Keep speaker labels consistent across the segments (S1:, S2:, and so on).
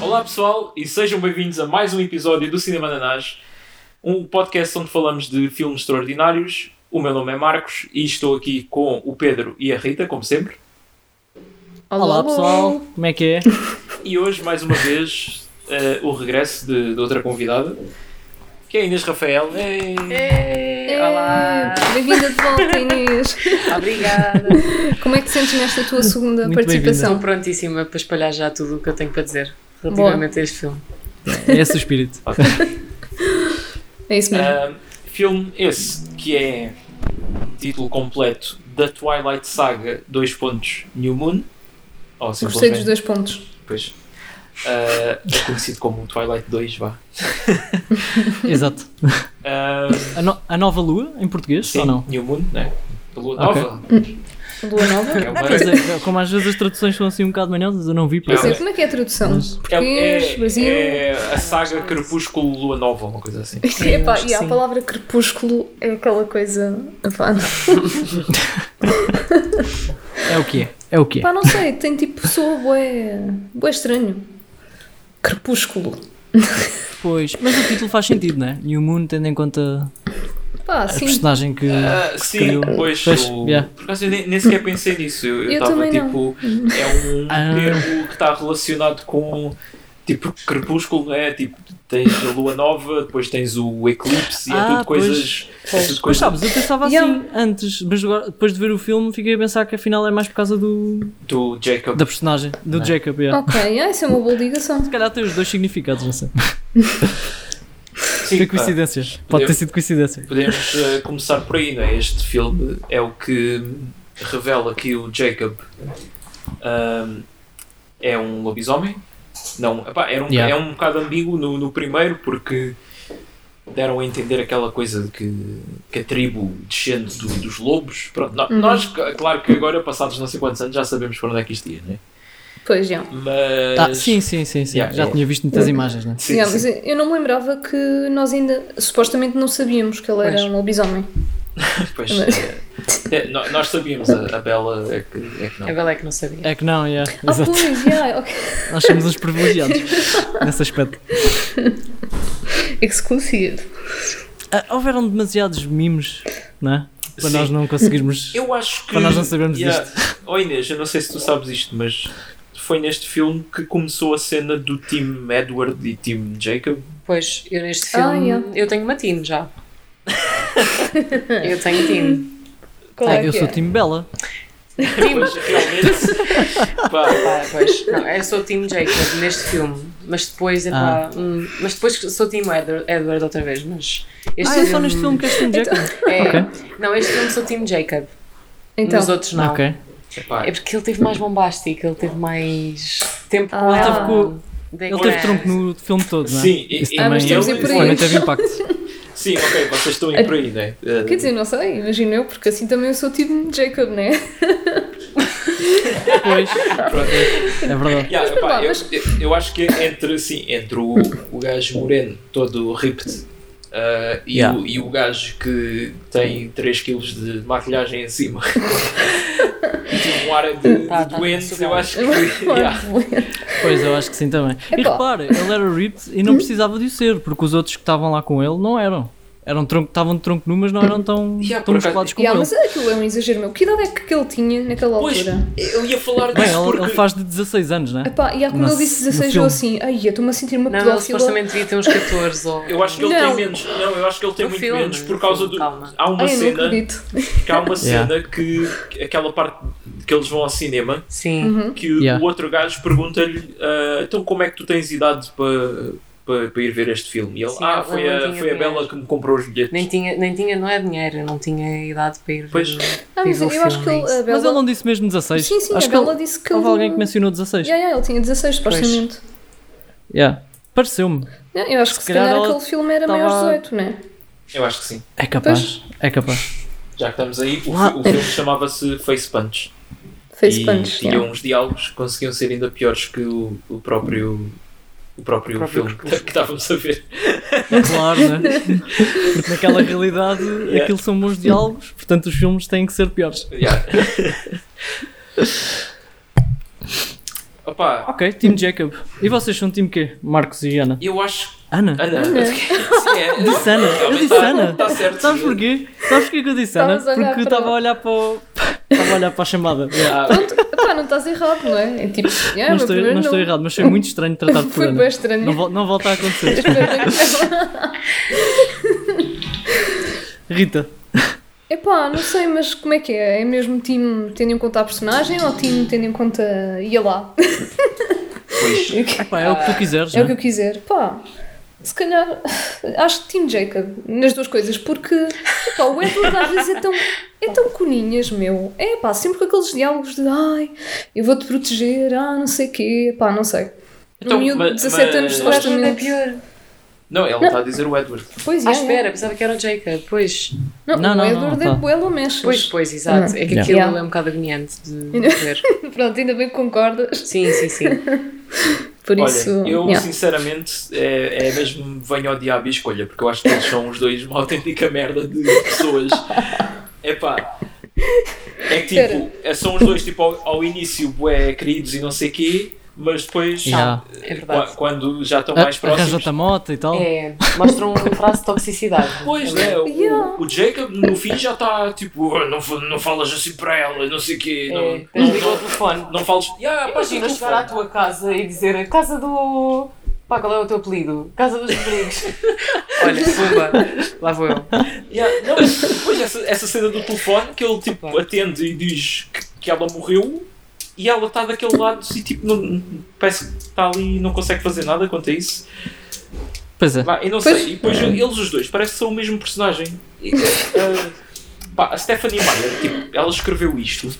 S1: Olá pessoal e sejam bem-vindos a mais um episódio do Cinema Nanás, um podcast onde falamos de filmes extraordinários. O meu nome é Marcos e estou aqui com o Pedro e a Rita, como sempre.
S2: Olá pessoal, como é que é?
S1: E hoje, mais uma vez, eh, o regresso de, de outra convidada, que é a Inês Rafael. Ei!
S3: Olá!
S4: Bem-vinda de volta, Inês.
S3: Obrigada!
S2: Então.
S4: Como é que te sentes nesta tua segunda
S2: Muito
S4: participação?
S3: Estou prontíssima para espalhar já tudo o que eu tenho para dizer relativamente a este filme.
S2: É esse o espírito.
S4: É isso mesmo.
S1: Ah, filme esse que é título completo da Twilight Saga 2 pontos New Moon. Ou assim
S4: Gostei dos
S1: simplesmente-
S4: dois pontos.
S1: Pois. Ah, conhecido como Twilight 2, vá.
S2: Exato.
S1: Ah,
S2: A, no- a nova lua, em português,
S1: sim,
S2: ou não?
S1: New Moon, né? Da Lua
S2: Ok.
S1: Nova.
S4: Lua nova?
S1: que é uma-
S2: Pois é, como às vezes as traduções são assim um bocado manhosas, eu não vi.
S4: Pois
S2: pá.
S4: é, como é que é a tradução?
S2: Mas-
S1: é-
S4: Português,
S1: é-
S4: Brasil?
S1: é a saga Crepúsculo Lua Nova, uma coisa assim.
S4: Epá,
S3: acho que
S4: e a
S3: sim.
S4: palavra crepúsculo é aquela coisa. Epá, não-
S2: É o que é, é o que é.
S4: Pá, não sei, tem tipo soa boé. boé estranho. Crepúsculo.
S2: Pois, mas o título faz sentido, né? New Moon, tendo em conta
S4: Pá,
S2: a
S4: sim.
S2: É personagem que.
S1: Ah, sim,
S2: calhar-
S1: pois.
S2: Pois,
S1: o-
S2: yeah.
S1: Por acaso eu nem, nem sequer pensei nisso. Eu
S4: Eu
S1: estava
S4: também não.
S1: tipo. É um
S2: Ah.
S1: termo que está relacionado com. Tipo, crepúsculo, não é? Tipo, tens a lua nova, depois tens o eclipse e é
S2: Ah,
S1: tudo coisas. É tudo
S2: Mas
S1: coisas
S2: sabes, eu pensava assim
S4: Yeah.
S2: antes, mas agora, depois de ver o filme fiquei a pensar que afinal é mais por causa do,
S1: do Jacob.
S2: da personagem, do
S1: Não.
S2: Jacob. Yeah.
S4: Ok, ah, isso é uma boa ligação.
S2: Se calhar tem os dois significados, não sei.
S1: Sim, ah.
S2: Foi
S1: pá,
S2: coincidência. Pode ter sido coincidência.
S1: podemos eh, começar por aí, não é? Este filme é o que revela que o Jacob ahm, é um lobisomem. Não, epá, era um,
S2: Yeah.
S1: é um bocado ambíguo no, no primeiro porque deram a entender aquela coisa de que, que a tribo descende do- dos lobos. Pronto, no- Nós, c- claro que agora, passados não sei quantos anos, já sabemos para onde é que isto ia, não é?
S4: Pois já.
S1: Mas.
S2: Ah, sim, sim, sim, sim.
S1: Yeah,
S2: Já
S1: yeah.
S2: tinha visto muitas imagens, né?
S1: Sim,
S4: Já,
S1: sim.
S4: mas eu não me lembrava que nós ainda supostamente não sabíamos que ele era
S3: Pois.
S4: um lobisomem.
S1: Pois,
S4: Mas-
S1: eh, eh, nó- nós sabíamos, a, a Bela é que, é que não.
S3: A Bela é que não sabia.
S2: É que não, yeah.
S4: Ah,
S2: Exato.
S4: pois, já, ok.
S2: Nós somos uns privilegiados nesse aspecto.
S1: É
S4: Exclusivo.
S2: Ah, houveram demasiados mimos, não é? Para
S1: Sim.
S2: nós não conseguirmos.
S1: Eu acho que.
S2: Para nós não sabermos
S1: disto. Oh Inês, eu não sei se tu sabes isto, mas foi neste filme que começou a cena do Team Edward e Team Jacob.
S3: Pois, eu neste
S4: Ah,
S3: filme,
S4: yeah.
S3: eu tenho uma teen já. eu tenho teen.
S4: Qual
S2: Ah,
S4: é
S2: eu
S4: que
S2: sou
S4: é?
S2: time Bela.
S3: Teen.
S1: Mas realmente. pá,
S3: Pá, pois, não, eu sou Team Jacob neste filme, mas depois,
S2: Ah.
S3: epá, hum, mas depois sou Team Edward, Edward outra vez, mas este
S2: ah, é só neste filme que és Tim Jacob.
S3: é-
S2: Ok.
S3: Não, este filme sou Team Jacob,
S4: Então,
S3: nos outros não.
S2: Ok.
S1: pá,
S3: É porque ele teve mais bombástico, ele teve mais tempo com
S4: Ah.
S3: ela.
S2: Ele Ele teve tronco no filme todo, não é?
S1: Sim, e-
S2: Isso
S1: e-
S4: Ah, mas
S2: também
S4: temos de ir por aí.
S2: também teve impacto.
S1: Sim, ok, vocês estão aí por aí, não é? Eh,
S4: quer dizer, não sei, imagino eu, porque assim também eu sou tipo Jacob, né?
S2: Pois,
S1: pronto, eh,
S2: é verdade.
S1: yeah,
S4: Mas,
S1: pá,
S4: pá,
S1: eu,
S4: mas-
S1: eu- eu acho que entre, sim, entre o, o gajo moreno, todo ripped, eh, e,
S2: Yeah.
S1: o, e o gajo que tem 3kg de maquilhagem em cima, e tipo um ar de, de
S3: Tá, tá,
S1: doente,
S3: tá,
S1: eu acho que. yeah.
S4: Claro.
S2: Pois, eu acho que sim também. E
S4: Epá.
S2: repara, ele era ripped e não precisava de o ser, porque os outros que estavam lá com ele não eram. Eram de tronco, estavam de tronco nu, mas não eram tão,
S1: Yeah,
S2: tão
S1: por acaso-
S2: musculados como
S4: Yeah,
S2: ele.
S4: mas aquilo é um exagero meu. Que idade é que ele tinha naquela
S1: Pois,
S4: altura?
S1: eu ia falar
S2: Bem,
S1: disso
S2: ele,
S1: porque...
S2: ele faz de 16 anos, né?
S4: Epá, e há como
S2: No-
S4: ele disse
S2: no
S4: 16, eu
S2: filme.
S4: assim, ai, eu estou-me a sentir uma
S3: Não, ele
S4: pedófila.
S3: supostamente devia ter uns 14 ou.
S1: Eu acho que ele
S4: Não.
S1: tem menos. Não, eu acho que ele tem
S3: No
S1: muito
S3: filme,
S1: menos por
S3: no
S1: causa
S3: filme,
S1: do.
S3: calma.
S1: Há uma
S4: Ai, eu não
S1: cena,
S4: acredito.
S1: que há uma
S2: Yeah.
S1: cena que que aquela parte que eles vão ao cinema
S3: Sim.
S2: Uhum.
S1: que o-
S2: Yeah.
S1: o outro gajo pergunta-lhe ah, então como é que tu tens idade para para, para ir ver este filme. E ele,
S3: Sim,
S1: ah,
S3: ele
S1: foi
S3: não
S1: a,
S3: tinha
S1: foi a
S3: dinheiro.
S1: Bela que me comprou os bilhetes.
S3: Nem tinha, nem tinha, não é dinheiro, não tinha idade para ir
S1: Pois.
S3: ver.
S4: Ah, mas
S3: Viva
S4: eu
S3: o
S4: acho que
S3: filme,
S4: ele,
S3: é
S4: a
S2: Mas ele
S4: Bela...
S2: não disse mesmo 16.
S4: Sim, sim,
S2: acho
S4: a
S2: que
S4: Bela
S2: ele,
S4: disse que
S2: houve
S4: ele-
S2: alguém que mencionou 16.
S4: Yeah, yeah, ele tinha 16, supostamente.
S2: Yeah. Pareceu-me.
S4: Yeah, eu acho que se
S2: calhar
S4: calhar,
S2: ela
S4: aquele filme era maior de
S2: tava-
S4: 18, né?
S1: Eu acho que sim.
S2: É capaz. É capaz.
S1: Já que estamos aí, o,
S2: Lá-
S1: fi- o filme chamava-se Face Punch.
S4: Face
S1: e
S4: Punch.
S1: tinha um.
S4: yeah.
S1: uns diálogos que conseguiam ser ainda piores que o, o próprio. O próprio,
S3: O próprio
S1: filme que que estávamos a ver.
S2: Claro, né? Porque naquela realidade
S1: Yeah.
S2: aquilo são bons diálogos, portanto os filmes têm que ser piores.
S1: Yeah. Opá,
S2: Ok, Team Jacob. E vocês são Team quê? Marcos e Ana?
S1: eu acho. Ah,
S2: Ana?
S1: Ana.
S4: Ana.
S1: Sim, é.
S2: Disse Ana. Eu
S1: Realmente
S2: disse
S1: tá-
S2: Ana.
S1: tá certo.
S2: Sabes porquê? Sabes porquê que eu disse Ana?
S4: Estavas a olhar
S2: Porque eu
S4: para- É,
S2: estava a olhar para o... Estava a olhar para a chamada.
S1: Ah,
S4: Epá, não estás errado, não é? É tipo, yeah,
S2: não
S4: meu
S2: estou,
S4: primeiro
S2: não estou
S4: nome.
S2: errado, mas foi muito estranho tratar por
S4: Foi
S2: Ana.
S4: bem estranho.
S2: Não, vol- não volta a acontecer. Rita,
S4: Epá, não sei, mas como é que é? É mesmo time tendo em conta a personagem ou time tendo em conta ia lá?
S1: pois.
S2: pá, é o que tu quiseres,
S4: É o
S2: né?
S4: que eu quiser. Pá, se calhar acho que Team Jacob nas duas coisas, porque pá, o Edward às vezes é tão, é tão coninhas, meu. É pá, sempre com aqueles diálogos de ai, eu vou-te proteger, ah, não sei quê, pá, não sei.
S1: Então,
S4: um miúdo
S1: mas-
S4: de 17
S1: mas-
S4: anos
S1: mas-
S3: Mas ainda é
S4: supostamente.
S3: pior.
S1: Não, ela está a dizer o Edward.
S4: Pois é.
S3: Ah,
S4: é.
S3: espera, pensava que era o Jacob. Pois,
S4: Não,
S2: Não,
S4: o
S2: não,
S4: Edward
S2: não,
S4: é
S2: tá.
S4: buelo mexe.
S3: pois, pois, exato.
S2: Uhum.
S3: É que
S2: Yeah.
S3: aquilo
S4: Yeah.
S3: é um bocado agoniante de ver.
S4: Pronto, ainda bem que concordas.
S3: Sim, sim, sim.
S4: Por
S1: Olha,
S4: isso.
S1: eu
S4: yeah.
S1: sinceramente é, é mesmo venho ao diabo e escolha, porque eu acho que eles são os dois uma autêntica merda de pessoas. Epá. É que tipo, é- são os dois tipo ao, ao início bué, queridos e não sei quê, mas depois eh,
S2: Já.
S1: qua-
S3: É verdade.
S1: quando já estão mais
S2: A- Arranja-te a
S1: próximos.
S2: moto e tal.
S3: É, mostram um traço de toxicidade. Tá
S1: Pois, né? O,
S4: Yeah.
S1: o Jacob no fim já está tipo, "Oh, não, fa- não falas assim para ela, não sei quê,
S3: É,
S1: não,
S3: tens
S1: não,
S3: ligado o
S1: não,
S3: telefone.
S1: não falas. Yeah, pá, assim, tipo,
S3: Imagina
S1: sim,
S3: chegar à tua casa e dizer Casa do. Pá, qual é o teu apelido? Casa dos Rodrigues. Olha, pumba, lá vou eu.
S1: Yeah, não, mas depois essa, essa cena do telefone que ele tipo atende e diz que, que ela morreu e ela está daquele lado e tipo não, parece que está ali e não consegue fazer nada quanto a isso.
S2: Pois é.
S1: Vá, eu não
S4: Pois.
S1: sei. E depois eles os dois parece que são o mesmo personagem. E, eh, eh, pá, a Stephanie Meyer, tipo, ela escreveu isto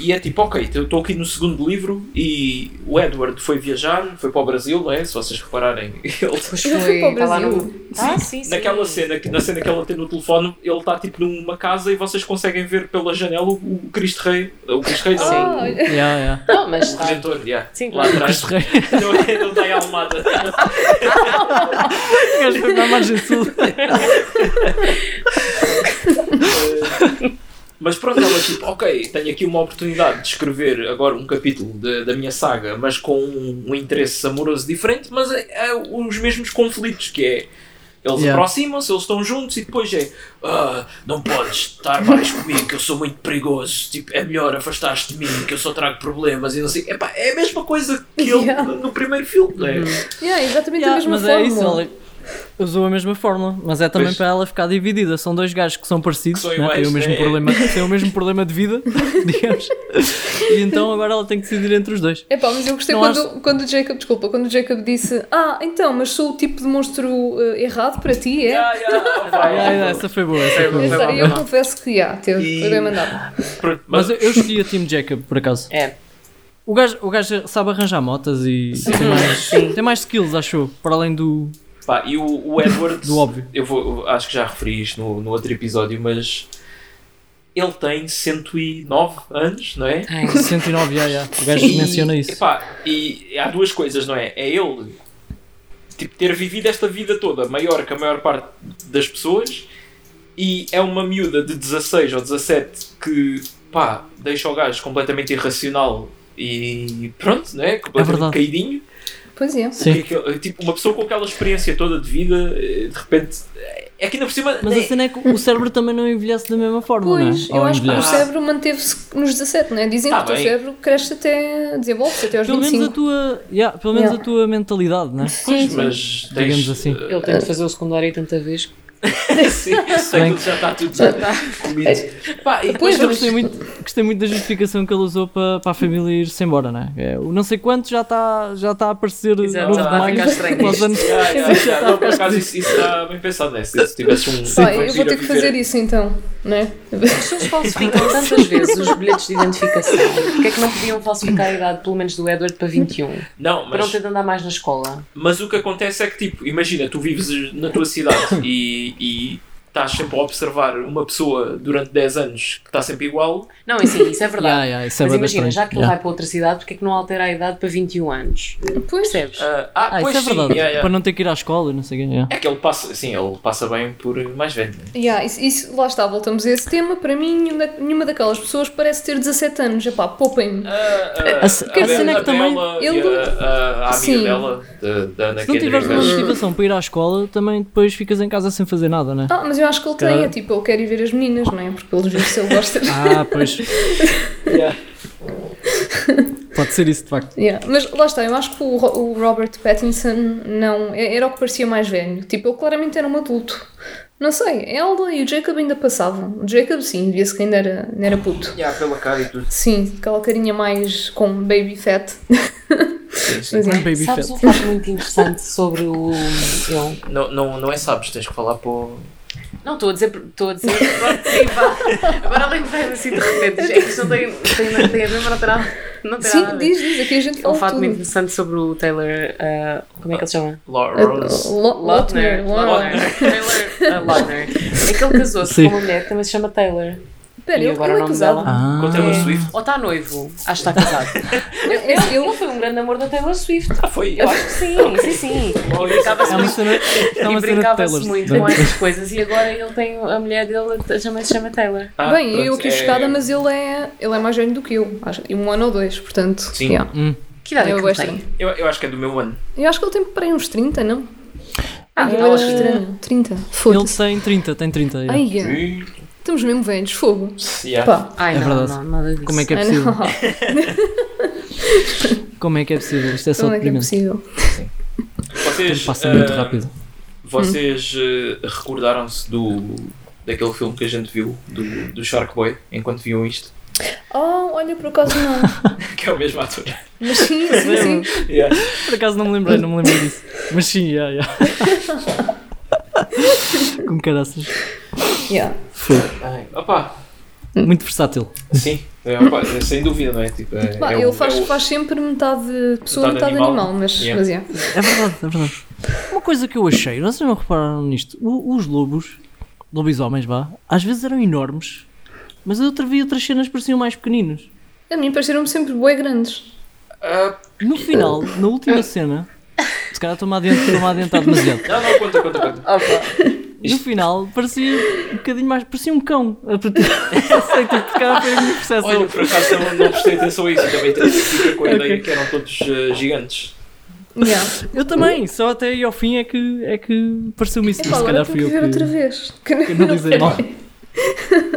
S1: e é tipo, ok, eu estou aqui no segundo livro e o Edward foi viajar, foi para o Brasil, não é? Se vocês repararem, ele
S3: Depois
S4: Eu fui
S3: foi,
S4: para o
S3: tá lá
S4: Brasil.
S3: no. Ah, sim, sim.
S1: Naquela cena, que- na cena que ela tem no telefone, ele está tipo numa casa e vocês conseguem ver pela janela o, o Cristo Rei. O Cristo Rei não,
S3: Sim.
S4: Ah, olha.
S2: Yeah, yeah.
S3: Não, mas tá.
S1: o
S3: está.
S1: Redentor, yeah.
S3: Sim,
S1: lá
S3: claro.
S1: atrás.
S2: Rei.
S1: Não, é- não está em Almada.
S2: O gajo foi para a margem sul.
S1: Mas pronto, ela tipo, ok, tenho aqui uma oportunidade de escrever agora um capítulo de- da minha saga, mas com um, um interesse amoroso diferente, mas é, é os mesmos conflitos que é. Eles
S2: Yeah.
S1: aproximam-se, eles estão juntos e depois é ah, não podes estar mais comigo, que eu sou muito perigoso, tipo, é melhor afastar-te de mim, que eu só trago problemas e não sei. Epá, é a mesma coisa que ele
S4: Yeah.
S1: no primeiro filme, não é?
S4: Yeah, Ah, exatamente a
S2: Yeah,
S4: mesma
S2: mas
S4: forma.
S2: é isso, ela usou a mesma fórmula, mas é também
S1: Pois.
S2: para ela ficar dividida. São dois gajos que são parecidos,
S1: Que são
S2: né? têm,
S1: iguais,
S2: o mesmo
S1: é.
S2: problema, têm o mesmo problema de vida, digamos. E então agora ela tem que decidir entre os dois.
S4: Epá, mas eu gostei
S2: Não
S4: quando, quando o Jacob, desculpa, quando o Jacob disse Ah, então, mas sou o tipo de monstro eh, errado para ti, é?
S1: Yeah, yeah, oh, vai,
S2: Ah,
S1: oh,
S2: essa foi boa, essa foi boa.
S1: Foi
S4: Essa-
S1: mal,
S4: eu
S1: foi mal.
S4: confesso que já, teve,
S1: E-
S4: foi bem mandado.
S1: pronto,
S2: Mas eu, eu escolhi a Team Jacob, por acaso.
S3: É.
S2: O gajo, o gajo sabe arranjar motas e tem mais, tem mais skills, achou? Para além do,
S1: Pá, e o, o Edward,
S2: Do óbvio.
S1: Eu, vou, eu acho que já referi isto no, no outro episódio, mas ele tem 109 anos, não é?
S3: Ai,
S2: 109 yeah, yeah. O gajo
S1: E,
S2: menciona isso.
S1: epá, e há duas coisas, não é? É ele tipo, ter vivido esta vida toda maior que a maior parte das pessoas e é uma miúda de 16 ou 17 que pá, deixa o gajo completamente irracional e pronto, não é? Completamente
S2: verdade.
S1: caidinho.
S4: Pois é.
S1: O
S2: Sim.
S1: que é que- tipo, uma pessoa com aquela experiência toda de vida, eh, de repente. eh, É que ainda por cima.
S2: Mas
S1: nem-
S2: a cena é que o cérebro também não envelhece da mesma forma,
S4: Pois,
S2: não é?
S4: eu
S2: Ou
S4: acho que o
S2: envelhece.
S4: cérebro manteve-se nos 17, não é? Dizem
S1: Tá
S4: que o teu
S1: bem.
S4: cérebro cresce até, desenvolve-se até aos
S2: Pelo menos a
S4: 25.
S2: tua, yeah, pelo menos
S4: Yeah.
S2: a tua mentalidade, né?
S1: Pois, é mas tens,
S2: Digamos assim.
S1: eh,
S3: Ele tem de fazer o secundário aí tanta vez.
S1: sim, isso
S2: Bem.
S1: aquilo já está tudo já está comido. Pá, e depois
S4: Pois,
S2: Mas eu
S4: mas-
S2: gostei muito, gostei muito da justificação que ele usou para, para a família ir-se embora, né? É, o não sei quanto já está já está a aparecer
S3: Exato,
S2: novo
S3: já está a
S2: demais
S3: ficar estranho
S2: para os
S3: isto.
S2: anos-
S1: Ah, já, já, não, por acaso isso, isso está bem pensado, né? Se se tivesse um.
S4: Pá,
S1: um
S4: eu vou
S1: giro a
S4: ter que
S1: viver-
S4: fazer isso então, não é?
S3: As pessoas falsificam tantas vezes os bilhetes de identificação. Porquê é que não podiam falsificar a idade, pelo menos do Edward, para 21?
S1: Não,
S3: Para não
S1: mas,
S3: ter de andar mais na escola.
S1: mas o que acontece é que, tipo, imagina, tu vives na tua cidade e, e estás sempre a observar uma pessoa durante 10 anos que está sempre igual,
S3: Não, e sim, isso é verdade.
S2: Yeah, yeah, isso é
S3: Mas
S2: bué da
S3: imagina,
S2: estranho.
S3: já que ele
S2: Yeah.
S3: vai para outra cidade, porque é que não altera a idade para 21 anos?
S4: Pois é.
S3: Percebes?
S1: ah, ah,
S2: Ah,
S1: pois
S2: isso é
S1: sim,
S2: verdade.
S1: yeah, yeah.
S2: Para não ter que ir à escola, e não sei o quê. yeah.
S1: É que ele passa, sim, ele passa bem por mais velho. né?
S4: Yeah, isso, isso- lá está, voltamos a esse tema. Para mim, nenhuma, nenhuma daquelas pessoas parece ter 17 anos. Epá, poupem-me.
S1: Ah, ah,
S2: A cena- a
S1: Bela-
S2: cena é que também
S1: Bela e
S4: ele-
S1: a, a, a amiga
S4: Sim.
S1: dela, da, da
S3: É,
S1: Ana
S2: Se não tiveres uma
S1: Kendrick,
S2: motivação para ir à escola, também depois ficas em casa sem fazer nada, né?
S4: Ah, mas eu acho que ele tem.
S2: Cara.
S4: É tipo, eu quero ir ver as meninas, não é? Porque pelos vistos ele gosta.
S2: Ah, pois.
S1: Yeah.
S2: Pode ser isso, de facto.
S4: Yeah, Mas lá está, eu acho que o, Ro- o Robert Pattinson não. é- Era o que parecia mais velho. Tipo, ele claramente era um adulto. Não sei, a Elda e o Jacob ainda passavam. O Jacob, sim, via-se que ainda era, ainda era puto.
S1: Yeah, pela cara e tudo.
S4: Sim, aquela carinha mais com baby fat.
S1: Sim, sim.
S4: Mas é.
S2: Baby
S3: Sabes
S2: fat.
S3: um fato muito interessante sobre o. Eu.
S1: Não, não, não é sabes, tens que falar para o.
S3: Não, estou a dizer. Estou a dizer. Pronto, sim, vá. Agora lembrei-me assim de repente. É que isto não tem, tem, tem a ver, mas não tem nada. Não tem nada a
S4: Sim,
S3: ver.
S4: diz, diz, aqui a gente
S3: É um
S4: fala
S3: fato muito
S4: tudo.
S3: interessante sobre o Taylor. ah, como é que ele se chama?
S4: Ah,
S1: Lawrence.
S4: Lo- Lautner, Lautner.
S3: Taylor ah, Lautner. É que ele casou-se
S2: Sim.
S3: com uma mulher que também se chama Taylor.
S4: Espera,
S3: E
S4: ele ele
S3: agora o
S4: é
S3: nome
S4: casado.
S3: dela?
S2: Ah.
S1: Com Taylor Swift.
S3: Ou está noivo? Acho que está casado.
S4: É- é-
S3: Ele
S4: ele-
S3: foi um grande amor da Taylor Swift.
S1: Ah, foi.
S3: Eu acho que sim, sim, sim.
S1: Oh, isso.
S3: Brincava-se
S2: É uma
S3: muito,
S2: cena, é
S3: e
S2: uma cena de Taylor.
S3: brincava-se muito
S2: Bem,
S3: com essas coisas e agora ele tem a mulher dele que chama- se chama Taylor.
S1: Ah,
S4: Bem, eu
S1: pronto,
S4: aqui
S1: é-
S4: chocada, mas ele é, ele é mais velho do que eu. Acho, e um ano ou dois, portanto.
S1: Sim.
S4: yeah.
S2: hum.
S3: Que idade é
S4: Eu
S3: que ele
S4: gosto.
S3: tem?
S1: Eu, eu acho que é do meu ano.
S4: Eu acho que ele tem para aí uns 30, não? Ah,
S3: eu
S4: eu
S3: acho
S4: acho
S3: que-
S4: estranho. 30.
S2: Ele
S4: Foda-se.
S2: tem 30, tem 30. yeah.
S4: Ai, yeah. Estamos mesmo velhos, fogo.
S1: Yeah.
S4: Pá.
S3: Ai,
S2: É
S3: não,
S2: verdade.
S3: não, nada disso.
S2: Como é que é
S4: Ah,
S2: possível?
S4: não.
S2: Como é que é possível? Isto é só
S4: Como é que é
S2: deprimente.
S4: possível?
S1: Vocês,
S2: Passa muito
S1: ah,
S2: rápido.
S1: Vocês eh, recordaram-se do daquele filme que a gente viu do, do Shark Boy enquanto viam isto?
S4: Oh, olha, por acaso não.
S1: Que é o mesmo ator.
S4: Mas sim, sim, sim.
S1: Yeah.
S2: Por acaso não me lembrei, não me lembrei disso. Mas sim, já, já. Com caraças.
S4: Yeah.
S2: Foi.
S1: Ai, opa,
S2: Muito versátil.
S1: sim, é, opa, é sem dúvida, não é? Tipo, é,
S4: Pá,
S1: é
S4: ele
S1: o-
S4: faz,
S1: é o-
S4: faz sempre metade pessoa,
S1: Metade
S4: metade,
S1: animal.
S4: animal. mas,
S1: Yeah.
S4: mas yeah.
S2: É verdade, é verdade. Uma coisa que eu achei, vocês não repararam nisto, o- os lobos, lobisomens vá, às vezes eram enormes, mas eu outra vi outras cenas que pareciam mais pequeninos.
S4: A mim pareceram-me sempre bué grandes.
S1: Ah,
S2: No final, na última cena, se calhar estou-me a adiantar, estou-me a adiantar demasiado.
S1: não, não, conta, conta, conta.
S3: Opa,
S2: No final, parecia um bocadinho mais, parecia um cão. Eu sei, tipo, se calhar foi a minha percepção.
S1: Olha, por acaso não, não prestei atenção a isso, eu também fiquei com a ideia que eram todos eh, gigantes.
S4: Yeah.
S2: Eu também, só até aí ao fim é que, é que pareceu-me isso.
S4: Epá,
S2: mas se
S4: agora
S2: calhar
S4: tenho
S2: fui
S4: que
S2: eu
S4: ver outra
S2: que.
S4: vez. Que não,
S2: que não dizem mal.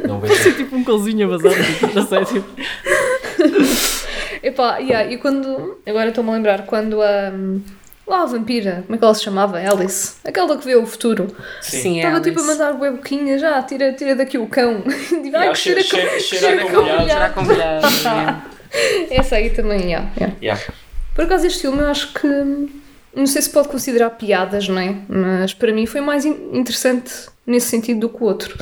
S1: Não vejo.
S2: Tipo um cãozinho vazado, na sério.
S4: Epá, yeah, e quando. Agora estou-me a lembrar, quando a. hum, Lá a vampira, como é que ela se chamava? Alice. Aquela que vê o futuro.
S1: Sim.
S3: sim, é.
S4: Estava tipo a
S3: Alice.
S4: mandar bué boquinha já, tira, tira daqui o cão. Digo, ai,
S1: Yeah,
S4: que cheira
S1: cheira-
S4: com-
S1: cheira- cheira
S4: cheira
S1: com
S3: um
S4: com
S1: molhado,
S4: molhado.
S3: Já com mulher, né?
S4: Essa aí também, yeah, yeah.
S1: Yeah.
S4: Por acaso este filme eu acho que hum, não sei se pode considerar piadas, não é? Mas para mim foi mais in- interessante nesse sentido do que o outro.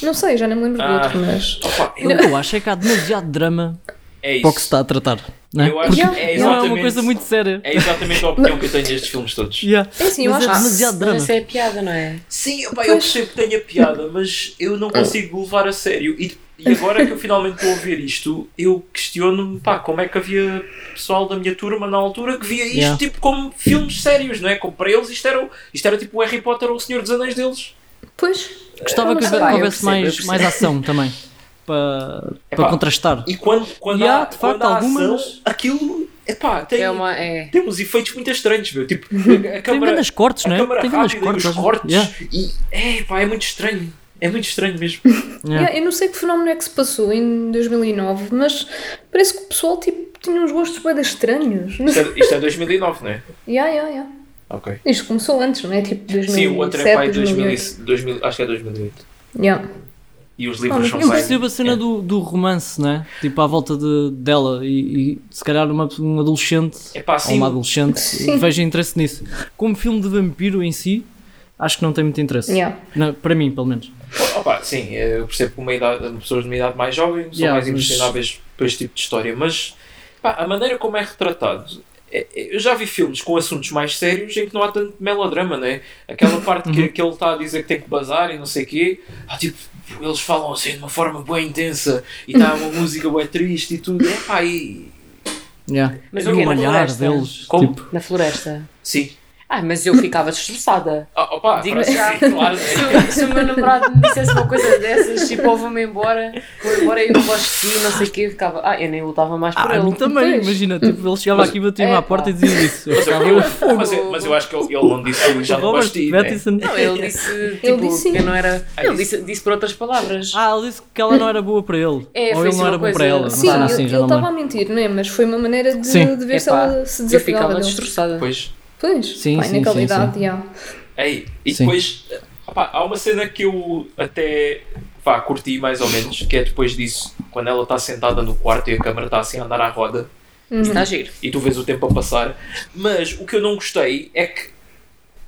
S4: Não sei, já nem me lembro do
S1: Ah.
S4: outro, mas.
S1: Opa,
S2: O que eu acho é que há demasiado drama
S1: é
S2: para o que
S1: isso.
S2: se está a tratar. Não é?
S1: Eu acho que
S4: Yeah.
S1: é
S2: não é uma
S1: exatamente-
S2: coisa muito séria.
S1: É exatamente a opinião que eu tenho destes filmes todos.
S2: Yeah.
S4: É assim, eu
S2: Mas
S4: acho
S2: é
S4: que-
S2: demasiado drama.
S3: Mas essa é a piada, não é?
S1: Sim, opa, eu percebo que tenha piada, mas eu não consigo levar a sério. E, e agora que eu finalmente estou a ouvir isto, eu questiono-me, pá, como é que havia pessoal da minha turma na altura que via isto
S2: Yeah.
S1: tipo como filmes sérios, não é? Como para eles isto era, o- isto era tipo o Harry Potter ou o Senhor dos Anéis deles.
S4: Pois, é
S2: Gostava
S4: Não,
S2: que
S4: mas pá, eu
S2: houvesse
S3: percebo, eu
S2: mais,
S3: percebo.
S2: mais ação também. Para,
S1: Epá.
S2: para contrastar.
S1: E quando, quando
S2: Yeah,
S1: há,
S2: de facto,
S1: quando há
S2: algumas-
S1: ação, aquilo, epá, tem,
S3: É uma. É.
S1: tem uns efeitos muito estranhos, meu. Tipo, a, a
S2: Tem
S1: câmara,
S2: grandes cortes,
S1: a
S2: não é?
S1: câmara
S2: Tem grandes
S1: rápida e
S2: cortes.
S1: os
S2: às vezes.
S1: cortes.
S2: Yeah,
S1: E, é, pá, é muito estranho. É muito estranho mesmo.
S2: yeah.
S4: yeah, eu não sei que fenómeno é que se passou em 2009, mas parece que o pessoal tipo, tinha uns gostos bem estranhos. Não
S1: Isto
S4: sei.
S1: é, isto é 2009, não é?
S4: Yeah, yeah, yeah.
S1: Ok.
S4: Isto começou antes, não é? Tipo 2007,
S1: Sim, o outro é pai de
S4: 2008.
S1: 2000, 2000, acho que é 2008.
S4: Yeah.
S1: E os livros
S4: Ah,
S1: são é.
S2: Eu
S1: pai.
S2: percebo a cena do, do romance, não é? Tipo, à volta de, dela e, e se calhar uma, um adolescente
S1: É pá,
S2: ou
S3: Assim,
S1: sim.
S2: uma adolescente
S4: Sim.
S2: veja interesse nisso. Como filme de vampiro em si, acho que não tem muito interesse.
S4: Yeah.
S2: Na- para mim, pelo menos.
S1: Opa, sim, eu percebo que uma idade, pessoas de uma idade mais jovem são
S2: Yeah,
S1: mais
S2: mas-
S1: impressionáveis para este tipo de história, mas pá, a maneira como é retratado eh, Eu já vi filmes com assuntos mais sérios em que não há tanto melodrama, não é? Aquela parte
S2: Uhum.
S1: que, que ele está a dizer que tem que bazar e não sei o quê, ah, tipo, eles falam assim de uma forma bem intensa e está uma música bem triste e tudo. É, pá, e.
S2: Yeah.
S3: Mas
S2: E
S1: um
S3: o quê?
S2: o
S3: Na
S2: olhar
S3: floresta?
S2: deles.
S1: Como?
S2: Tipo,
S3: Na floresta.
S1: Sim.
S3: Ah, mas eu ficava destroçada.
S1: Ah, opá,
S3: Digo
S1: parece-
S3: já.
S1: sim, claro. é.
S3: Se, se o meu namorado me dissesse uma coisa dessas, tipo, ou vou-me embora, vou embora e eu gosto de ti, não sei o quê, eu ficava, ah, eu nem lutava mais por
S2: ah,
S3: ele.
S2: não também,
S4: Pois.
S2: imagina, tipo, ele chegava
S1: Mas-
S2: aqui e batia-me à
S3: Epá.
S2: porta e dizia isso. Eu
S1: Mas é eu,
S2: ficava,
S1: eu- mas eu- mas eu acho que ele, ele não disse que já não
S2: Robert
S1: gosto de ti, né?
S2: Pattinson.
S3: Não, ele disse, tipo,
S4: disse sim.
S3: que eu não era...
S1: Ah,
S3: Ele
S1: disse-
S3: disse, disse por outras palavras.
S2: Ah, ele disse que ela não era boa para ele.
S3: É,
S2: Ou
S3: foi
S2: ele
S3: assim
S2: não
S3: uma
S2: era bom
S3: coisa-
S2: para ela.
S4: Sim,
S2: Sim,
S4: eu-
S2: assim,
S4: ele
S2: já não me
S4: estava
S2: lembro.
S4: a mentir, não é? Mas foi uma maneira de,
S2: Sim.
S4: de ver se
S3: Epá,
S4: ela se
S3: eu ficava
S4: desapegava dele.
S3: destroçada.
S1: Pois.
S4: Pois,
S2: Sim,
S4: pai,
S2: sim,
S4: naquela
S2: sim,
S4: idade, já.
S1: Ei, e
S2: Sim.
S1: depois opá, há uma cena que eu até vá, curti mais ou menos, que é depois disso, quando ela está sentada no quarto e a câmera está assim a andar à roda
S2: Uhum.
S3: Isso está giro.
S1: e tu vês o tempo a passar. Mas o que eu não gostei é que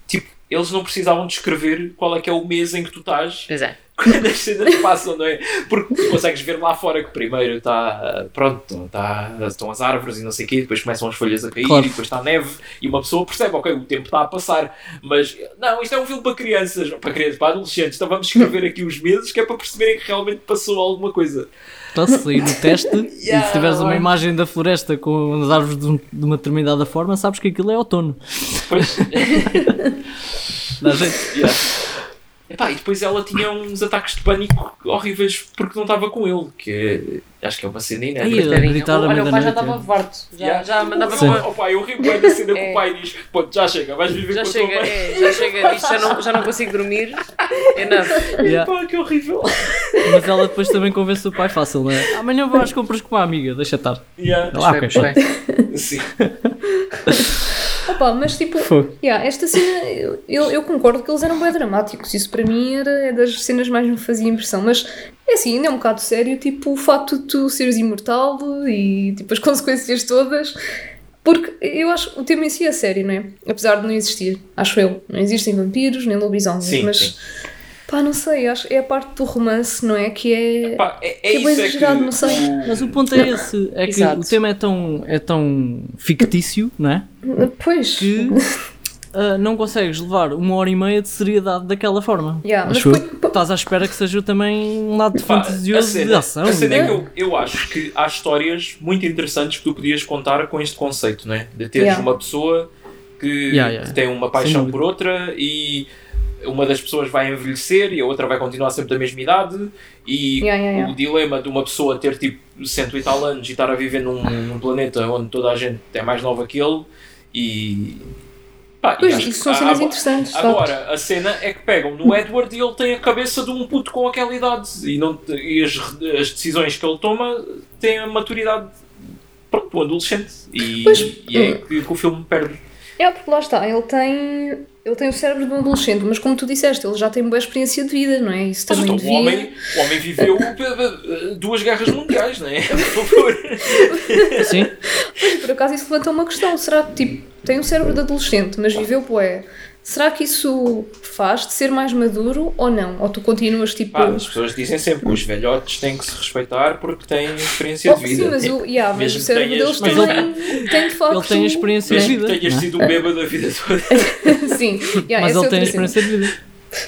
S1: tipo, eles não precisavam descrever qual é que é o mês em que tu estás
S3: Pois é.
S1: quando as cenas passam, não é? Porque tu consegues ver lá fora que primeiro está, pronto, está, estão as árvores e não sei o quê, depois começam as folhas a cair,
S2: Claro.
S1: e depois está a neve, e uma pessoa percebe, ok, o tempo está a passar, mas não, isto é um filme para crianças, para crianças, para adolescentes, então vamos escrever aqui os meses que é para perceberem que realmente passou alguma coisa.
S2: Então, se sair no teste e
S1: Yeah,
S2: se tiveres uma
S1: bem.
S2: imagem da floresta com as árvores de, um- de uma determinada forma, sabes que aquilo é outono.
S1: Depois,
S2: Dá jeito.
S1: yeah. Epá, e depois ela tinha uns ataques de pânico horríveis porque não estava com ele, que é- acho que é uma cena
S2: Aí,
S1: inédita.
S2: a
S3: Tadinho.
S2: gritar à
S3: Olha, o pai já
S2: meia-noite.
S3: estava varto. Já, já mandava
S1: Sim.
S3: uma...
S1: Oh, pai, eu ri bem da cena que
S3: É.
S1: o pai diz: Pô, já chega, vais viver
S3: Já
S1: com a tua
S3: chega,
S1: mãe.
S3: é, já chega. Isto já não, já não consigo dormir. É Enough.
S2: Yeah.
S1: Pá, que horrível.
S2: Mas ela depois também convence o pai fácil, não é? Amanhã vou às compras com uma amiga, deixa estar.
S1: Yeah.
S2: Ela, ah, ok,
S3: Pois bem, pois bem.
S1: Sim.
S4: Opa, mas tipo,
S2: Fogo.
S4: yeah, esta cena, eu, eu eu concordo que eles eram bem dramáticos, isso para mim era é das cenas mais me fazia impressão, mas é assim, ainda é um bocado sério, tipo, o facto de tu seres imortal e tipo as consequências todas, porque eu acho que o tema em si é sério, não é? Apesar de não existir, acho eu, não existem vampiros nem lobisomens,
S1: Sim,
S4: mas
S1: sim.
S4: pá, não sei, acho é a parte do romance, não é? Que é.
S1: Pá, é, é
S4: Que
S1: isso
S4: bem
S1: é
S4: exagerado,
S1: que
S4: não sei.
S1: o-
S2: Mas o ponto é esse, é que
S3: Exato.
S2: o tema é tão, é tão fictício, não é?
S4: Pois.
S2: Que ah, não consegues levar uma hora e meia de seriedade daquela forma.
S4: Yeah, mas
S2: Acho eu.
S4: põe- põe-
S2: Estás à espera que seja também um lado
S1: Pá, a
S2: fantasioso de
S1: cena,
S2: ação.
S1: a cena é
S2: não
S1: que
S2: é?
S1: eu, eu acho que há histórias muito interessantes que tu podias contar com este conceito, não é? De teres
S4: Yeah.
S1: uma pessoa que,
S2: Yeah, yeah.
S1: que tem uma
S2: Sem
S1: paixão
S2: dúvida.
S1: por outra e uma das pessoas vai envelhecer e a outra vai continuar sempre da mesma idade e
S4: Yeah, yeah, yeah.
S1: o dilema de uma pessoa ter tipo cento e tal anos e estar a viver num, num planeta onde toda a gente é mais nova que ele e... Pá, e
S4: Pois,
S1: acho
S4: isso
S1: que
S4: são
S1: há-
S4: cenas
S1: há-
S4: interessantes. de facto.
S1: Agora, a cena é que pegam no Edward e ele tem a cabeça de um puto com aquela idade e, não, te- e as, re- as decisões que ele toma têm a maturidade pronto, do adolescente e,
S4: Pois. hum.
S1: e é que, que o filme perde.
S4: É, porque lá está, ele tem, ele tem o cérebro de um adolescente, mas como tu disseste, ele já tem boa experiência de vida, não é? Isso
S1: Mas
S4: também
S1: então, o,
S4: devia.
S1: homem, o homem viveu eh, eh, duas guerras mundiais, não é? Por favor.
S2: Sim,
S4: Por acaso isso levanta uma questão, será que tipo, tem um cérebro de adolescente, mas viveu boé? Será que isso faz de ser mais maduro ou não? Ou tu continuas tipo.
S1: Pá, as pessoas dizem sempre que os velhotes têm que se respeitar porque têm experiência de
S4: Oh, sim,
S1: vida.
S4: mas o, yeah, mas
S1: Mesmo
S4: o cérebro
S1: tenhas-
S4: deles
S1: mas
S4: também tem de facto.
S2: ele tem a experiência de
S1: Mesmo
S2: vida.
S1: que tenhas
S2: não é?
S1: sido um bêbado a vida toda.
S4: Sim, yeah,
S2: Mas
S4: essa
S2: ele
S4: é
S2: tem a
S4: outra cena.
S2: experiência de vida.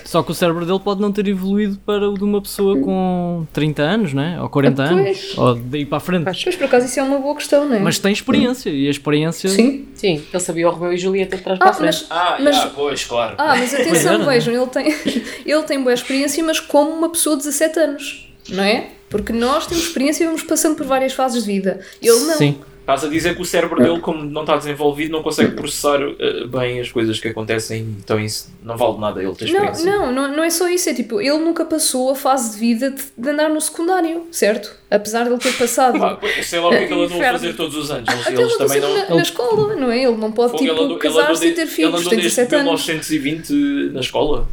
S2: Só que o cérebro dele pode não ter evoluído para o de uma pessoa com 30 anos, né? ou 40 anos,
S4: Ah, Pois.
S2: ou daí para a frente.
S4: Pois por acaso isso é uma boa questão, não é?
S2: Mas tem experiência, e a experiência
S4: sim.
S3: Sim, ele sabia o Romeu e Julieta de trás para a
S4: Ah,
S3: frente.
S4: mas,
S1: Ah,
S4: mas
S1: já, pois, claro.
S4: Ah, mas
S2: Pois era,
S4: atenção,
S2: não é?
S4: vejam, ele tem, ele tem boa experiência, mas como uma pessoa de 17 anos, não é? Porque nós temos experiência e vamos passando por várias fases de vida. Ele não.
S2: Sim.
S1: Estás a dizer que o cérebro dele, como não está desenvolvido, não consegue processar eh, bem as coisas que acontecem, então isso não vale nada ele ter
S4: Não,
S1: experiência.
S4: não, não, não é só isso. É tipo, ele nunca passou a fase de vida de, de andar no secundário, certo? Apesar de ele ter passado. Ah,
S1: Pá, pois, sei lá o que é que ele andou a
S3: Inferno.
S1: fazer todos os anos. Eles,
S4: Até ele
S1: eles
S4: andou
S1: também
S4: sempre
S1: não.
S4: na, na escola, não é? Ele não pode,
S1: Fogo, ele
S4: tipo,
S1: andou- ele andou
S4: casar-se e ter
S1: desde-
S4: filhos,
S1: ele
S4: tem
S1: andou desde
S4: 17 anos.
S1: 1920 na escola.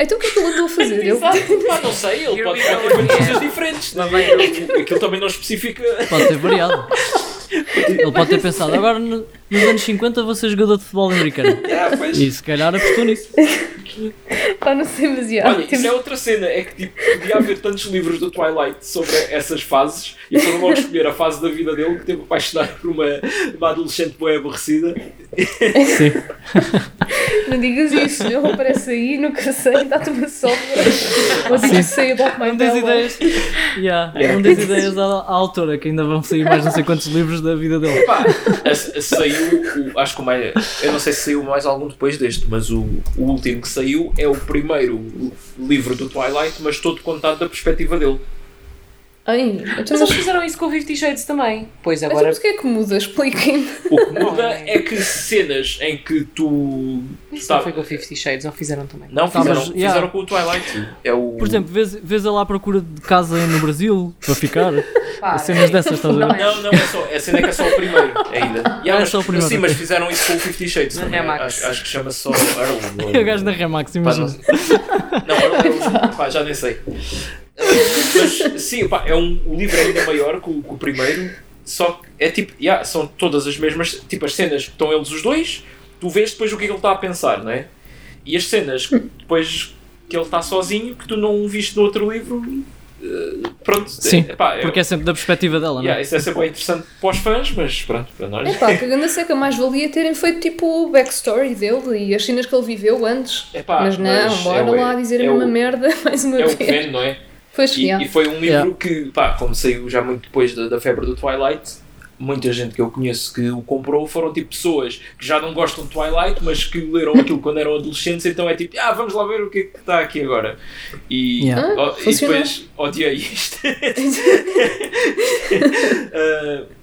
S4: Então o que é que ele andou a fazer? Ele-
S1: Pá, não sei, ele
S3: Here
S1: pode
S3: we
S1: pode ter
S3: go
S1: feito
S3: again.
S1: coisas diferentes. não é? Aquilo também não especifica.
S2: pode ter variado. Ele pode ter pensado, agora no- nos anos 50 vou ser jogador de futebol americano.
S1: Yeah, Ah, pois.
S2: E se calhar apostou nisso.
S4: Pá, não sei, mas já.
S1: Olha,
S4: temos-
S1: isso é outra cena, é que tipo, podia haver tantos livros do Twilight sobre essas fases e foram logo escolher a fase da vida dele que teve apaixonado por uma, uma adolescente boa aborrecida.
S2: Sim.
S4: Não digas isso, não aparece aí, nunca sei, dá-te uma sobra. Ou digas sei about my
S2: Não tens
S4: bella.
S2: ideias. Yeah, Não tens ideias à, à autora, que ainda vão sair mais não sei quantos livros da vida dele.
S1: Pá, a- a- saiu, o- acho que o mais. Eu não sei se saiu mais algum depois deste, mas o, o último que saiu é o primeiro livro do Twilight, mas todo contado da perspectiva dele.
S4: Ai, então
S3: Mas
S4: mas,
S3: eles fizeram isso com o Fifty Shades também. Pois
S4: mas
S3: agora.
S4: o que é que muda? Expliquem-me.
S1: O que muda é que cenas em que tu.
S3: Isso
S1: Tá.
S3: não foi com o Fifty Shades, não fizeram também.
S1: Não,
S2: Tá,
S1: fizeram,
S2: mas, yeah.
S1: fizeram com o Twilight. É o.
S2: Por exemplo, vês, vês ela à procura de casa no Brasil para ficar.
S3: Para.
S2: Cenas dessas, estás a
S4: Não,
S2: ver?
S1: Não, não, é só. A cena é que é só o primeiro ainda. E há,
S2: Ah, é
S1: mas-
S2: só o primeiro,
S1: Sim,
S2: ok.
S1: mas fizeram isso com o Fifty Shades.
S3: Na
S1: também.
S3: Remax.
S1: Acho, acho que chama só Earl. ou-
S2: O gajo na Remax,
S1: Pá, não,
S2: imagina.
S1: não, Earl- pá, já nem sei. Mas sim, pá, é um, o livro é ainda maior que o, que o primeiro. Só que é tipo, yeah, são todas as mesmas. Tipo, as cenas que estão eles os dois, tu vês depois o que é que ele está a pensar, não é? E as cenas que depois que ele está sozinho, que tu não viste no outro livro. eh, Pronto,
S2: Sim,
S1: é, pá, é-
S2: Porque é sempre da perspectiva dela, não
S1: Yeah,
S2: é?
S1: isso é sempre bem interessante para os fãs, mas pronto, para nós.
S4: Epá, que grande seca, mais valia terem feito tipo o backstory dele e as cenas que ele viveu antes.
S1: Epá,
S4: mas não,
S1: é mas
S4: bora
S1: é o-
S4: lá dizer
S1: é
S4: a mesma
S1: o-
S4: merda mais uma
S1: É o que
S4: vez.
S1: vende, não é?
S4: Pois,
S1: E,
S4: já.
S1: e foi um livro
S2: Yeah.
S1: que, pá, como saiu já muito depois da, da febre do Twilight, muita gente que eu conheço que o comprou foram tipo pessoas que já não gostam de Twilight, mas que leram aquilo quando eram adolescentes, então é tipo, ah, vamos lá ver o que é que está aqui agora. E,
S2: Yeah.
S1: ó- e
S4: funcionou.
S1: depois odiei isto. Ah,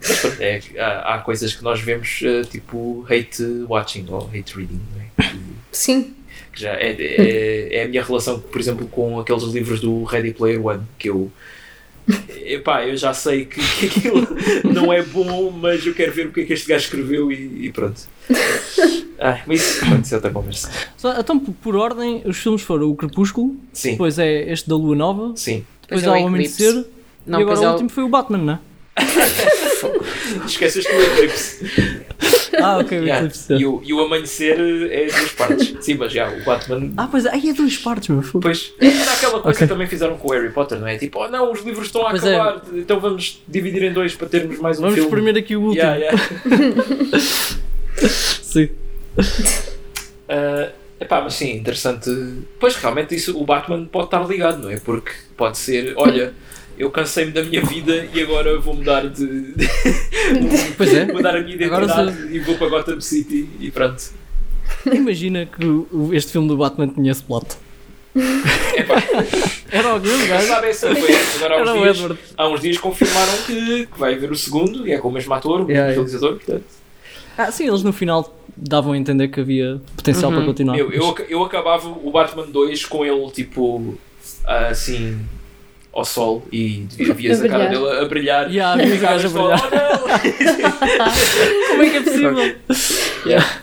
S1: mas pronto, é que há, há coisas que nós vemos ah, tipo hate watching ou hate reading, não é?
S4: Sim.
S1: que já é, é, é a minha relação, por exemplo, com aqueles livros do Ready Player One, que eu. Epá, eu já sei que, que aquilo não é bom, mas eu quero ver o que é que este gajo escreveu e, e pronto. Ah, mas isso, pronto, isso é outra conversa.
S2: Só- Então, por por ordem, os filmes foram o Crepúsculo,
S1: Sim,
S2: depois é este da Lua Nova,
S1: sim.
S2: depois
S3: Depois
S2: há
S3: é
S2: o
S3: o Eclipse.
S2: Amanhecer,
S3: Não,
S2: e agora
S3: pois
S2: o
S3: é o-
S2: último foi o Batman, não é?
S1: Esqueces tu o Eclipse.
S2: Ah, ok, o
S1: Yeah.
S2: Eclipse.
S1: E, o, e o amanhecer é duas partes. Sim, mas já, o Batman.
S2: Ah, pois é, aí é duas partes, meu fogo.
S1: Pois, mas há aquela coisa
S2: Ok.
S1: que também fizeram com o Harry Potter, não é? Tipo, oh não, os livros estão a
S2: Pois é.
S1: acabar, então vamos dividir em dois para termos mais um
S2: Vamos
S1: filme.
S2: exprimir aqui o último.
S1: Yeah, yeah.
S2: Sim.
S1: Ah, epá, mas sim, interessante. Pois realmente isso o Batman pode estar ligado, não é? Porque pode ser, olha, eu cansei-me da minha vida e agora vou mudar de.
S2: Pois é.
S1: mudar a minha
S2: Agora
S1: identidade e vou para Gotham City e pronto.
S2: Imagina que o- este filme do Batman tinha esse plot. Era o é? mesmo
S1: Mas
S2: gajo.
S1: sabe é assim, essa coisa? Agora
S2: Era
S1: há
S2: o
S1: uns, dias,
S2: Edward.
S1: há uns dias confirmaram que, que vai haver o segundo e é com o mesmo ator, o mesmo
S2: Yeah, yeah.
S1: realizador, portanto.
S2: Ah, sim, eles no final davam a entender que havia potencial para continuar.
S1: Uhum. Eu, eu, ac- eu acabava o Batman 2 com ele tipo assim ao sol e vias a
S4: A
S1: cara
S4: brilhar.
S1: dele a brilhar.
S2: Yeah,
S1: E
S2: vias o gajo a
S1: ficavas só, "Oh, não!"
S2: Como é que é possível?
S1: Yeah.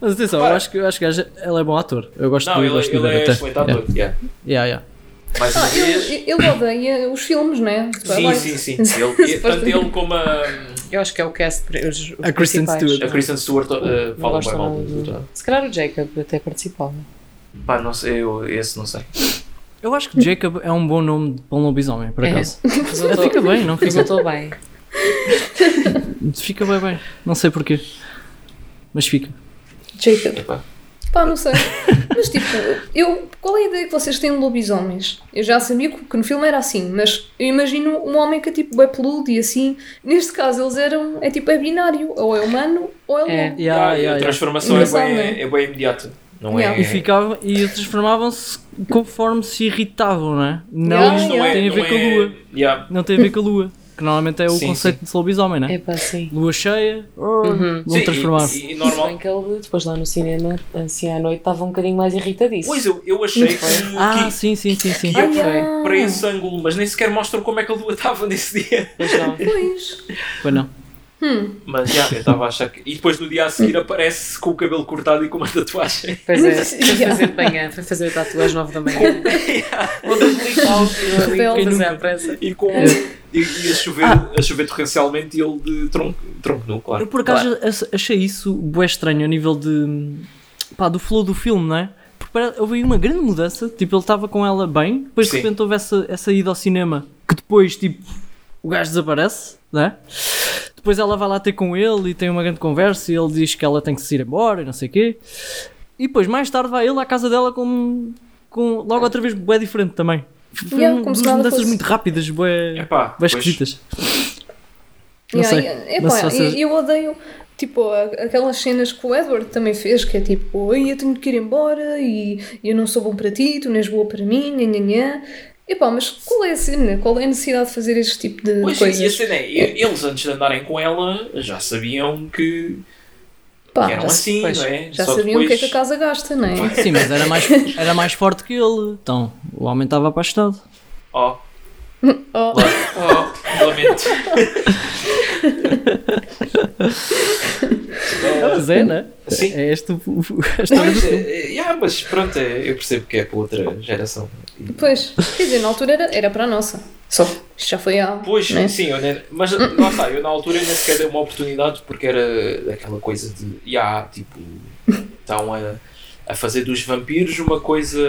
S2: Mas atenção, eu
S1: Para.
S2: acho que, eu acho que o gajo- ele é bom ator. Eu gosto
S1: Não,
S2: de
S1: ele,
S2: gosto de
S1: ele
S2: ver
S1: é
S2: até.
S1: excelente ator. yeah.
S2: Yeah, yeah.
S1: Mais uma
S4: Ah,
S1: vez.
S4: ele, ele odeia os filmes, não é?
S1: Sim, sim, sim. Ele, e- tanto ele como a, a
S3: Eu acho que é o cast. Os, os
S2: A Kristen
S3: principais.
S2: Stewart.
S1: Kristen Stewart uh,
S3: Não
S1: falam
S3: gosto
S1: bem mal
S3: nada
S1: do- do.
S3: um do... Se calhar o Jacob até participava.
S1: Pá, não sei, eu, esse não sei.
S2: Eu acho que Jacob é um bom nome de- para um lobisomem, por
S3: É.
S2: acaso.
S3: Resultou,
S2: Fica bem, não fica?
S3: resultou bem.
S2: Fica bem, bem. Não sei porquê. Mas fica.
S4: Jacob.
S1: Epá.
S4: Pá, não sei. Mas tipo, eu, qual é a ideia que vocês têm de lobisomens? Eu já sabia que, que no filme era assim, mas eu imagino um homem que é tipo é peludo e assim. Neste caso, eles eram. É tipo, é binário. Ou é humano ou é lobo.
S3: É.
S1: Ah,
S2: Yeah,
S1: e
S2: yeah,
S1: a
S2: yeah.
S1: transformação
S4: Mas
S1: é,
S4: sabe,
S1: bem, é bem imediata. Não
S4: Yeah.
S1: é.
S2: E ficavam e transformavam-se conforme se irritavam, não é? Não,
S4: Yeah,
S1: Isto não é,
S2: tem a ver
S1: não
S2: com
S1: é-
S2: a lua.
S1: yeah.
S2: Não tem a ver com a lua. Que normalmente é o
S1: Sim,
S2: conceito de lobisomem, não é?
S3: É pá, sim.
S2: Lua cheia, oh,
S4: Uhum.
S1: Sim,
S2: vão
S1: e-
S2: transformar-se.
S1: E, e
S3: Se
S1: normal.
S3: bem que ele depois lá no cinema, assim à noite, estava um bocadinho mais irritadíssimo.
S1: Pois eu, eu achei que,
S2: Ah,
S1: que,
S2: sim, sim, sim, sim.
S1: que ia
S4: Ah.
S1: para esse ângulo, mas nem sequer mostram como é que a lua estava nesse dia.
S3: Pois não.
S4: Pois.
S2: Pois não.
S1: Mas yeah, eu estava a achar que. E depois no dia a seguir aparece com o cabelo cortado e com uma tatuagem.
S3: Pois é,
S4: Yeah.
S3: foi fazer de manhã, foi fazer tatu às 9 da manhã. Ou do Blink Out,
S4: Rebelde.
S3: fazer à pressa.
S4: É.
S1: E com, e, e a, chover,
S4: Ah.
S1: a chover torrencialmente e ele de tronco, tronco nu, Ah, claro.
S2: Eu por acaso a- achei isso bué estranho a nível de pá, do flow do filme, não é? Porque pare- houve aí uma grande mudança, tipo, ele estava com ela bem, depois
S1: Sim.
S2: de repente houve essa, essa ida ao cinema que depois tipo o gajo desaparece, não é? Depois ela vai lá ter com ele e tem uma grande conversa e ele diz que ela tem que se ir embora e não sei o quê. E depois mais tarde vai ele à casa dela com, com logo outra vez bué diferente também. Foi
S4: Yeah,
S2: um-
S4: como se
S2: duas
S4: nada
S2: mudanças
S4: fosse.
S2: muito rápidas, bué,
S1: Epá,
S2: bué
S1: pois,
S2: esquisitas. Não
S4: Yeah,
S2: sei.
S4: yeah,
S2: Não
S4: epá,
S2: sei se vocês-
S4: e- Eu odeio tipo, a- aquelas cenas que o Edward também fez, que é tipo, "Ei, eu tenho que ir embora e eu não sou bom para ti, tu não és boa para mim, nhanhanhã. Epá, mas qual é a cena? Qual é a necessidade de fazer este tipo de
S1: Pois, e a
S4: coisas?
S1: cena é, e- eles antes de andarem com ela já sabiam que,
S4: Pá,
S1: que eram
S4: já,
S1: assim,
S3: pois,
S1: não é?
S4: já
S1: Só
S4: sabiam o que é que a
S1: depois-
S4: casa gasta, não é?
S2: Sim, mas era mais, era mais forte que ele. Então, o homem estava apaixonado.
S1: Oh,
S4: Oh,
S1: oh, lamento.
S2: Mas é, né?
S1: Sim.
S2: É este o- o- a história do
S1: Pois,
S2: filme.
S1: é, é, yeah, mas pronto, é, eu percebo que é para outra geração. E-
S4: Pois, quer dizer, na altura era, era para a nossa. Só que isto já foi há.
S1: Pois,
S4: né?
S1: sim, eu nem- mas lá está, eu na altura nem sequer dei uma oportunidade porque era aquela coisa de, yeah, tipo, estão a, a fazer dos vampiros uma coisa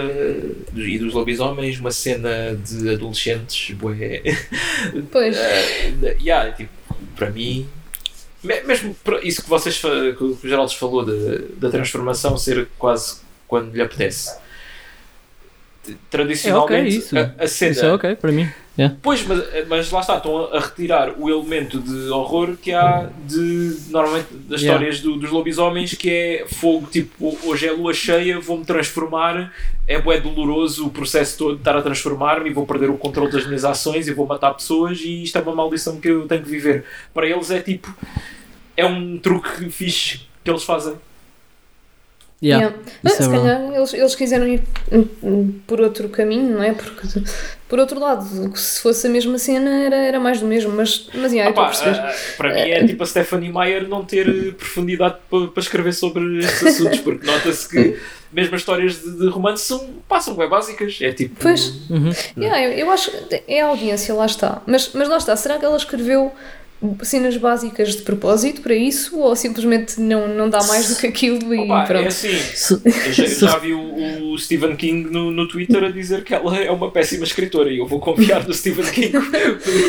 S1: e dos lobisomens uma cena de adolescentes, bué.
S4: Pois.
S1: Eh, yeah, tipo, para mim, me- mesmo pra- isso que vocês fa- que o Geraldo falou da, da transformação ser quase quando lhe apetece. T- Tradicionalmente,
S2: É ok, isso.
S1: A, a cena.
S2: Isso é ok para mim.
S1: Pois, mas, mas lá está, estão a retirar o elemento de horror que há de normalmente das
S2: Yeah.
S1: histórias do- dos lobisomens, que é fogo, tipo, hoje é lua cheia, vou-me transformar, é bué doloroso o processo todo de estar a transformar-me e vou perder o controle das minhas ações e vou matar pessoas e isto é uma maldição que eu tenho que viver. Para eles é tipo, é um truque fixe que eles fazem.
S2: Yeah.
S4: Yeah. Ah,
S2: isso
S4: se
S2: é verdade.
S4: calhar eles, eles quiseram ir hum, hum, por outro caminho, não é? Porque, por outro lado, se fosse a mesma cena era, era mais do mesmo, mas, mas yeah, eu estou
S1: Opa,
S4: a perceber.
S1: ah, para mim é tipo a Stephanie Meyer não ter eh, profundidade para escrever sobre estes assuntos, porque nota-se que mesmo as histórias de, de romance são, pá, são bem básicas. É tipo.
S4: Pois,
S2: Uhum.
S4: yeah, eu, eu acho que é a audiência, lá está. Mas, mas lá está, será que ela escreveu cenas básicas de propósito para isso ou simplesmente não, não dá mais do que aquilo e
S1: Opa, é
S4: pronto?
S1: assim,
S2: Se-
S1: eu já, eu
S2: se-
S1: já vi o, o Stephen King no, no Twitter a dizer que ela é uma péssima escritora e eu vou confiar no Stephen King a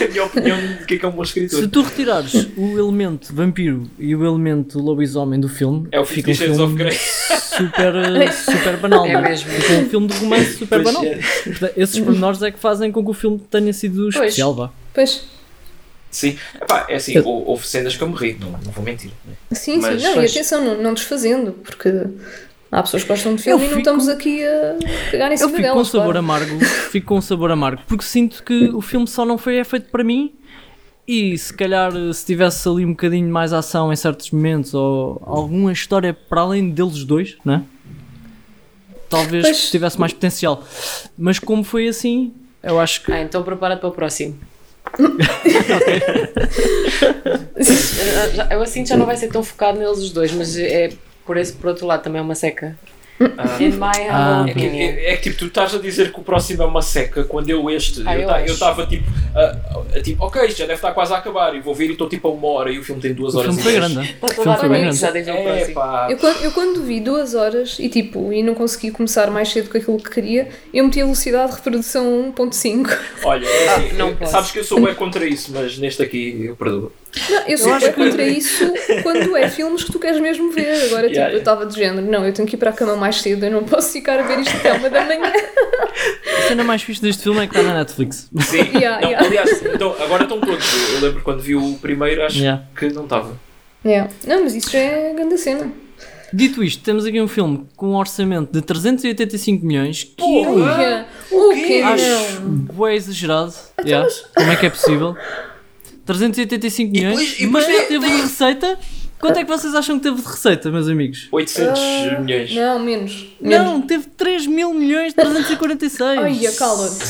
S1: minha opinião de que é que é um bom
S2: se
S1: escritor.
S2: tu retirares o elemento vampiro e o elemento lobisomem do filme,
S1: É o
S2: fica
S1: Fifty
S2: um
S1: Shades of
S2: filme
S1: Grey.
S2: super, super banal.
S3: É
S2: não
S3: mesmo.
S2: Fica um filme de romance super
S1: Pois
S2: banal.
S1: é.
S2: Portanto, Esses pormenores é que fazem com que o filme tenha sido
S3: Pois.
S2: especial, vá.
S4: Pois,
S1: Sim, Epá, é assim,
S2: Eu-
S1: hou- houve cenas que eu me ri, não, não vou mentir.
S4: sim,
S1: Mas-
S4: sim, não,
S1: mas-
S4: e atenção, não, não desfazendo, porque há pessoas que gostam de filme e
S2: Eu
S4: não
S2: fico-
S4: estamos aqui a cagar em
S2: Eu
S4: cima
S2: fico com um
S4: delas.
S2: sabor
S4: claro.
S2: amargo, fico com um sabor amargo, porque sinto que o filme só não foi é feito para mim. E se calhar se tivesse ali um bocadinho mais ação em certos momentos ou alguma história para além deles dois, né? Talvez
S4: Pois.
S2: tivesse mais potencial. Mas como foi assim, eu acho que
S3: Ah, então prepara-te para o próximo. Eu assim já não vai ser tão focado neles os dois, mas é por esse por outro lado também é uma seca.
S1: Ah.
S3: In my humble
S2: Ah.
S1: É que,
S3: opinion.
S1: é- é que, tipo, tu estás a dizer que o próximo é uma seca, quando eu este,
S3: Ah, eu
S1: eu
S3: acho.
S1: estava tipo, a- a- tipo, ok, isto já deve estar quase a acabar, e vou ver e estou tipo a uma hora e o filme tem duas
S2: o
S1: horas
S2: filme
S1: e
S2: foi
S1: dez.
S2: grande. né? O
S3: Estou
S2: filme
S3: lá
S2: foi bem
S3: também,
S2: grande.
S3: já desde o
S1: É,
S3: próximo.
S1: pá.
S4: Eu quando, eu quando vi duas horas e tipo, e não consegui começar mais cedo que aquilo que queria, eu meti a velocidade de reprodução 1.5.
S1: Olha, é assim,
S3: Ah, não
S1: eu-
S3: posso.
S1: sabes que eu sou bem contra isso, mas neste aqui eu perdoo.
S4: Não, eu sou
S2: acho
S4: bué
S2: que-
S4: contra isso quando é filmes que tu queres mesmo ver. Agora,
S1: Yeah,
S4: tipo,
S1: yeah.
S4: eu estava de género, não, eu tenho que ir para a cama mais cedo, eu não posso ficar a ver isto até uma da manhã.
S2: A cena mais fixe deste filme é que está na Netflix.
S1: Sim,
S4: Yeah,
S1: não,
S4: yeah.
S1: aliás, então, agora estão todos. Eu lembro quando vi o primeiro, acho
S2: Yeah.
S1: que não estava.
S4: Yeah. Não, mas isso já é grande cena.
S2: Dito isto, temos aqui um filme com um orçamento de 385 milhões que eu
S1: Porra!
S4: Yeah. O que
S2: acho
S4: não?
S2: bué exagerado.
S1: Então,
S2: yeah. Como é que é possível? 385
S1: E
S2: milhões,
S1: depois- e depois
S2: mas
S1: tem-
S2: teve de receita? Quanto é que vocês acham que teve de receita, meus amigos?
S1: 800
S4: Ah,
S1: milhões.
S4: Não, menos. menos.
S2: Não, teve 3 mil milhões 346.
S4: Olha, cala-te.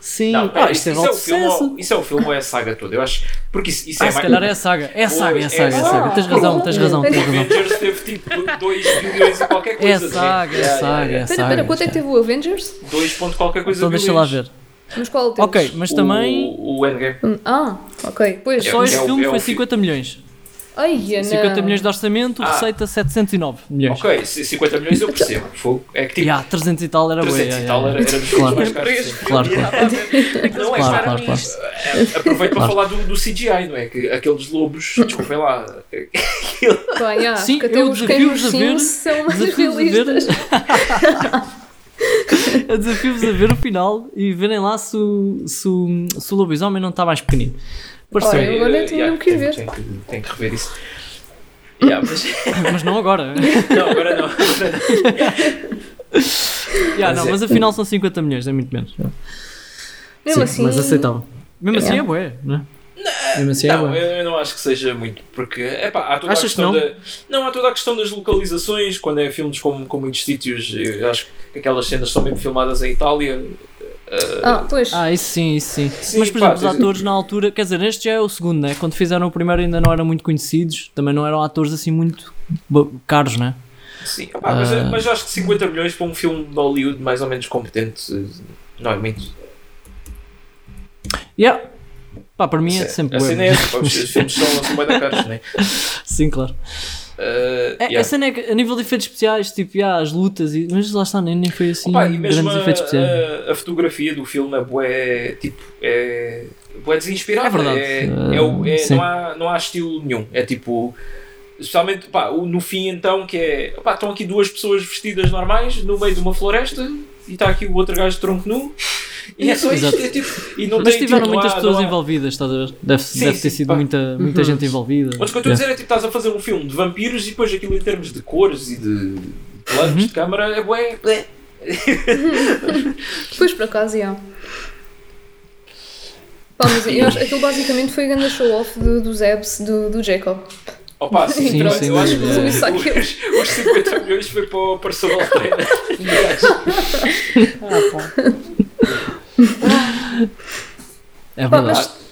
S2: Sim,
S1: Não,
S2: ah,
S1: pera,
S2: isto
S1: isso,
S2: é
S1: isso, é
S2: alto
S1: o filme,
S2: sucesso.
S1: ou- isso é o filme ou é a saga toda? Eu acho. Porque isso, isso
S2: Ah,
S1: é
S2: se
S1: mais.
S2: calhar é a saga. É a saga, é a saga, é a saga.
S4: Ah,
S2: Tens razão, tens razão, tens
S1: O
S2: razão.
S1: Avengers teve tipo 2 bilhões e qualquer
S2: É a
S1: coisa. né? não
S2: saga, é
S1: Yeah, yeah,
S2: a saga, é
S1: yeah.
S2: a
S4: Espera,
S2: saga.
S4: espera, quanto é que teve o Avengers?
S1: 2 ponto qualquer coisa
S2: Então deixa lá
S1: bilhões.
S2: ver.
S4: Mas qual é o teu?
S2: Ok, mas também.
S1: O, o Endgame.
S4: Hum, Ah, ok. Pois.
S2: Só
S1: é
S2: este
S1: o-
S2: filme
S1: é o
S2: foi
S1: fi-
S2: 50 milhões.
S4: Ai, não.
S2: 50 milhões de orçamento,
S1: Ah.
S2: receita 709 milhões.
S1: Ok, c- 50 milhões eu percebo. Fogo. É que tipo,
S2: E há 300 e tal era boa.
S1: 300 e tal era, era dos
S2: Claro.
S1: filmes mais caros. de sempre.
S2: Claro, claro.
S1: Não é
S2: Claro,
S1: claro,
S2: claro, claro.
S3: nisto.
S1: É, Aproveito para falar do, do CGI, não é? Que aqueles lobos, desculpem lá. É,
S4: Bem, ah,
S2: Sim,
S4: que até
S2: eu
S4: os canos
S2: desafio-vos a ver-
S4: Sims são mais
S2: Desafio-vos a
S4: realistas.
S2: ver. Eu desafio-vos a ver o final e verem lá se, o- se, o- se o lobisomem não está mais pequenino. Pareceu.
S4: Olha, agora
S1: eh,
S4: tu
S1: yeah,
S4: não quis
S1: tenho-
S4: ver.
S1: Tenho que, tenho que rever isso. Yeah, mas,
S2: Mas não agora.
S1: não, agora não. Agora não.
S2: Yeah,
S1: Mas
S2: não,
S1: é-
S2: mas afinal são 50 milhões, é muito menos.
S4: Mesmo
S2: Sim,
S4: assim.
S2: Mas aceitável. Mesmo assim
S4: Yeah.
S2: é bué, não é? Mesmo assim é
S1: Não,
S2: bué.
S1: eu, eu não acho que seja muito, porque epá, há toda
S2: Achas
S1: a questão
S2: que
S1: da. Não, há toda a questão das localizações, quando é filmes com, com muitos sítios, eu acho que aquelas cenas são mesmo filmadas em Itália. eh,
S4: Ah, pois.
S2: Ah, isso sim, isso sim.
S1: Sim,
S2: Mas, por
S1: pá,
S2: exemplo, os
S1: tens-
S2: atores na altura, quer dizer, este já é o segundo, né? Quando fizeram o primeiro ainda não eram muito conhecidos, também não eram atores assim muito bo- caros, né?
S1: Sim, epá, mas,
S2: Ah.
S1: mas acho que 50 milhões para um filme de Hollywood mais ou menos competente não é muito.
S2: Yeah. Pá, para mim é
S1: Sim,
S2: sempre
S1: a
S2: bué,
S1: cena é
S2: mas-
S1: essa, pá, os os filmes são assim bué da caros, não é?
S2: Sim, claro.
S1: Ah,
S2: É,
S1: yeah.
S2: A cena é que, a nível de efeitos especiais, tipo, yeah, as lutas, e, mas lá está, nem, nem foi assim
S1: Opa, e mesmo
S2: grandes
S1: a,
S2: efeitos especiais.
S1: a- a fotografia do filme é bué, tipo, é, bué desinspirada.
S2: É verdade.
S1: É- é o- é-
S2: Sim.
S1: não, há, não há estilo nenhum. É tipo... Especialmente, pá, o- no fim então, que é... Pá, estão aqui duas pessoas vestidas normais no meio de uma floresta e está aqui o outro gajo de tronco nu. E é só isto.
S2: Exato.
S1: É, tipo, e não tem,
S2: Mas
S1: tipo,
S2: tiveram
S1: não
S2: muitas
S1: há-
S2: pessoas
S1: não há-
S2: envolvidas, estás a ver? Deve,
S1: Sim,
S2: deve ter
S1: sim,
S2: sido
S1: pá.
S2: muita, muita
S4: Uhum.
S2: gente envolvida.
S1: Mas o que eu estou a
S2: Yeah.
S1: dizer é tipo, estás a fazer um filme de vampiros e depois aquilo em termos de cores e de planos
S2: Uhum.
S1: de câmara é bué... bué.
S4: Pois por acaso, já. Pá, mas eu acho que aquilo basicamente foi o grande show-off do- dos abs do, do Jacob.
S1: Opa, sim,
S2: Sim,
S1: eu
S2: sem
S1: acho que
S2: dúvida.
S1: os-
S4: Só que eu-
S1: os, os 50 milhões foi para o personal trainer.
S3: Ah, pá.
S2: É
S4: Pá,
S2: verdade.
S4: mas-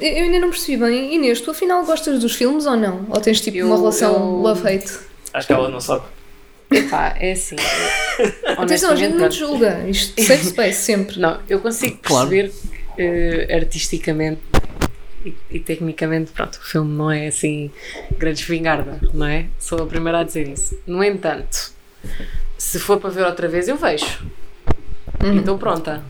S4: Eu eu ainda não percebi bem. Inês, tu afinal gostas dos filmes ou não? Ou tens tipo uma
S3: Eu-
S4: relação
S3: eu-
S4: love-hate?
S1: Acho que ela Ah, não sabe.
S3: Epá, é assim.
S4: Atenção, a gente não te
S3: Honestamente,
S4: julga. Isto safe space sempre.
S3: não, eu consigo
S2: Claro.
S3: perceber eh, artisticamente e, e tecnicamente, pronto, o filme não é assim grande espingarda, não é? Sou a primeira a dizer isso. No entanto, se for para ver outra vez, eu vejo.
S4: Uhum.
S3: Então pronta.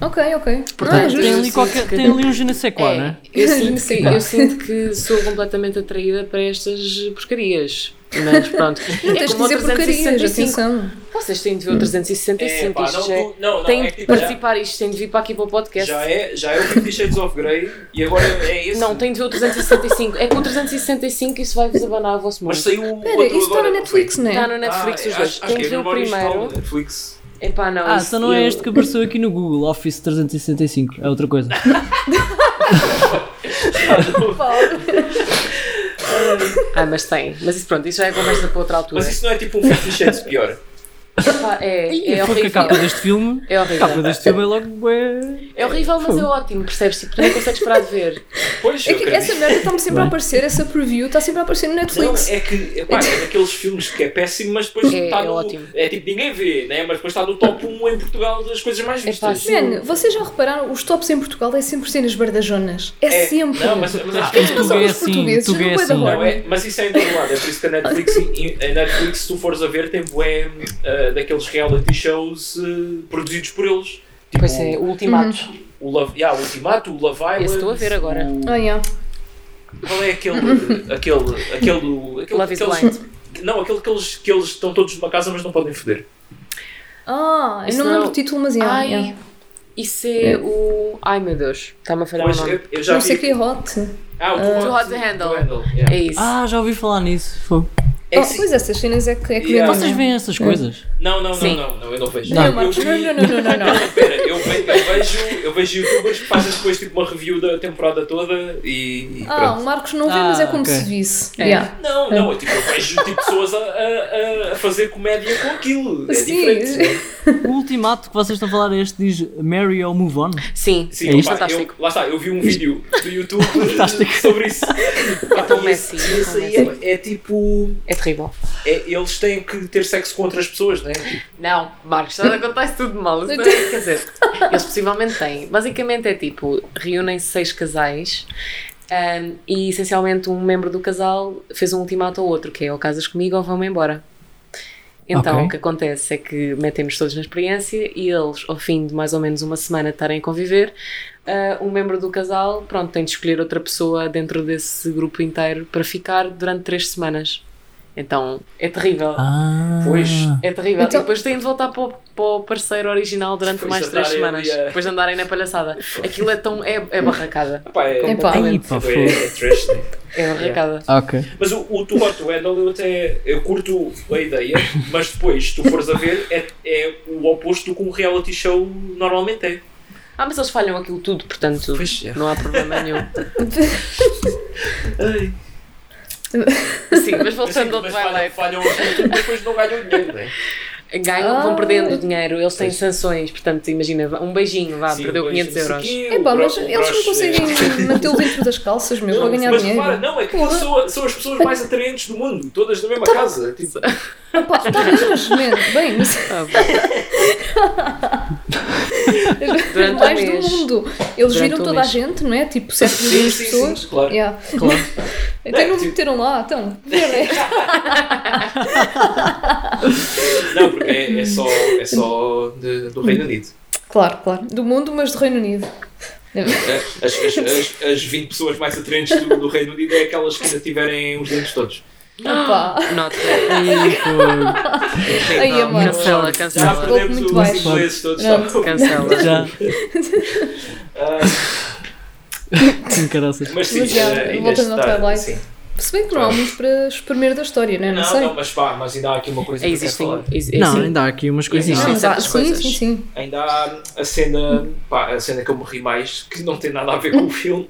S4: Ok, ok.
S3: Portanto,
S4: Ah, é
S2: Tá, tem,
S4: justo.
S2: ali
S3: sinto
S2: qualquer,
S3: que-
S2: tem ali um je ne sais quoi,
S3: É,
S2: né?
S3: eu, sinto que,
S4: Sim.
S3: eu sinto que sou completamente atraída para estas porcarias. Mas pronto. É
S4: Não tens de dizer porcarias, atenção.
S3: Vocês têm de ver o 365. isto já é-
S1: Hum. não,
S3: tem
S1: é
S3: de
S1: tipo, já,
S3: participar, isto tem de vir para aqui para o podcast.
S1: já é, já é o Fifty Shades of Grey e agora é esse.
S3: Não, tem de ver o 365. É com o 365 isso vai-vos abanar o vosso mundo.
S1: Mas saiu o
S4: Espera,
S1: outro
S4: isso está
S1: agora,
S4: na
S1: não foi?
S4: Netflix, não
S3: Está
S4: é?
S3: no Netflix
S1: Ah,
S3: os
S1: acho-
S3: dois.
S1: acho
S3: Tem
S1: que
S3: de ver
S1: é
S3: o
S1: Norman Install,
S3: primeiro.
S1: Netflix.
S3: Epá, não.
S2: Ah,
S3: isso-
S2: então não é
S3: eu-
S2: este que apareceu aqui no Google, Office 365, é outra coisa.
S3: Ah, mas tem. Mas isso pronto, isso já é conversa para outra altura.
S1: Mas isso não é tipo um Fifty Shades pior.
S3: Epá,
S2: É
S3: é, é,
S2: porque a
S3: horrível.
S2: capa deste filme,
S3: É
S2: a
S3: horrível.
S2: capa deste filme é logo é...
S3: É horrível, mas é ótimo, percebes? Tipo, tu nem consegues parar de ver.
S1: Pois,
S4: É
S1: eu
S4: que
S1: acredito.
S4: essa merda está-me sempre a
S2: Bem.
S4: aparecer, essa preview está sempre a aparecer no
S1: Não,
S4: Netflix.
S1: é que epá, é daqueles filmes que é péssimo, mas depois
S3: É,
S1: está
S3: é
S1: no.
S3: ótimo.
S1: É tipo, ninguém vê, né? mas depois está no top 1 em Portugal das coisas mais
S3: Epá,
S1: vistas.
S3: sim.
S4: Man, vocês já repararam, os tops em Portugal é sempre cenas bardajonas. É,
S1: É,
S4: sempre.
S1: Não, mas, mas acho que
S2: Ah,
S4: Mas são
S2: Tuga é
S4: os
S2: assim,
S4: portugueses,
S2: Tuga é
S4: não é da
S2: assim.
S1: Não,
S4: Warner.
S1: é, mas isso é em todo lado, é por isso que a Netflix, a Netflix se tu fores a ver, tem bué ah, daqueles reality shows ah, produzidos por eles. Tipo,
S3: Pois é, o ultimato.
S2: Uhum.
S1: o, Love, yeah, o Ultimato, o Love Island.
S3: Esse estou a ver agora.
S1: o-
S4: Ah, yeah.
S1: qual é aquele. aquele. aquele. do- aquele
S3: Love is
S1: aqueles-
S3: Blind.
S1: Não, aquele que eles, que eles estão todos numa casa, mas não podem foder.
S4: Ah, eu
S3: Isso
S4: não me
S1: é
S4: lembro
S3: não-
S4: o título, mas yeah,
S3: Ai,
S4: yeah.
S3: isso é o. Ai meu Deus, está-me a falhar
S1: Pois,
S3: o nome.
S1: eu, eu já
S4: Não sei
S1: vi.
S4: que é hot.
S1: Ah, o
S3: Too Hot to
S1: do
S3: Handle.
S1: Handle. yeah.
S3: É isso.
S2: Ah, já ouvi falar nisso. fogo.
S1: É
S4: Oh,
S1: assim-
S4: pois essas cenas é que é que
S1: Yeah.
S4: vendem,
S2: Vocês
S4: não é?
S2: veem essas coisas?
S1: Não, não, não,
S3: Sim.
S1: não, não, eu não vejo.
S4: Não,
S1: Eu
S4: Marcos,
S1: vi-
S4: não, não, não, não, não, não.
S1: Espera, eu, ve- eu vejo, eu vejo youtubers que fazem depois tipo uma review da temporada toda e,
S3: Oh,
S1: e
S4: Ah,
S1: pronto.
S4: o Marcos não vê,
S2: Ah,
S4: mas é como
S2: ok.
S4: se visse.
S3: É.
S4: Yeah.
S1: Não, não, eu, tipo, eu vejo tipo, pessoas a, a- a fazer comédia com aquilo. É
S4: Sim.
S1: diferente.
S2: O ultimato que vocês estão a falar é este diz Marry or Move On.
S3: Sim,
S1: Sim,
S2: É
S1: opa,
S2: isto?
S1: eu-
S3: Fantástico.
S1: lá está, eu vi um vídeo do YouTube sobre isso. É
S3: tão messy, é tão
S1: é, é tipo.
S3: é terrível.
S1: é- eles têm que ter sexo com outras pessoas, não é? Tipo,
S3: Não, Marcos, estás a contar isso tudo mal. Isso não é- Quer dizer, Eles possivelmente têm. Basicamente é tipo, reúnem se seis casais ahm, e essencialmente um membro do casal fez um ultimato ao outro, que é ou casas comigo ou vão-me embora. Então
S2: Ok.
S3: o que acontece é que metemos todos na experiência e eles, ao fim de mais ou menos uma semana de estarem a conviver, ah, um membro do casal pronto, tem de escolher outra pessoa dentro desse grupo inteiro para ficar durante três semanas. Então é terrível.
S2: Ah,
S1: Pois.
S3: É terrível.
S4: Então-
S3: E depois têm de voltar para o, para o parceiro original durante
S1: Depois
S3: mais
S1: de
S3: três
S1: andarem
S3: semanas.
S1: ali a-
S3: Depois de andarem na palhaçada. Aquilo é tão. é, é barracada.
S1: Pá, é,
S4: Epá.
S2: Ai, pá,
S1: é, é trash, né?
S3: É barracada.
S2: Ok.
S1: Mas o, o tu What to Handle eu até eu curto a ideia, mas depois, se tu fores a ver, é, é o oposto do que um reality show normalmente é.
S3: Ah, mas eles falham aquilo tudo, portanto
S1: Pois é.
S3: não há problema nenhum. Sim, mas voltando ao
S1: mas falham,
S3: Twilight.
S1: falham as coisas e depois não ganham dinheiro, não é?
S3: Ganham,
S4: Ah.
S3: vão perdendo dinheiro, eles têm
S1: Pois.
S3: sanções, portanto, imagina, um beijinho, vá,
S1: Sim,
S3: perdeu
S1: mas
S3: 500
S1: isso
S3: euros.
S1: aqui,
S4: É
S1: o
S4: pá,
S1: bro-
S4: mas
S1: o
S4: eles não
S1: broche, é.
S4: conseguem mantê-lo dentro das calças, meu, para ganhar
S1: mas
S4: dinheiro.
S1: repara, não, é que
S4: Porra. Então,
S1: são, são as pessoas mais atraentes do mundo, todas na mesma casa. Tipo,
S4: Pá, talvez, mas, man, bem, mas
S3: Ah, bom. Durante o
S4: mais do
S3: mês.
S4: mundo. Eles
S3: Durante
S4: viram
S3: o
S4: toda a
S3: mês.
S4: gente, não é? Tipo, 7
S1: Sim,
S4: milhões de
S1: sim,
S4: pessoas.
S1: sim, claro.
S4: Yeah.
S2: Claro.
S4: Então não me
S1: tipo-
S4: meteram lá, então. Verde.
S1: não, porque é, é só, é só de- do Reino Unido.
S4: Claro, claro. Do mundo, mas do Reino Unido.
S1: É, As, as, as, as 20 pessoas mais atraentes do, do Reino Unido é aquelas que ainda tiverem os dentes todos.
S3: Ah,
S4: Opa.
S3: Nota.
S2: Ih, pô,
S4: Aí,
S3: Não,
S4: amor.
S3: Cancela,
S1: Já
S3: cancela.
S1: perdemos
S4: Muito
S1: os
S4: baixo.
S1: ingleses todos.
S4: Não,
S1: sabe?
S3: Cancela.
S2: Já.
S1: Ah,
S2: Sim, caraças.
S1: mas sim,
S4: Mas já,
S1: eh, ainda
S4: voltando ao
S1: está,
S4: trabalho.
S1: sim.
S4: Se bem que não há muito para espremer da história, né? não é?
S1: Não,
S4: sei. É,
S1: não, mas pá, mas ainda há aqui uma coisa que eu quero
S3: Existem.
S1: falar.
S3: ex-
S2: Não,
S3: É sim. assim.
S2: ainda há aqui umas coisinhas.
S4: Não,
S3: Existem
S4: mas há-
S3: certas
S4: sim,
S3: coisas.
S4: sim, sim.
S1: Ainda há a cena, pá, a cena que eu me ri mais, que não tem nada a ver com o filme.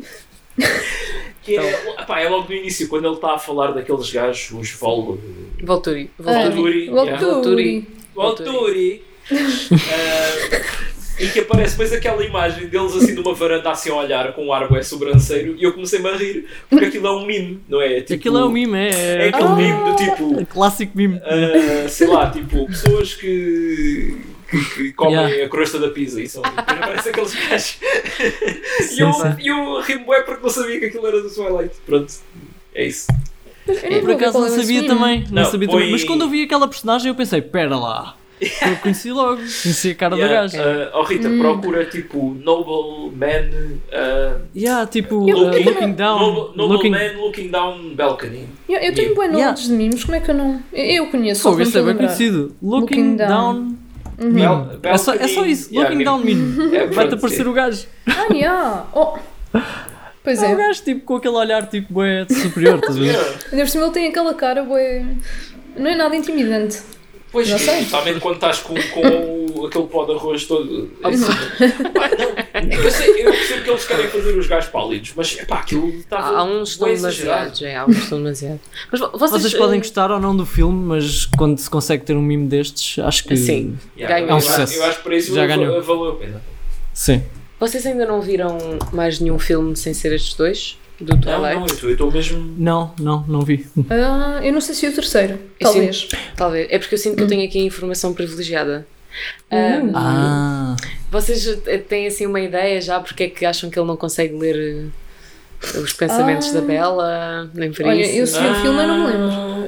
S1: Que é,
S4: Então.
S1: pá, é logo no início, quando ele está a falar daqueles gajos, os Vol.
S3: Volturi.
S4: Ah,
S3: Volturi.
S1: Volturi, yeah.
S4: Volturi.
S1: Volturi! Ah, e que aparece depois aquela imagem deles assim numa varanda assim a olhar com um ar bué sobranceiro e eu comecei-me a rir porque aquilo é um meme, não é? Tipo,
S2: Aquilo é o mime,
S1: É
S2: é.
S1: aquele meme
S4: Ah!
S1: do tipo.
S2: é Clássico mime.
S1: Ah, sei lá, tipo, pessoas que, que, que comem a crosta da pizza e são. depois Aparecem aqueles gajos. e eu,
S2: Sim,
S1: e eu rimo bué porque não sabia que aquilo era do Twilight. Pronto, é isso.
S4: Eu nem
S2: Por
S4: vou ver
S2: acaso
S4: qual é
S2: não
S4: esse
S2: sabia
S4: filme.
S2: também. Não,
S1: Não,
S2: sabia
S1: foi-
S2: também. Mas quando eu vi aquela personagem eu pensei, pera lá. Eu conheci logo, conheci a cara
S1: Yeah,
S2: do gajo.
S1: ah, oh Rita,
S4: Hum.
S1: procura tipo Noble Man. ah,
S2: Yeah, tipo,
S4: Eu-
S2: uh,
S1: eu-
S2: looking down.
S1: noble noble
S2: looking...
S1: Man Looking Down Balcony.
S4: Eu, eu tenho bem
S2: Yeah.
S4: yeah. de mimos, como é que eu não. Eu eu conheço, só
S2: Pô,
S4: que não
S2: esse
S4: estou
S2: é
S4: a
S2: bem
S4: lembrar.
S2: conhecido. Looking,
S4: Looking down.
S2: down.
S4: Uhum.
S1: Bal-
S2: É, só, é só
S1: balcony,
S2: isso.
S1: yeah,
S2: looking down meme.
S1: É, pronto,
S2: Vai-te aparecer
S1: sim.
S2: o gajo.
S4: Ah, yeah. Oh. Pois
S2: É
S4: é.
S2: o gajo, tipo, com aquele olhar, tipo, bué, de superior, estás a ver?
S1: Yeah.
S4: Ainda por cima ele tem aquela cara, bué... Não é nada intimidante.
S1: Pois,
S4: Não sei.
S1: especialmente quando estás com, com o- aquele pó de arroz todo. Isso. Pá, não, é que eu, sei, eu percebo que eles querem fazer os gajos pálidos, mas epá, aquilo estava.
S3: Há há uns que estão
S1: bué exagerado.
S3: demasiados. É, há uns que estão demasiados. Mas vo- vocês,
S2: Vocês podem
S3: eh,
S2: gostar ou não do filme, mas quando se consegue ter um mime destes, acho que.
S3: Sim.
S1: Yeah,
S3: Ganhou.
S1: eu
S3: É um
S1: acho-
S2: sucesso.
S1: Eu acho que para isso
S2: Já
S1: val-
S2: ganhou.
S1: valeu a pena.
S2: Sim.
S3: eh, Vocês ainda não viram mais nenhum filme sem ser estes dois? Do
S1: Não,
S3: Twilight?
S1: não, eu estou- eu estou mesmo.
S2: Não, não, não vi.
S4: Ah, eu não sei se é o terceiro. Talvez.
S3: Talvez. É porque eu sinto que eu tenho aqui informação privilegiada.
S4: Hum.
S3: Ah,
S2: Ah.
S3: vocês eh, têm assim uma ideia já porque é que acham que ele não consegue ler eh, os pensamentos
S4: Ah.
S3: da Bela, nem por
S4: Olha,
S3: isso?
S4: eu sei o filme, eu Hum, não me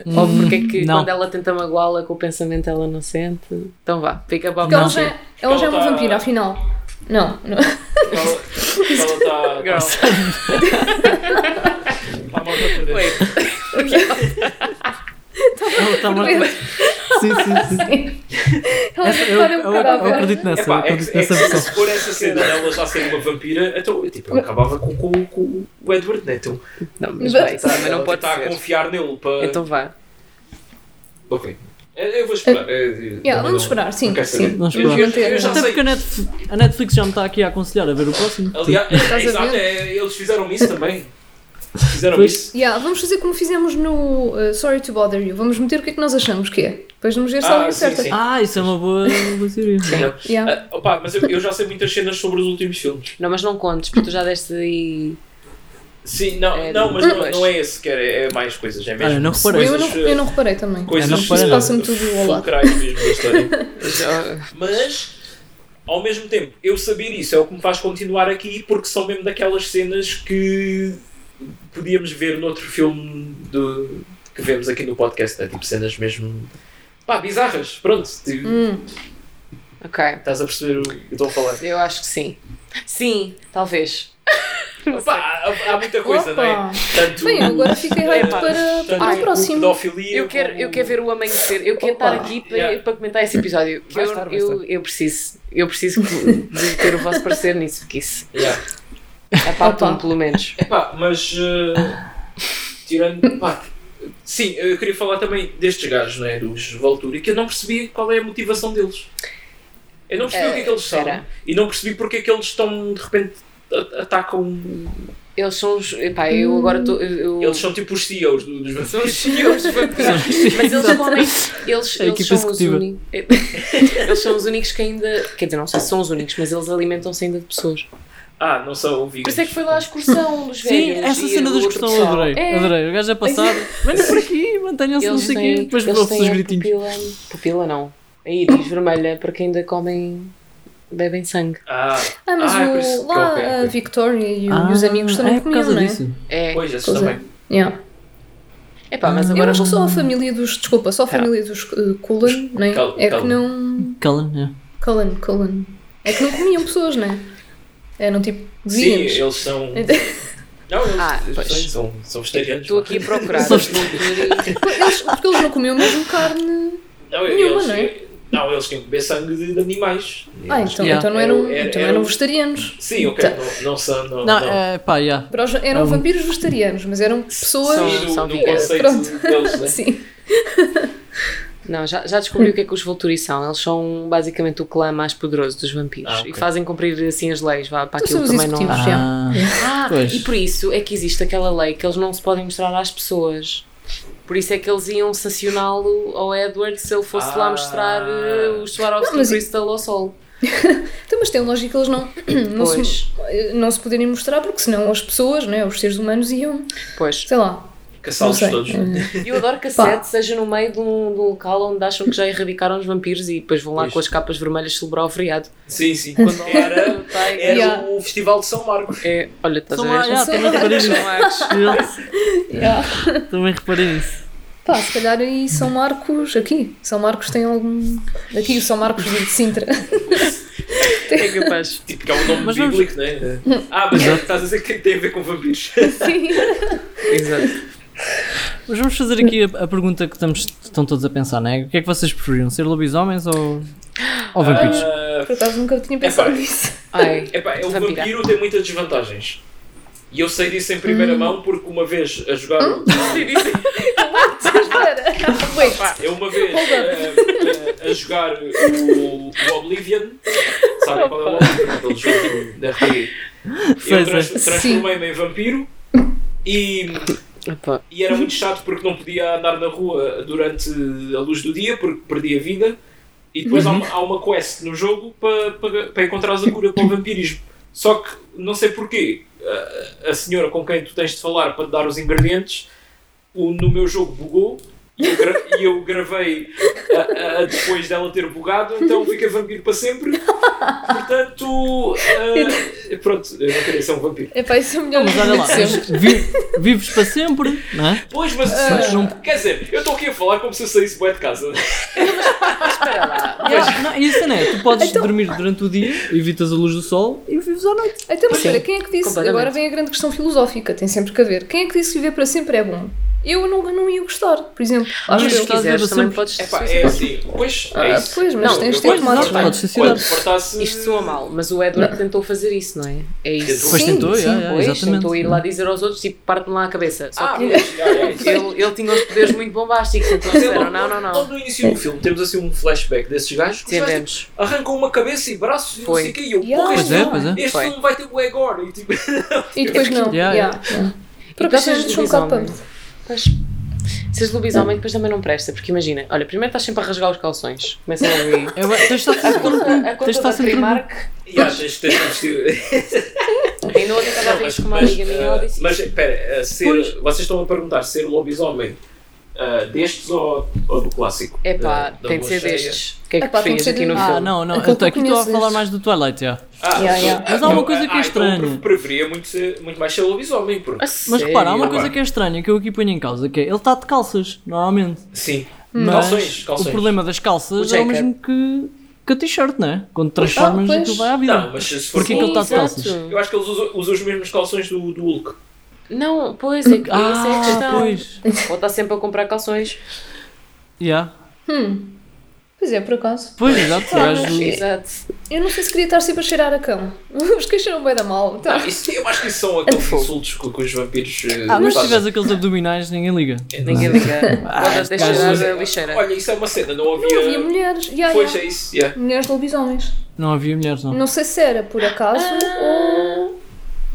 S4: lembro.
S3: Ou porque é que
S2: não.
S3: quando ela tenta magoá-la com o pensamento ela não sente? Então vá, fica para a
S4: Porque ela
S2: Não.
S4: já,
S3: próxima.
S4: ela já é uma
S1: Ela tá-
S4: vampira, afinal. Não, não.
S1: Ah, Ela tá- está.
S3: Girl.
S1: tá- Está mal a perder.
S3: Wait.
S2: Ela está uma... Sim, sim, sim.
S4: Ela
S2: Essa- eu,
S4: repara um
S2: eu-
S4: bocado à
S2: eu
S4: volta.
S2: acredito nessa, eu
S1: Epá, é
S2: acredito
S1: que, é que
S2: nessa
S1: se
S2: versão.
S1: se for essa cena dela já ser uma vampira, então eu, tipo, eu acabava com, com, com o Edward, né? Então,
S3: Não, mas vai, isso também
S1: ela tá
S3: não pode
S1: está a
S3: ser.
S1: confiar nele para.
S3: Então vá.
S1: Ok. Eu eu vou esperar. Eu- eu-
S4: Yeah,
S1: também não-
S4: vamos esperar, sim.
S1: não quero
S4: sim.
S1: saber.
S2: Vamos
S1: Eu- eu-
S4: esperar.
S1: eu já
S2: Até
S1: sei.
S2: porque a Netflix, a Netflix já me está aqui a aconselhar a ver o próximo.
S1: Aliás, é,
S4: a ver?
S1: exato, é, eles fizeram isso também. Fizeram
S2: Pois.
S1: isso.
S4: Yeah, vamos fazer como fizemos no uh, Sorry to Bother You. Vamos meter o que é que nós achamos que é. Depois vamos ver se
S1: Ah,
S4: ela é
S1: sim,
S4: certa.
S1: sim.
S2: Ah, isso é uma boa, uma boa teoria.
S4: Yeah.
S1: Ah, opa, mas eu, eu já sei muitas cenas sobre os últimos filmes.
S3: Não, mas não contes, porque tu já deste aí.
S1: Sim, não,
S3: É,
S1: não mas não,
S3: depois.
S1: não é esse que era, é mais coisas, é mesmo.
S2: Olha, Ah, não reparei.
S4: Eu, não, eu não reparei também.
S1: Coisas
S2: Eu não reparei
S4: nada. Isso passa-me tudo ao lado.
S1: fulcrais mesmo da história.
S3: já-
S1: Mas ao mesmo tempo, eu saber isso é o que me faz continuar aqui, porque são mesmo daquelas cenas que podíamos ver noutro filme do, que vemos aqui no podcast, né? tipo cenas mesmo pá, bizarras, pronto, tipo,
S4: Hum,
S3: Ok.
S1: estás a perceber o que eu estou a falar.
S3: Eu acho que sim. Sim, talvez. Não
S1: Pá,
S3: sei.
S1: há, há muita coisa, Hum. É não é?
S4: Opa.
S1: Tanto,
S4: Bem, eu agora fiquei hype
S3: Epá,
S4: para,
S1: tanto
S4: para o
S3: ai,
S1: o
S4: próximo.
S1: pedofilia
S3: Eu quero, eu
S1: como-
S3: quero ver o amanhecer. Eu quero
S1: Opa,
S3: estar aqui para,
S1: yeah.
S3: para comentar esse episódio. Que
S2: Vai
S3: eu,
S2: estar, vai
S3: eu, eu preciso. Eu preciso que- de ter o vosso parecer nisso, porque isso
S1: Yeah.
S3: apalpa-me pelo menos.
S1: Epá, mas eh, tirando. pá, sim, eu queria falar também destes gajos, né, dos Volturi, que eu não percebi qual é a motivação deles. Eu não percebi
S3: Eh,
S1: o que é que eles são
S3: espera.
S1: e não percebi porque é que eles estão de repente a- atacam.
S3: Eles são os. Epá, eu agora estou. eu- eu-
S1: Eles são tipo os CEOs do- dos
S3: são os
S1: vampiros.
S3: senhores vampiros. Mas eles
S2: Exato.
S3: comem. Eles,
S2: É A
S3: eles,
S2: equipa
S3: são os
S2: executiva.
S3: únicos, eles são os únicos que ainda. Quer dizer, não sei se são os únicos, mas eles alimentam-se ainda de pessoas.
S1: Ah, não são vivos.
S3: Por isso é que foi lá a excursão dos
S2: Sim,
S3: velhos.
S2: essa
S3: e
S2: cena
S3: o
S2: da
S3: outro
S2: excursão eu
S3: pessoal.
S2: adorei.
S4: É.
S2: Adorei, o gajo é passado. Venha por aqui, mantenham-se não
S3: Eles
S2: sei o quê.
S3: têm,
S2: Depois
S3: eles
S2: vão-se os
S3: têm a
S2: gritinhos.
S3: pupila, pupila não, a íris vermelha para quem ainda comem, bebem sangue.
S1: Ah,
S4: Ah, mas
S1: Ah, é por isso que-
S4: o, lá
S1: ok, ok.
S4: a Victoria e, o- e os amigos também
S2: é por
S4: comiam,
S2: causa
S4: não é?
S2: disso.
S3: É,
S1: pois, esses
S4: Pois é.
S1: também.
S4: Yeah.
S3: epá, mas
S4: Eu
S3: agora
S4: acho que só
S3: vou...
S4: a família dos. Desculpa, só a família dos uh, Cullen, né?
S1: Cullen,
S4: É que
S1: Cullen.
S4: não.
S2: Cullen, é.
S4: Cullen, Cullen. É que não comiam pessoas, né? Eram tipo
S1: Sim,
S4: veganos.
S1: eles são. Não,
S4: Então-
S1: eles
S3: Ah,
S1: eles
S3: pois.
S1: são, são, são vegetarianos.
S3: estou aqui a procurar.
S2: Só-
S4: Eles- porque eles não comiam mesmo carne.
S1: Não,
S4: Nenhuma,
S1: eles,
S4: não
S3: é?
S1: não, eles têm que beber sangue de, de animais.
S4: Ah, então,
S2: Yeah.
S4: então não eram,
S1: Era-
S4: então
S1: era- um-
S4: eram vegetarianos.
S1: Sim, ok,
S4: Tá.
S1: não, não são. Não,
S2: Não,
S1: não.
S2: é pá, já.
S4: Para os- Eram
S2: Não.
S4: vampiros vegetarianos, mas eram
S1: Sim,
S4: pessoas.
S1: do,
S3: são
S1: do
S3: veganos.
S1: conceito
S4: Pronto.
S1: deles, né?
S4: Sim.
S3: Não, já, já descobri o que é que os Volturi são. Eles são basicamente o clã mais poderoso dos vampiros
S1: Ah, ok.
S3: e fazem cumprir assim as leis, vá, para
S4: Então
S3: aquilo
S4: são os
S3: também não.
S4: executivos.
S2: Ah,
S3: Ah,
S2: Pois.
S3: e por isso é que existe aquela lei que eles não se podem mostrar às pessoas. Por isso é que eles iam sancioná-lo ao Edward se ele fosse lá
S1: Ah.
S3: mostrar eh, o
S4: Não,
S3: Swarovski
S4: mas-
S3: Crystal ao sol.
S4: Então, mas tem lógica eles não, não,
S3: Pois.
S4: se, não se poderem mostrar, porque senão as pessoas, né, os seres humanos, iam,
S3: Pois.
S4: sei lá. Não
S1: Caçá-los
S4: sei.
S1: todos.
S4: eh,
S3: E eu adoro que a
S4: Pá.
S3: sede seja no meio de um, de um local onde acham que já erradicaram os vampiros e depois vão lá
S1: Pois.
S3: com as capas vermelhas celebrar o feriado.
S1: Sim, sim.
S3: Quando
S1: Quando tá
S3: lá
S1: era,
S3: está-
S1: era
S4: Yeah.
S1: o Festival de São Marcos.
S3: é, olha, estás a
S2: São Marcos,
S3: ver?
S2: já,
S4: São
S2: também reparei nisso. Eu
S4: yeah.
S2: Também reparei nisso.
S4: Pá, se calhar aí São Marcos, aqui. São Marcos tem algum. Aqui o São Marcos de Sintra.
S3: É capaz.
S1: Tipo, que é um nome
S2: Mas vamos-
S1: bíblico, não é? Ah, mas é, estás a dizer que tem a ver com vampiros.
S4: Sim.
S3: Exato.
S2: Mas vamos fazer aqui a, a pergunta que estamos, estão todos a pensar, né? O que é que vocês preferiam? Ser lobisomens ou, ou vampiros?
S1: Ah,
S4: Por acaso nunca tinha pensado
S1: É pá.
S4: nisso.
S3: Ai,
S1: epá, é, o
S3: Vampira.
S1: vampiro tem muitas desvantagens. E eu sei disso em primeira mão porque uma vez a jogar. o-
S4: Espera. Wait.
S1: Eu é uma vez eh, eh, a jogar o, o Oblivion, sabem qual é o Oblivion? Aquele jogo da RPG.
S2: Sei,
S1: Eu trans-
S2: sei.
S1: transformei-me em vampiro e,
S3: opa.
S1: e era muito chato porque não podia andar na rua durante a luz do dia porque perdi a vida. E depois há, uma, há uma quest no jogo para pa, pa encontrar a cura para o vampirismo. Só que não sei porquê, a, a senhora com quem tu tens de falar para te dar os ingredientes, o, no meu jogo bugou e eu, gra- e eu gravei a- a- depois dela ter bugado, então fica vampiro para sempre. Portanto, ah, pronto, eu não queria ser um vampiro.
S4: É pá, isso é o melhor
S2: Mas olha lá,
S4: de sempre.
S2: mas vi- vives para sempre, não é?
S1: Pois, mas,
S4: Ah.
S2: Mas não-
S1: quer dizer, eu estou aqui a falar como se eu saísse bué de casa.
S3: Espera lá.
S2: Yeah, não, isso não é, tu podes
S4: Então-
S2: dormir durante o dia, evitas a luz do sol e vives à noite.
S4: Então, mas
S3: Sim,
S4: espera, quem é que disse?
S3: completamente.
S4: Agora vem a grande questão filosófica, tem sempre que haver. Quem é que disse que viver para sempre é bom? Eu não, não ia gostar, por exemplo.
S2: Mas
S4: Acho
S2: se
S4: eu.
S3: Se
S2: estás a ver
S3: quiseres,
S2: o
S3: também
S2: sempre-
S3: podes.
S1: É pá, é assim, pois, é
S4: Ah,
S1: isso.
S4: pois, mas
S3: Não,
S4: tens
S1: eu
S4: de ter
S1: gosto
S4: tomados.
S1: de
S2: Exato, podes
S1: Quando
S2: suicidar.
S1: portasse...
S3: Isto soa mal, mas o Edward tentou fazer isso, não é? É isso. então
S2: Depois
S4: Sim,
S2: tentou,
S4: sim,
S2: yeah, yeah,
S3: Pois,
S2: exatamente.
S3: tentou ir lá dizer aos outros, tipo, parte-me lá a cabeça. Só
S1: Ah,
S3: que
S1: pois, já, já, isso.
S3: ele, ele tinha os poderes muito bombásticos, então
S1: Mas é
S3: disseram,
S1: logo-
S3: não, não,
S1: Logo
S3: não.
S1: no início
S4: É.
S1: do filme temos assim um flashback desses gajos que os gajos
S3: Tivemos.
S1: arrancam uma cabeça e braços e não
S3: Foi.
S1: sei o que e eu,
S4: Yeah.
S1: porra,
S2: Pois
S1: este,
S2: é, pois é.
S1: este
S3: Foi.
S1: filme vai ter o agora e tipo...
S4: E depois não.
S2: Yeah,
S4: yeah, yeah. Por acaso,
S3: seres
S4: eu sou um bocado
S3: lobisomem.
S4: pumped.
S3: Pois. Seres lobisomem, depois também não presta, porque imagina, olha, primeiro estás sempre a rasgar os calções. Começa logo aí.
S2: É, vai- tens de estar
S3: A
S2: sempre
S3: conta, a
S2: tens de
S3: conta
S2: estar
S3: da
S2: sempre
S3: Primark,
S1: E achas que tens de vestir-
S3: ainda ontem estava a ver isto com uma amiga minha, ela
S1: ah,
S3: disse
S1: mas, espera, ah, ser,
S2: Pois.
S1: vocês estão a perguntar ser lobisomem ah, destes ou, ou do clássico?
S3: É
S1: Da-
S3: pá,
S1: da
S3: tem de ser
S1: Boa Cheia?
S3: destes. O que é que
S4: Epá, tem de
S3: preferias
S4: ser
S3: aqui no
S4: destes.
S2: Ah,
S3: filme?
S2: não, não.
S4: Aquele
S2: Eu
S4: que
S2: tô- aqui estou a
S4: conheces.
S2: falar mais do Twilight, já.
S1: Ah,
S4: Yeah, yeah.
S2: Mas há uma
S1: eu-
S2: coisa que é
S1: ah, então
S2: estranha.
S1: eu preferia muito, ser- muito mais ser lobisomem, porque.
S3: A
S2: Mas
S3: sério?
S2: repara, há uma
S1: Agora.
S2: coisa que é estranha que eu aqui ponho em causa, que é ele está de calças, normalmente.
S1: Sim.
S3: Hum.
S2: Mas
S1: Calções, calções.
S2: o problema das calças
S3: O
S2: é o
S3: Jacob.
S2: mesmo que, que a t-shirt, não é? Quando transformas
S4: Ah, pois.
S2: aquilo vai à vida.
S1: Não, mas se for
S2: Porquê que ele está de
S3: Exato.
S2: calças?
S1: Eu acho que eles usam, usam os mesmos calções do, do Hulk.
S3: Não, pois é que essa é a
S2: Ah,
S3: questão.
S2: pois.
S3: Ou está sempre a comprar calções.
S2: Yeah.
S4: Pois é, por acaso.
S2: Pois, exato.
S3: Ah,
S2: o gajo-
S3: Exato.
S4: Eu não sei se queria estar sempre a cheirar a cão. Os cães cheiram bem da mal. Tá.
S1: Não, Ah, isso, eu acho que isso são aqueles
S3: Fogo.
S1: insultos que, que os vampiros. eh,
S2: Ah, mas se
S1: fazem.
S2: tiveres aqueles abdominais, ninguém liga. é,
S3: Ninguém liga. Pode
S1: Mas,
S3: deixar
S1: eh,
S3: a lixeira.
S1: Olha, isso é uma cena, não havia.
S4: Não havia mulheres. Ya,
S1: Pois
S4: ya.
S1: é isso, yeah.
S4: Mulheres lobisomens.
S2: Não havia mulheres, não.
S4: Não sei se era por acaso ou.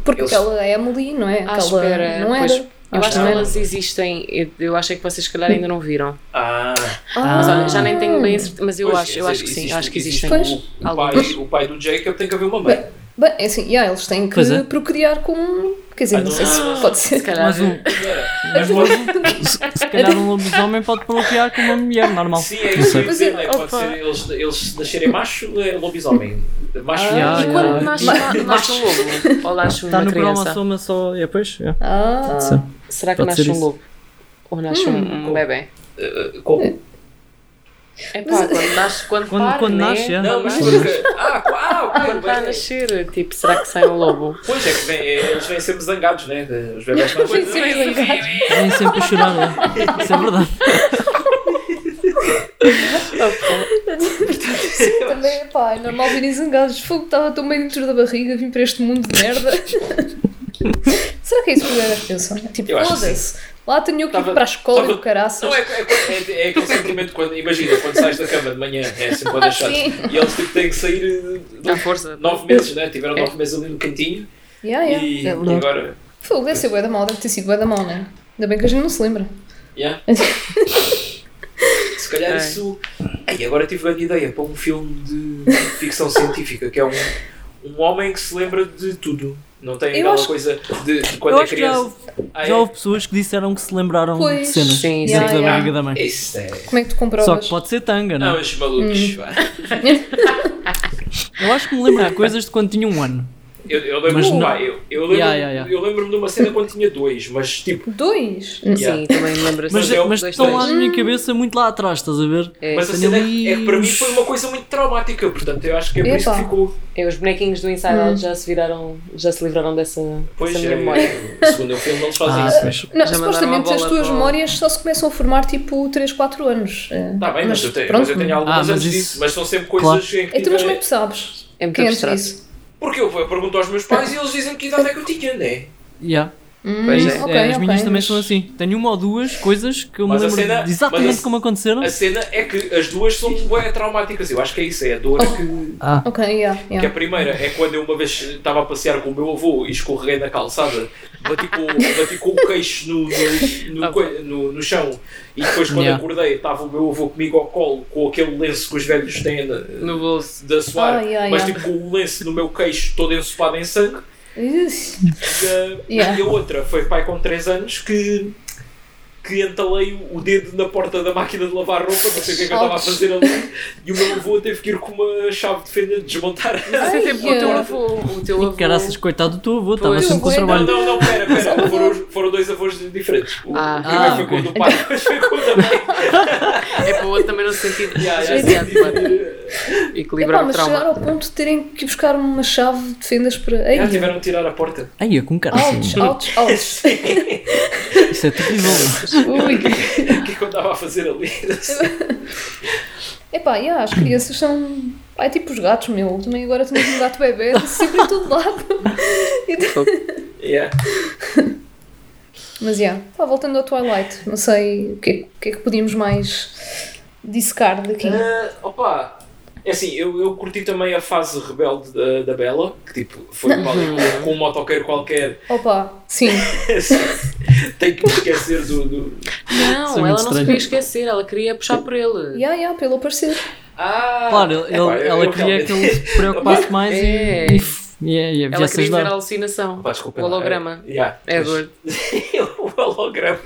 S4: Porque
S1: Eles-
S4: aquela Emily, não é?
S3: Ah,
S4: Aquela.
S3: espera.
S4: Não era.
S3: Pois, eu
S4: Acho
S3: acho
S4: que
S3: que
S4: não.
S3: elas existem. Eu- Eu acho é que vocês, se calhar, ainda não viram.
S1: Ah,
S2: Ah.
S3: Mas olha, já nem tenho bem a certeza. Mas eu
S1: pois,
S3: acho, eu
S1: quer
S3: acho que
S1: dizer,
S3: sim.
S1: existe-
S3: Acho que
S1: existe um
S3: existem.
S1: O, o, pai,
S3: algumas.
S1: o pai do Jacob tem que haver uma mãe.
S4: Bem, é assim, ya, eles têm que
S2: Pois é.
S4: procriar com. um, Quer dizer,
S1: Ah,
S4: não sei se
S1: não.
S4: pode
S3: Se
S4: ser.
S3: calhar.
S2: Mas um, mas logo, se, se calhar um lobisomem pode bloquear com uma mulher, normal.
S1: Sim, é
S2: Não
S1: isso que eu
S2: sei.
S1: ia dizer, né?
S3: Opa.
S1: Pode ser eles, eles nascerem macho, é lobisomem. Macho
S2: Ah,
S1: macho.
S2: yeah,
S3: E
S2: Ah,
S3: quando
S2: yeah.
S3: nasce ma- nasce um lobo? Ou nasce
S2: Está
S3: uma
S2: Tá no
S3: criança?
S2: cromossoma só. É, pois. É.
S4: Ah,
S2: Sim.
S3: Será que
S2: Pode
S3: nasce
S2: ser
S3: um
S2: isso.
S3: lobo? Ou nasce um um bebê?
S1: Eh, como?
S3: É pá, quando nasce, quando,
S2: Quando-
S3: para,
S2: quando
S3: né?
S2: nasce, é.
S1: Não, mas. Ah, ah,
S3: Quando tá
S1: ok,
S3: está a
S1: mas-
S3: nascer, tipo, será que sai um lobo?
S1: Pois é que vem, é, eles vêm sempre zangados, né? Os bebés mais
S4: Sim, sim, sim.
S2: Vêm sempre a chorar, não é? Isso é verdade.
S4: também, pá, é normal virem zangados. Fogo, estava tão bem dentro da barriga, vim para este mundo de merda. Será que é isso que os gajos pensam? Tipo,
S1: Eu acho que
S4: foda-se. Lá tenho eu que ir
S1: Tava-
S4: para a escola
S1: tava-
S4: do caraças.
S1: Não, é, é, é, é aquele sentimento quando, imagina, quando sais da cama de manhã, é assim quando é chato.
S4: Sim.
S1: E eles tipo, têm que sair
S3: À
S1: eh,
S3: força.
S1: nove meses, né? Tiveram nove meses ali no cantinho
S2: Ah,
S4: Yeah, yeah.
S1: e, e
S3: É verdade.
S1: agora.
S4: Fogo, deve ser bué da mal, deve ter sido bué da mal, não é? Ainda bem que a gente não se lembra.
S1: Yeah. Se calhar
S3: É.
S1: isso. Ei, agora tive grande ideia para um filme de ficção científica que é um, um homem que se lembra de tudo. Não tem
S4: Eu
S1: aquela
S4: acho-
S1: coisa de, de
S2: Eu
S1: quando é
S2: acho que já
S1: criança.
S2: houve,
S1: Ah,
S2: já
S1: é?
S2: houve pessoas que disseram que se lembraram
S4: Pois.
S2: de cenas
S3: Sim,
S2: dentro
S4: sim.
S2: da
S4: Yeah,
S2: barriga da mãe.
S1: Isso é.
S4: Como é que tu
S2: Só
S4: comprovas?
S2: que pode ser tanga, não
S1: Não,
S2: é?
S1: os malucos. vá.
S2: Eu acho que me lembro de coisas de quando tinha um ano.
S1: Eu, eu lembro-me
S2: Mas não-
S1: pá, eu, eu lembro,
S2: Yeah, yeah, yeah.
S1: eu lembro-me de uma cena quando tinha dois, mas tipo.
S4: Dois?
S2: Hum.
S3: Sim, também me lembro assim,
S2: Mas, é-
S1: Mas eu-
S2: mas
S3: dois,
S2: estão
S3: três.
S2: lá na minha cabeça muito lá atrás, estás a ver?
S3: É,
S1: Mas a
S2: tenho
S1: cena é, que- é que para mim
S2: uns-
S1: foi uma coisa muito traumática, portanto eu acho que é por
S4: Epa.
S1: isso que ficou.
S3: é, os bonequinhos do Inside Out já se viraram, já se livraram dessa,
S1: Pois
S3: dessa
S1: é,
S3: memória.
S1: segundo o filme eles fazem
S2: Ah,
S1: isso.
S2: pois.
S4: Não,
S3: Já mandaram
S4: supostamente
S3: a
S4: as
S3: bola
S4: tuas
S3: para o-
S4: memórias só se começam a formar tipo 3, 4 anos. Eh,
S1: Está Tá bem, mas, eu tenho, mas eu tenho algumas
S2: Ah, mas
S1: antes
S2: isso-
S1: disso, mas são sempre coisas em que.
S4: Então, mas
S1: tiver-
S4: como é que tu sabes?
S3: É muito
S4: Quem antes
S3: abstrato.
S4: disso?
S1: Porque eu, eu pergunto aos meus pais e eles dizem que idade é que eu tinha, não é?
S2: Yeah.
S3: Pois
S2: É
S3: é.
S2: isso.
S4: Hum, Ok,
S2: É, as
S4: ok,
S2: minhas também
S4: mas-
S2: são assim. Tenho uma ou duas coisas que eu me
S1: Mas a
S2: lembro
S1: cena-
S2: de exatamente
S1: mas a-
S2: como aconteceram.
S1: A cena é que as duas são bué traumáticas, eu acho que é isso, é a dor que.
S2: Ah,
S4: Ok, yeah,
S1: Que a
S4: yeah.
S1: primeira é quando eu uma vez estava a passear com o meu avô e escorreguei na calçada, bati com, bati com o queixo no, no, no coi- no- no chão e depois quando
S2: Yeah.
S1: acordei estava o meu avô comigo ao colo com aquele lenço que os velhos têm na-
S3: No bolso.
S1: de assoar,
S4: Ah, yeah,
S1: mas
S4: yeah.
S1: tipo com o lenço no meu queixo todo ensopado em sangue.
S4: Ih,
S1: E a,
S4: Yeah.
S1: e a outra foi pai com 3 anos que, que entalei o dedo na porta da máquina de lavar roupa, não sei o que é que eu estava a fazer ali, e o meu avô teve que ir com uma chave de fenda desmontar.
S3: Mas é sempre o teu
S4: Ai,
S3: avô. O teu avô.
S2: caraças, coitado do teu avô, estava
S3: Pois.
S2: sempre com
S4: Não,
S1: Não,
S2: trabalho.
S1: não, não, pera, pera, foram, foram dois avós diferentes. O,
S3: Ah.
S1: o primeiro
S2: Ah,
S1: foi com o
S2: ok.
S1: do pai, depois foi com o da mãe.
S3: É para o outro também no sentido de
S1: Yeah, yeah, tipo,
S3: desafiar,
S1: sim,
S3: claro.
S1: sim.
S3: equilibrar
S4: Epá,
S3: o
S4: mas chegar
S3: trauma.
S4: ao ponto de terem que ir buscar uma chave de fendas para. Ei,
S1: eh, Já tiveram de tirar a porta.
S2: Ai, é com caraças.
S4: Altos, altos, altos.
S2: Isso é terrível.
S4: Ui.
S1: O que é que eu estava a fazer ali?
S4: Epá, yeah, as crianças são. Ai, tipo os gatos, meu. Também agora temos um gato bebê, sempre em todo lado.
S1: Yeah.
S4: Mas já, yeah. Pá, voltando ao Twilight, não sei o que, é- o que é que podíamos mais dissecar daqui.
S1: Ah, opa, é assim, eu, eu curti também a fase rebelde da, da Bela, que tipo, foi para ali
S2: Uhum.
S1: com- com um motoqueiro qualquer
S4: Opa, sim.
S1: Tem que me esquecer do. do-
S2: Isso
S3: Não,
S2: é
S3: ela não
S2: muito
S3: se
S2: estranho.
S3: queria esquecer, ela queria puxar por ele.
S4: Ya, ya, pelo aparecer.
S1: Ah!
S2: Claro, ele-
S1: Epá, eu-
S2: ela
S1: eu
S2: queria que
S1: realmente-
S2: ele se preocupasse mais
S3: É.
S2: e, e, é, e, e
S3: Ela
S2: viesse
S3: queria ver a
S2: ajudar.
S3: alucinação.
S1: Pá, desculpa,
S3: o holograma.
S1: É, yeah,
S3: É
S1: mas-
S3: gordo.
S1: o holograma.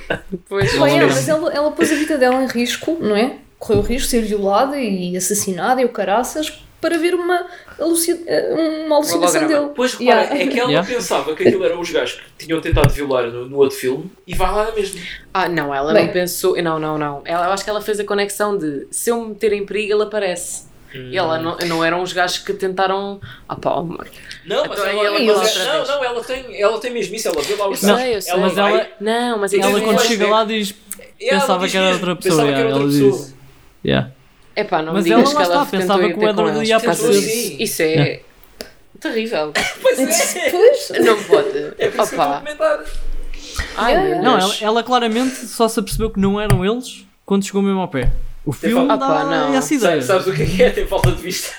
S3: Pois,
S4: Bem, é, mas ela, ela pôs a vida dela em risco, não é? Correu o risco de ser violada e assassinada e o caraças para ver uma, aluci- eh, um, uma alucinação
S3: holograma.
S4: dele.
S1: Pois repara,
S4: Yeah.
S1: é que ela
S2: Yeah.
S1: pensava que aquilo eram os gajos que tinham tentado violar no, no outro filme e vai lá mesmo.
S3: Ah, não, ela
S4: Bem.
S3: não pensou. Não, não, não. Ela, eu acho que ela fez a conexão de se eu me meter em perigo, ele aparece. E
S2: Hum.
S3: ela não, não eram os gajos que tentaram. Ah, pá, oh,
S1: Não, mas
S3: Então,
S1: ela,
S3: ela
S1: mas-
S3: outra
S1: não,
S3: vez.
S1: não, ela tem, ela tem mesmo isso, ela viu lá os
S3: Eu
S1: gajos.
S3: sei, eu sei.
S1: Ela
S2: Mas
S1: vai-
S2: ela-
S3: não, mas é
S1: E
S3: ela
S2: Ela
S1: Sim,
S2: quando
S1: sim.
S2: chega lá diz.
S1: E ela
S2: Pensava
S1: diz
S2: que era
S1: mesmo,
S2: outra
S1: pensava
S2: pessoa,
S1: que era
S2: yeah,
S1: outra
S2: ela
S1: pessoa.
S2: disse. Yeah.
S3: É pá, não
S2: Mas
S3: me digas
S2: ela lá
S3: que ela
S2: está, pensava
S3: tentou ir
S2: que o
S3: ter
S2: Edward
S3: com eles.
S2: ia
S3: Pensou
S1: aparecer.
S3: Isso, isso é terrível.
S1: Pois é,
S4: Pois,
S3: Não pode.
S1: é por isso que eu estou a
S3: Opa.
S1: comentar.
S3: Ai,
S4: Yeah,
S3: meu
S4: yeah.
S2: Não,
S3: Deus.
S2: ela, ela claramente só se apercebeu que não eram eles quando chegou mesmo ao pé. O
S1: Tipo,
S2: filme
S3: Ah,
S2: dá
S3: pá, não.
S2: essa ideia.
S1: Sabe- Sabes o que é que é? Tem falta de vista.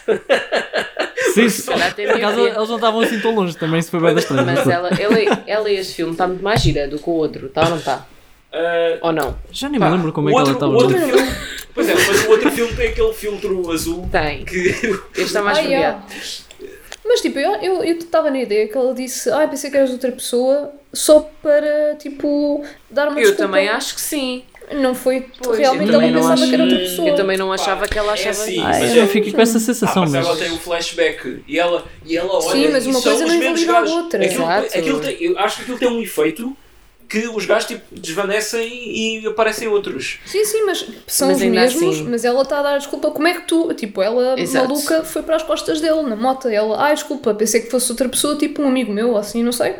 S2: Sim, se-
S3: Ela tem
S2: por acaso
S3: miopia.
S2: eles não estavam assim tão longe também, se foi bem das
S1: é,
S2: três.
S3: Mas ela, ela, ela e este filme está muito mais gira do que o outro, está ou não está?
S1: Ah,
S3: Ou não?
S2: Já nem me
S3: Pá,
S2: lembro como
S1: o
S2: é que ela
S1: outro,
S2: estava.
S1: o outro filme. Pois é, mas o outro filme tem aquele filtro azul
S3: Tem.
S1: que
S3: Este está mais
S4: Ai,
S3: vermelhado.
S4: ó. Mas tipo, eu estava eu, eu tava na ideia que ela disse, ah, pensei que eras outra pessoa, só para tipo dar uma
S3: Eu
S4: desculpa.
S3: também acho que sim.
S4: Não foi
S3: Pois,
S4: realmente ela
S3: eu também não
S4: pensava
S3: acho-
S4: que era outra pessoa.
S3: Eu também não achava que ela
S1: é
S3: achava.
S1: assim.
S2: Ah,
S1: Mas
S2: eu
S1: é-
S2: fico com essa
S1: Ah,
S2: sensação,
S1: mas
S2: mas.
S1: ela tem o flashback e ela, e ela olha
S4: Sim, mas
S1: e
S4: uma
S1: são
S4: coisa
S1: os
S4: não
S1: mesmos
S4: invalida a
S1: gajos.
S4: outra.
S1: Aquilo,
S3: Exato.
S1: aquilo tem- eu acho que aquilo tem um efeito que os gajos tipo, desvanecem e aparecem outros.
S4: Sim, sim, mas são
S3: Mas
S4: os
S3: ainda
S4: mesmos,
S3: assim-
S4: mas ela está a dar desculpa. Como é que tu, tipo, ela
S3: Exato.
S4: maluca foi para as costas dele na moto? Ela, ah, desculpa, pensei que fosse outra pessoa, tipo um amigo meu, ou assim, não sei.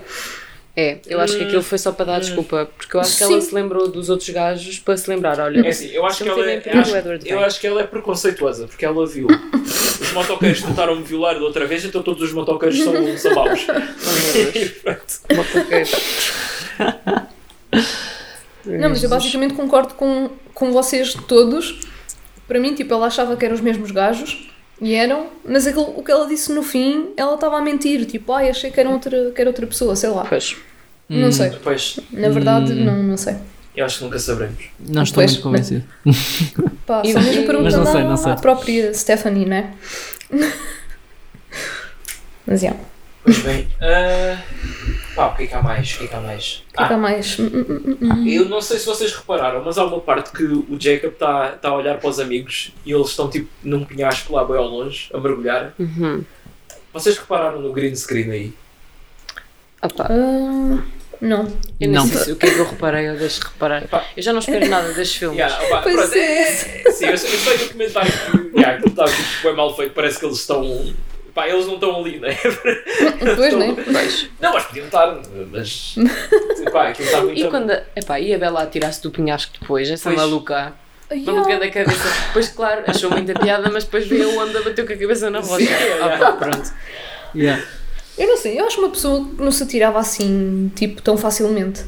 S3: É, eu acho que aquilo foi só para
S1: Hum.
S3: dar desculpa, porque eu acho que
S4: Sim.
S3: ela se lembrou dos outros gajos para se lembrar. Olha,
S1: É assim, eu acho,
S3: se
S4: um
S1: que
S3: eu
S1: ela,
S3: tiver
S1: é-
S3: em perigo,
S1: acho-
S3: o Edward
S1: eu
S3: vem.
S1: acho que ela é preconceituosa porque ela viu os motoqueiros tentaram-me violar de outra vez, então todos os motoqueiros são, são maus.
S3: motoqueiro.
S4: Não, mas eu basicamente concordo com, com vocês todos. Para mim, tipo, ela achava que eram os mesmos gajos e eram, mas aquilo, o que ela disse no fim, ela estava a mentir, tipo, ai, achei que era outra, que era outra pessoa, sei lá.
S3: Pois.
S2: Hum.
S4: Não sei.
S1: Pois,
S4: Na verdade, não, não sei.
S1: eu acho que nunca saberemos.
S2: Não estou
S4: Pois,
S2: muito convencido.
S4: Pá,
S3: E-
S4: só mesmo
S3: e-
S4: pergunta
S2: Mas não
S4: lá
S2: sei, não sei.
S4: à própria Stephanie, né? mas é. Yeah.
S1: Pois bem, ah, pá, o que é que há mais? O que é que há mais? Ah,
S4: Fica mais. hum, hum, hum, hum.
S1: Eu não sei se vocês repararam, mas há uma parte que o Jacob está tá a olhar para os amigos e eles estão tipo num penhasco lá bem ao longe, a mergulhar.
S3: Uhum.
S1: Vocês repararam no green screen aí?
S3: Opa,
S4: Ah, não.
S3: eu não,
S2: Não.
S3: sei se- o que é que eu reparei, eu deixo de reparar. Eu já não espero nada destes filmes.
S1: Yeah, opá,
S4: Pois
S1: pronto,
S4: é.
S1: é- sim, eu sei, eu sei do comentário que yeah, aquilo está tipo, bem mal feito, parece que eles estão. Pá, eles não estão ali, né?
S4: Pois, né?
S3: Pois.
S1: Não, mas podiam estar, mas. Pá, aquilo está muito.
S3: E quando a, epá, e a Bela atirasse do penhasco depois, essa
S1: Pois.
S3: maluca,
S4: Yeah.
S3: maluca da cabeça. Pois claro, achou muita piada, mas depois veio a onda, bateu com a cabeça na rocha.
S1: yeah.
S3: Opa, pronto.
S2: Yeah.
S4: Eu não sei, eu acho uma pessoa que não se atirava assim, tipo, tão facilmente.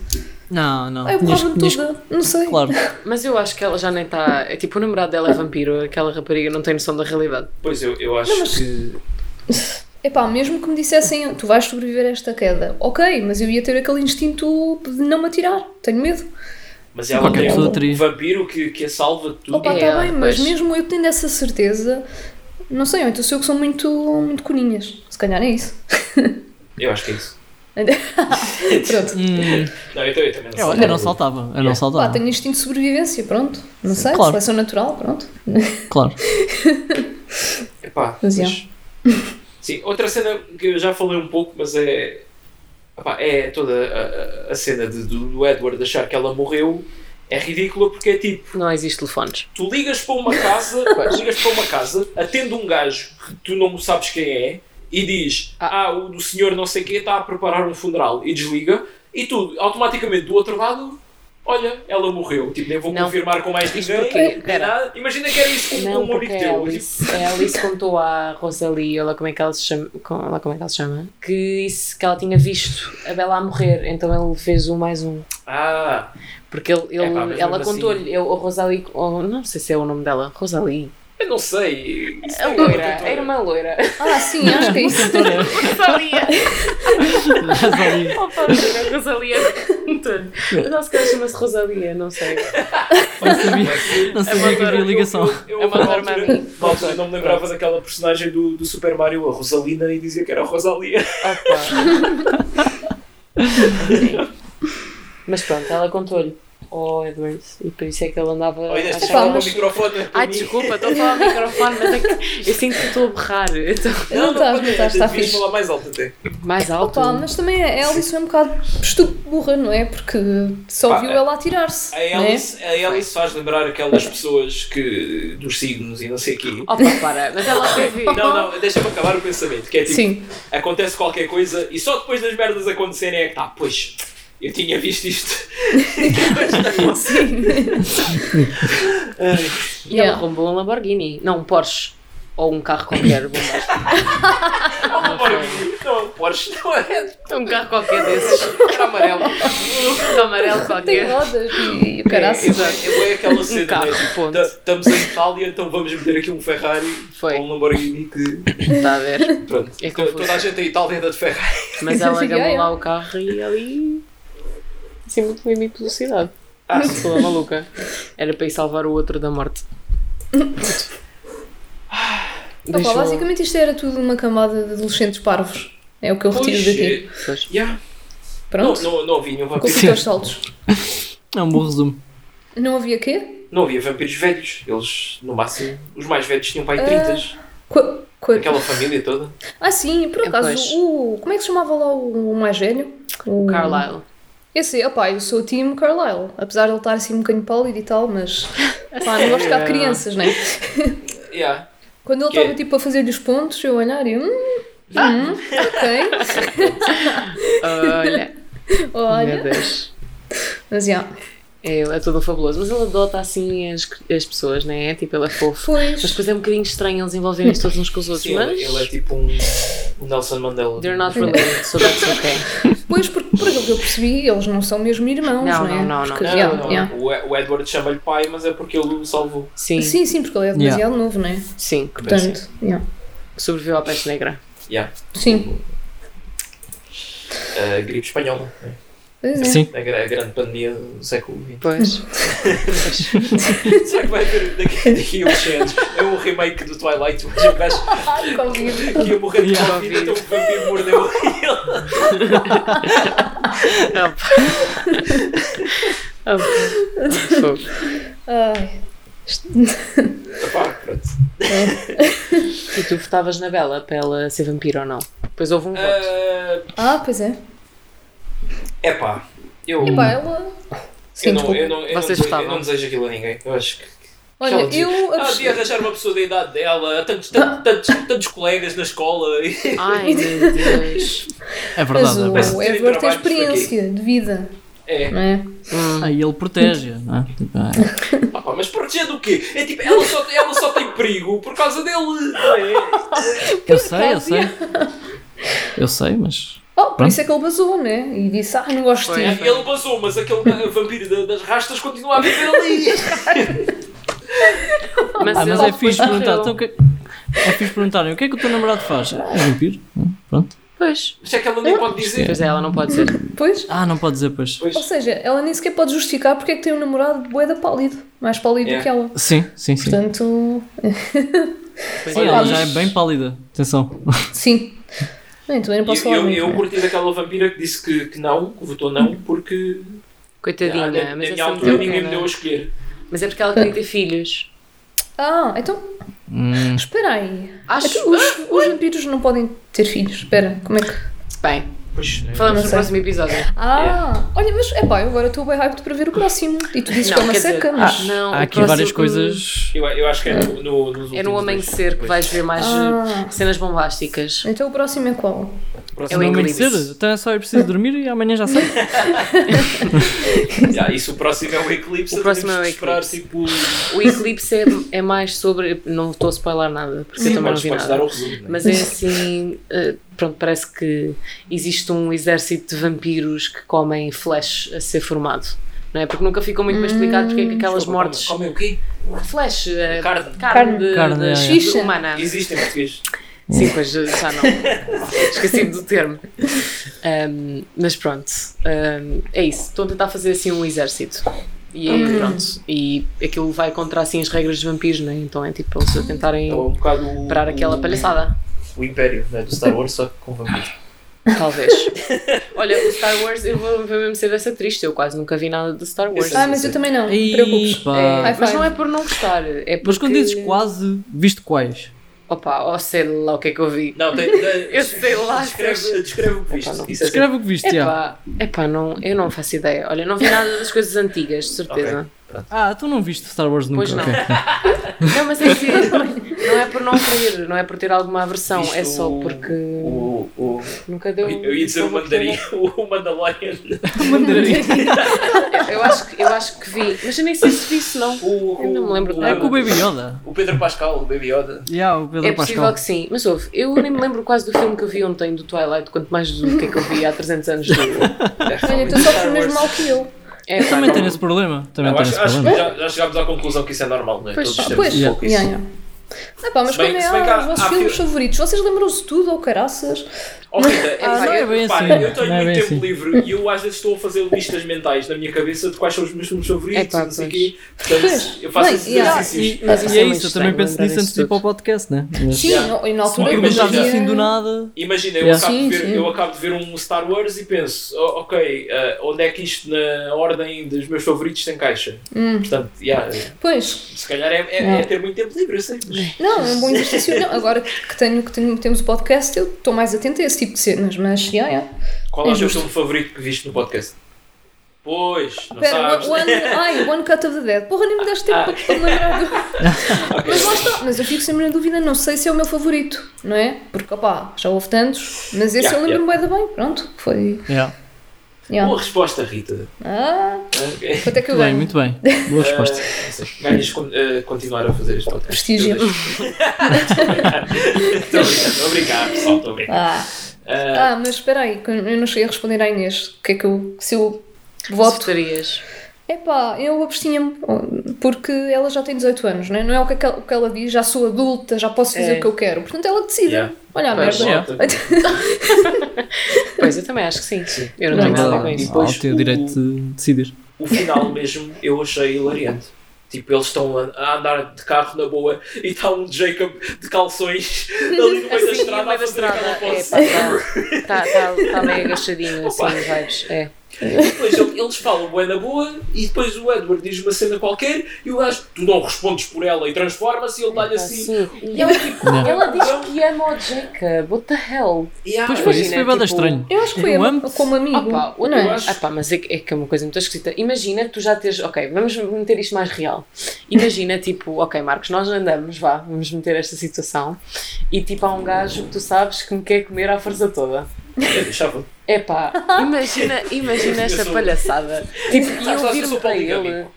S2: Não, não.
S4: Ah, eu
S2: Tinhas-
S4: borrava
S2: tinhas-
S4: toda, não sei.
S2: Claro.
S3: Mas eu acho que ela já nem está. É tipo, o namorado dela é vampiro, aquela rapariga não tem noção da realidade.
S1: Pois eu, eu acho
S4: Não, mas-
S1: que.
S4: Epá, mesmo que me dissessem, tu vais sobreviver a esta queda, ok, mas eu ia ter aquele instinto de não me atirar, tenho medo.
S1: Mas ela
S2: Qualquer
S1: tem
S2: pessoa
S1: um
S2: teria.
S1: vampiro que, que a salva de tudo.
S4: Opa, tá.
S3: É,
S4: está bem, mas
S3: pois.
S4: mesmo eu tendo essa certeza, não sei, ou então sou eu que sou muito, muito coninhas, se calhar é isso.
S1: Eu acho que é isso.
S4: Pronto,
S2: Hum,
S1: Não, eu, eu também não
S2: eu,
S1: sei.
S2: não saltava. Eu não
S4: Pá,
S2: saltava.
S4: tenho instinto de sobrevivência, pronto, não sei,
S2: claro.
S4: seleção natural, pronto.
S2: Claro.
S1: Epá, mas-
S4: Mas, yeah.
S1: Sim, outra cena que eu já falei um pouco, mas é. epá, é toda a- a, a cena de- do, do Edward achar que ela morreu. É ridícula porque é tipo,
S3: Não existe telefones.
S1: tu ligas para uma casa, tu ligas para uma casa, atende um gajo que tu não sabes quem é e diz, ah, o do senhor não sei quê está a preparar um funeral e desliga e tu, automaticamente do outro lado, olha, ela morreu, tipo, nem vou
S3: Não.
S1: confirmar com mais
S3: Isto
S1: ninguém,
S3: porque-
S1: nem
S3: pera.
S1: nada. imagina que era isso com,
S3: Não,
S1: com um
S3: porque
S1: amigo
S3: é a
S1: teu, tipo,
S3: Alice, é a Alice contou à Rosalie, olha como é que ela se chama, com- olha como é que ela se chama, que disse que ela tinha visto a Bela a morrer, então ele fez um mais um.
S1: ah,
S3: Porque ele, ele-
S1: Epá, mas
S3: ela
S1: mesmo assim-
S3: contou-lhe, eu- a Rosalie, ou- não sei se é o nome dela, Rosalie.
S1: eu não sei. isso
S3: A
S1: é uma
S3: loira, a
S1: cantora.
S3: irmã loira.
S4: Ah, sim, acho que é isso.
S3: Rosalia.
S2: Já sabia.
S3: Opa, Rosalia. António. O nosso cara chama-se Rosalia, não sei.
S2: Não sabia, não sabia que havia ligação.
S1: É Eu, eu,
S3: É
S1: eu,
S3: uma
S1: na
S3: dor,
S1: altura-
S3: mami.
S1: na altura não me lembrava daquela personagem do, do Super Mario, a Rosalina, e dizia que era a Rosalia.
S3: Opa. Mas pronto, ela contou-lhe. Oh, Edward, e por isso é que ele andava
S1: Olha,
S3: a
S1: estás a
S3: achar
S1: falar
S3: que-
S1: para o microfone. para
S3: Ai,
S1: mim.
S3: desculpa, estou a falar ao microfone, mas é que eu sinto que estou a berrar. Eu estou
S4: Não estás,
S1: pode- é
S4: não estás, está
S1: devias
S4: fixe.
S1: falar mais alto até.
S3: mais alto.
S4: Opa, mas também a Alice é um bocado burra, não é? Porque só
S1: Pá,
S4: viu
S1: é-
S4: ela atirar-se.
S1: A
S4: não é?
S1: Alice, a Alice faz lembrar aquelas pessoas que, dos signos e não sei o quê.
S3: Opa, para, mas ela teve.
S1: Não, não, deixa-me acabar o pensamento, que é tipo,
S4: Sim.
S1: acontece qualquer coisa e só depois das merdas acontecerem é que tá, pois, eu tinha visto isto.
S3: E
S4: Yeah.
S3: ela roubou um Lamborghini. Não, um Porsche. Ou um carro qualquer. bom,
S1: Ah, bora, não, Porsche não é.
S3: mas- um carro qualquer desses. Era amarelo. Um amarelo
S4: Tem
S3: qualquer.
S4: rodas e, e o
S1: É,
S4: caraças.
S1: exato, é aquela cena,
S3: carro,
S1: né, tipo,
S3: ponto.
S1: ta- Estamos em Itália, então vamos meter aqui um Ferrari
S3: Foi.
S1: ou um Lamborghini que.
S3: Está a ver?
S1: Pronto,
S3: É
S1: to-
S3: confuso.
S1: toda a gente em Itália anda de Ferrari.
S3: Mas ela
S4: Yeah,
S3: agarrou lá
S4: yeah.
S3: o carro e ali. Assim, é. muito limite de velocidade. Ah, sou a maluca. Era para ir salvar o outro da morte. Ah,
S4: Opa,
S3: Deixou-
S4: basicamente isto era tudo uma camada de adolescentes parvos. É o que eu retiro daqui.
S1: eh,
S3: Pois.
S1: yeah. não,
S4: Pronto.
S1: não, não havia nenhum
S4: Com
S1: vampiro.
S4: os teus saltos.
S2: É um bom resumo.
S4: Não havia quê?
S1: Não havia vampiros velhos. Eles, no máximo, os mais velhos tinham pai de 30.
S4: Qua- qua-
S1: Aquela família toda.
S4: Ah, sim, por
S3: É, pois.
S4: acaso, o, como é que se chamava lá o, o mais velho? O
S3: Carlisle.
S4: Esse, opá, eu sou o time Carlisle. Apesar de ele estar assim um bocadinho pálido e tal, mas. Pá, não gosto de
S3: sério?
S4: ficar crianças, né?
S1: Yeah.
S4: Quando ele
S1: Quê?
S4: estava tipo a fazer-lhe os pontos, eu olhar e. Hum, hum, ok.
S3: Olha. Meu
S4: Olha.
S3: Deus.
S4: Mas já.
S3: É, é tudo fabuloso. Mas ele adota assim as, as pessoas, né? Tipo, ele é fofo. Mas
S4: Pois.
S3: depois é um bocadinho estranho eles envolverem-se todos uns com os outros.
S1: Sim,
S3: mas.
S1: ele, ele é tipo um um Nelson Mandela.
S3: They're not related, so that's okay.
S4: Pois, porque por aquilo que eu percebi, eles não são mesmo irmãos,
S3: Não,
S4: não, é?
S3: não, não, não.
S4: Porque,
S1: Não,
S4: já,
S1: não, não.
S4: já.
S1: O, E- o Edward chama-lhe pai, mas é porque ele o salvou.
S3: Sim, sim.
S4: Sim, sim, porque ele é demasiado novo, não é?
S1: Sim.
S4: Portanto, yeah.
S3: Sobreviveu à peste negra.
S1: Yeah.
S4: sim.
S1: A gripe espanhola. né?
S4: Pois é.
S2: Sim.
S1: A, gra- a grande pandemia do século XX.
S3: Pois.
S1: Será é que vai haver daqui, daqui a uns 100 anos? É um remake do Twilight, mas o gajo
S4: Covid.
S1: que ia morrer de
S2: Yeah.
S1: Covid, então o vampiro mordeu ele.
S3: Ah, pá. Fogo.
S4: Ai.
S1: Epá, pronto.
S3: E tu votavas na Bela para ela ser vampiro ou não? Pois houve um voto.
S1: Ah,
S4: Ah, pois é.
S1: Epá, eu,
S4: E pá,
S2: Hum.
S4: ela. Sim,
S1: eu, não,
S4: desculpa.
S1: eu, não, eu, não,
S3: Vocês
S1: desejo- eu
S3: estavam.
S1: não desejo aquilo a ninguém. Eu acho que.
S4: Olha,
S1: Ela dizia,
S4: eu.
S1: Ah, devia arranjar uma pessoa da idade dela, tantos, tantos, tantos, tantos colegas na escola. e-
S3: Ai meu Deus.
S2: É
S4: Mas
S2: verdade, é verdade.
S4: o
S1: verdade. Trabalhos
S4: Edward tem
S1: por aqui.
S4: experiência de vida,
S1: É.
S4: não é?
S3: Hum.
S2: Ah, e ele protege, não é? Tipo, ah,
S1: Ah, pá, mas proteger do quê? É tipo, ela só, ela só tem perigo por causa dele. não é?
S2: Eu sei, eu sei. Eu sei, mas.
S4: Oh, por
S2: Pronto.
S4: isso é que ele basou, né? E disse, ah, não gosto de ti.
S1: Ele basou, mas aquele vampiro da- das rastas continua a viver ali.
S2: Ah, mas
S3: ele
S2: é fixe
S3: depois
S2: perguntar.
S3: morreu.
S2: Então, o que... É fixe perguntarem o que é que o teu namorado faz? É vampiro? Hum, Pronto.
S3: Pois.
S1: Mas é que ela nem pode dizer.
S3: Pois é, ela não pode ser.
S4: Pois.
S2: Ah, não pode dizer, pois.
S1: Pois,
S4: Ou seja, ela nem sequer pode justificar porque é que tem um namorado de boeda pálido. Mais pálido
S1: É.
S4: do que ela.
S2: Sim, sim, sim.
S4: Portanto,
S3: Pois
S2: Sim,
S3: é.
S2: ela já é bem pálida. Atenção.
S4: sim. Bem, também não posso
S1: eu,
S4: falar
S1: eu,
S4: muito.
S1: eu
S4: né?
S1: curti daquela vampira que disse que, que não, que votou não, porque
S3: Coitadinha,
S1: ah, na, na
S3: mas
S1: minha
S3: assim essa é
S1: altura
S3: muito
S1: ninguém me deu a
S3: pena.
S1: escolher.
S3: Mas é porque ela queria ter filhos.
S4: Ah, então,
S2: Hum,
S4: espera aí.
S3: Acho-
S4: Então, os, os vampiros não podem ter filhos. Espera, como é que...
S3: Bem,
S1: Pois, né?
S3: falamos
S4: Não
S3: no
S4: sei.
S3: próximo episódio.
S4: Ah, olha, mas, é pá, eu agora estou bem hyped para ver o próximo. E tu dizes que é uma
S3: quer dizer, ah,
S4: seca, mas...
S3: não,
S2: há
S3: o
S2: aqui várias
S3: próximo-
S2: coisas.
S1: eu, eu acho que é no, no, nos
S3: É no
S1: últimos dois.
S3: amanhecer que vais ver mais
S4: Ah.
S3: eh, cenas bombásticas.
S4: Então o próximo é qual?
S1: Pois,
S3: é o
S2: não
S3: Ingrid.
S2: amanhecer? Então é só eu preciso dormir e amanhã já sei.
S1: Já, isso o próximo é o eclipse.
S3: O próximo
S1: temos
S3: é o
S1: de esperar,
S3: eclipse.
S1: tipo.
S3: O Eclipse é, é mais sobre. Não estou a spoiler nada, porque eu
S1: Sim,
S3: também não
S1: podes,
S3: vi
S1: podes
S3: nada.
S1: dar o resumo. né?
S3: Mas é assim, eh, pronto, parece que existe um exército de vampiros que comem flesh a ser formado. Não é? Porque nunca ficou muito bem explicado porque é que aquelas
S1: Desculpa,
S3: mortes.
S1: Como, como é o quê? É
S3: Flesh, eh,
S1: Carne.
S3: carne, de,
S2: Carne, é, é.
S3: de-
S4: Xixa.
S3: humana.
S1: Existe em português.
S2: Hum.
S3: Sim, pois já não. Esqueci do termo. Ahm, mas pronto, ahm, é isso. Estão a tentar fazer assim um exército. E é- pronto, e aquilo vai contra assim as regras dos vampiros, né? Então é tipo eles a tentarem
S2: Oh.
S1: É um bocado. o-
S3: parar aquela palhaçada.
S1: O Império, né? Do Star Wars, só que com vampiros.
S3: Talvez. Olha, o Star Wars, eu vou, vou mesmo ser dessa triste. Eu quase nunca vi nada de Star Wars.
S4: Ah, mas eu também não, não te
S2: Ih,
S4: preocupes.
S2: pá.
S3: É,
S4: High
S3: mas
S4: five.
S3: não é por não gostar. É porque...
S2: Mas quando dizes quase, viste quais?
S3: Opa, ó, sei lá o que é que eu vi.
S1: Não, tem. tem-
S3: Eu sei lá,
S1: Descreve, descreve o que viste.
S3: Opa, não.
S1: Isso é
S2: Escreve o que viste, já.
S3: Epá, epá não, eu não faço ideia. Olha, não vi nada das coisas antigas, de certeza.
S2: Ah, tu não viste Star Wars nunca.
S3: Pois não.
S2: ok.
S3: Não, mas é que não é por não querer, não é por ter alguma aversão, é
S1: Viste
S3: só
S1: o-
S3: porque
S1: O, o,
S3: nunca deu.
S1: eu ia dizer o
S3: uma
S1: Mandarim,
S3: oportunidade.
S1: o Mandalorian.
S2: Mandarim.
S3: Eu acho, que- eu acho que vi, mas eu nem sei se vi isso não.
S1: O,
S3: Eu não me lembro
S1: o,
S2: É com o Baby Yoda.
S1: o Pedro Pascal, o Baby Yoda.
S2: Já, o Pedro
S3: É possível
S2: Pascal.
S3: que sim, mas ouve, eu nem me lembro quase do filme que eu vi ontem do Twilight, quanto mais do que é que eu vi há 300 anos. Do...
S4: Olha, tu sofres mesmo mal que eu.
S3: É, pá,
S2: Também
S3: não-
S2: tem esse problema. Também
S1: Eu
S2: tem
S1: acho,
S2: esse
S1: acho
S2: problema.
S1: que já, já chegámos à conclusão que isso é normal, não é?
S3: Pois,
S1: Todos temos
S4: pois,
S1: um pouco isso.
S4: Yeah, yeah. Ah, pá, mas
S1: Se bem-
S4: como é
S1: se bem que há-
S4: ah, os vossos
S1: há
S4: filmes
S1: fil-
S4: favoritos? Vocês lembram-se tudo ou caraças?
S1: Oh, Rita, é
S2: Ah,
S1: pá,
S2: não é
S1: eu-
S2: bem
S1: pá,
S2: assim.
S1: Eu tenho
S2: Não é
S1: muito
S2: bem
S1: tempo
S2: assim.
S1: livre e eu às vezes estou a fazer listas mentais na minha cabeça de quais são os meus filmes favoritos,
S3: É pá,
S1: não sei o
S3: pois.
S1: quê. Portanto,
S4: Pois.
S1: eu faço
S4: Bem,
S1: esses
S4: yeah.
S1: exercícios.
S2: E,
S3: Mas isso
S2: e
S3: é
S2: é
S3: muito
S2: isso, eu também
S3: estranho
S2: penso
S3: lembrar
S2: nisso antes de ir
S3: disso
S2: para o podcast, né? Mas
S4: Sim,
S1: Yeah.
S4: e na altura
S1: Sim,
S4: eu
S1: mas
S2: Mas
S1: já-
S4: dizia-
S2: assim do nada.
S1: Imagina, eu,
S2: Yeah.
S1: acabo
S4: Sim,
S1: de ver,
S4: sim.
S1: eu acabo de ver um Star Wars e penso, oh, ok, ah, onde é que isto na ordem dos meus favoritos se encaixa?
S4: Hum,
S1: Portanto, yeah,
S4: pois,
S1: se calhar é, é- é ter muito tempo livre, eu sei. Mas...
S4: não, é um bom exercício. Não, agora que, tenho, que tenho- temos o podcast, eu estou mais atenta a esse tipo de cenas, mas yeah, yeah.
S1: Qual é o
S4: É
S1: teu
S4: justo.
S1: filme favorito que viste no podcast? Pois, não
S4: Espera,
S1: sabes.
S4: one, one, ai, One Cut of the Dead. Porra, nem me deste tempo
S1: Ah.
S4: para para me lembrar do. Mas lá está, mas eu fico sempre na dúvida, não sei se é o meu favorito, não é? Porque, opá, já houve tantos, mas esse
S1: Yeah,
S4: eu lembro-me bué da bem, pronto, foi.
S2: Yeah.
S4: Yeah.
S1: Boa É resposta, Rita.
S4: Ah,
S1: Ok.
S4: quanto é que eu
S2: Muito bem,
S4: ganho?
S2: muito bem. Boa resposta.
S1: Ah, não sei. Ganhas con- ah, continuar a fazer este podcast.
S4: Prestígio.
S1: Eu deixo. Estou obrigado, estou obrigado, pessoal, estou obrigado.
S4: Ah.
S1: Ah,
S4: Ah, mas espera aí, que eu não cheguei a responder à Inês. O que é que eu. Se eu voto.
S3: Votarias.
S4: Epá, eu abstinha-me, porque ela já tem 18 anos, não é? Não é o que, aquela- o que ela diz, já sou adulta, já posso fazer
S3: É.
S4: o que eu quero. Portanto, ela decide.
S1: Yeah.
S4: Olha a
S1: mas
S4: merda.
S2: yeah.
S1: volta.
S3: Pois eu também acho que sim.
S1: Sim.
S3: Eu não
S4: Não,
S3: tenho nada a ver
S2: Ela
S3: com
S1: E
S3: isso.
S1: depois
S2: ela tem
S1: o-
S2: o direito de decidir.
S1: o final mesmo eu achei hilariante. Tipo, eles estão a- a andar de carro na boa e está um Jacob de calções ali no meio da
S3: Assim, no
S1: estrada
S3: meio
S1: a
S3: da
S1: fazer
S3: estrada.
S1: aquela
S3: É,
S1: pose.
S3: pá, tá, tá, tá, tá meio agachadinho, assim,
S1: Opa.
S3: vibes. É.
S1: E depois ele- eles falam bué na boa e depois o Edward diz uma cena qualquer e o gajo, tu não respondes por ela e transforma-se e ele
S3: Ah,
S1: dá-lhe assim.
S3: E ela, tipo, ela diz que ama o Jacob, what the hell?
S1: Yeah.
S2: Pois foi, isso
S3: Imagina,
S2: foi bada
S3: tipo,
S2: estranho.
S4: Eu acho que foi
S2: Eu
S4: ela,
S2: amo-te.
S4: como amigo.
S3: Opa,
S4: não
S1: eu
S4: é?
S1: acho-
S3: Ah pá, mas é, que- é que é uma coisa muito esquisita. Imagina, tu já tens. Ok, vamos meter isto mais real. Imagina, tipo, ok, Marcos, nós andamos, vá, vamos meter esta situação. E tipo, há um gajo que tu sabes que me quer comer à força toda.
S1: Eu deixava.
S3: Epá, imagina, imagina
S1: Eu
S3: esta
S1: sou-
S3: palhaçada. Tipo, e
S1: Sabes,
S3: eu
S1: eu
S3: vir-me
S1: sou
S3: para ele.
S1: poligâmico.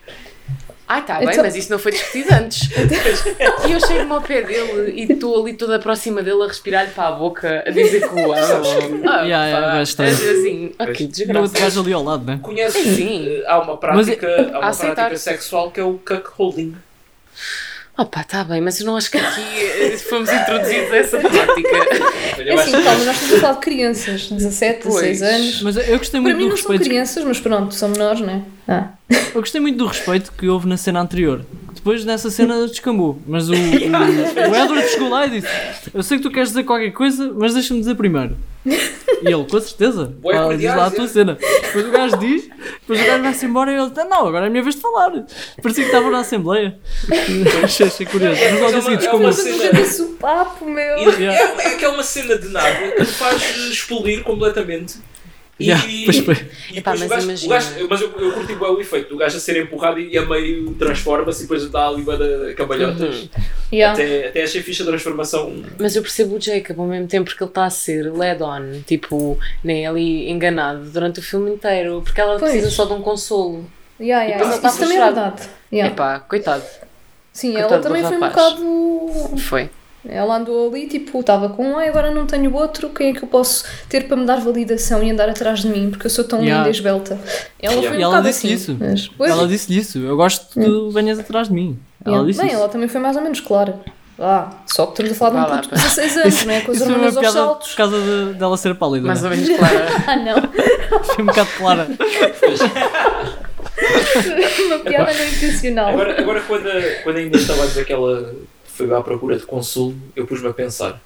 S3: Ah, tá bem,
S4: Então-
S3: mas isso não foi discutido antes. e eu chego-me ao pé dele e estou ali toda próxima dele a respirar-lhe para a boca, a dizer que o amo. Ah,
S2: Yeah, yeah,
S3: pá,
S2: é estranho.
S3: às vezes assim, ah, que
S1: Pois.
S2: E o outro
S3: desgraça.
S2: gajo ali ao lado, né?
S1: Conheces?
S3: Sim.
S1: eh, Há uma prática, há uma
S3: aceitar.
S1: prática sexual que é o cuck holding.
S3: Ah, pá, tá bem, mas eu não acho que aqui eh, fomos introduzidos a essa prática.
S1: Olha,
S4: É assim,
S1: basta-
S4: calma, nós estamos a falar de crianças, 17,
S3: Pois.
S4: 16 anos.
S2: Mas eu- eu
S4: Para
S2: gostei muito
S4: mim
S2: do
S4: não são
S2: respeito. que-
S4: crianças, mas pronto, são menores, não é? Ah.
S2: Eu gostei muito do respeito que houve na cena anterior. Depois nessa cena descambou. Mas o, o, o Edward chegou lá e disse: Eu sei que tu queres dizer qualquer coisa, mas deixa-me dizer primeiro. E ele, com certeza,
S1: Bué
S2: pá, diz lá a
S1: cordiais,
S2: tua
S1: é.
S2: cena. Depois o gajo diz, depois o gajo vai-se embora e ele tá, Não, agora é a minha vez de falar. Parecia que estava na Assembleia. achei, achei curioso. Mas logo assim,
S1: É uma
S2: descambou.
S1: cena-
S4: Nunca disse o papo, meu.
S1: E
S2: Yeah.
S1: é, é que é uma cena de nada que me faz explodir completamente. E,
S2: Yeah, pois foi.
S1: e
S3: Epá,
S1: depois
S3: mas
S1: o gajo,
S3: imagina.
S1: o gajo- mas eu, eu curti bem o efeito do gajo a ser empurrado e a meio transforma-se e depois dá ali bué de cambalhotas.
S4: Yeah.
S1: Até, até achei ficha a transformação.
S3: Mas eu percebo o Jacob ao mesmo tempo porque ele está a ser led on, tipo, nem ali enganado durante o filme inteiro, porque ela
S4: Pois.
S3: precisa só de um consolo.
S4: Yeah,
S3: E depois
S4: yeah.
S3: ele
S4: Isso,
S3: tá
S4: isso também é
S3: frustrado.
S4: verdade. Yeah.
S3: Epá, coitado,
S4: Sim,
S3: coitado
S4: ela
S3: do
S4: também foi um
S3: rapaz.
S4: bocado.
S3: foi.
S4: Ela andou ali, tipo, estava com um, ai, agora não tenho outro, quem é que eu posso ter para me dar validação e andar atrás de mim, porque eu sou tão
S2: Yeah.
S4: linda e esbelta. Ela
S1: Yeah.
S4: foi um
S2: E ela
S4: bocado
S2: disse
S4: assim.
S2: isso.
S4: Mas, pois,
S2: Ela disse-lhe isso. Eu gosto que tu venhas atrás de mim. Ela
S4: Hum. yeah.
S2: disse
S4: Bem,
S2: isso.
S4: ela também foi mais ou menos clara. Ah, só que estamos a falar
S3: Vá
S4: de um
S3: lá,
S4: puto de 16 anos, não é? Com as
S2: Isso foi uma
S4: hormonas aos
S2: piada um
S4: saltos.
S2: por causa de- dela ser pálida.
S3: Mais
S2: né?
S3: ou menos claro.
S4: Ah, não.
S2: Foi um bocado clara.
S4: Uma piada não intencional.
S1: Agora, agora quando, a, quando ainda estava a dizer que ela foi à procura de consolo, eu pus-me a pensar.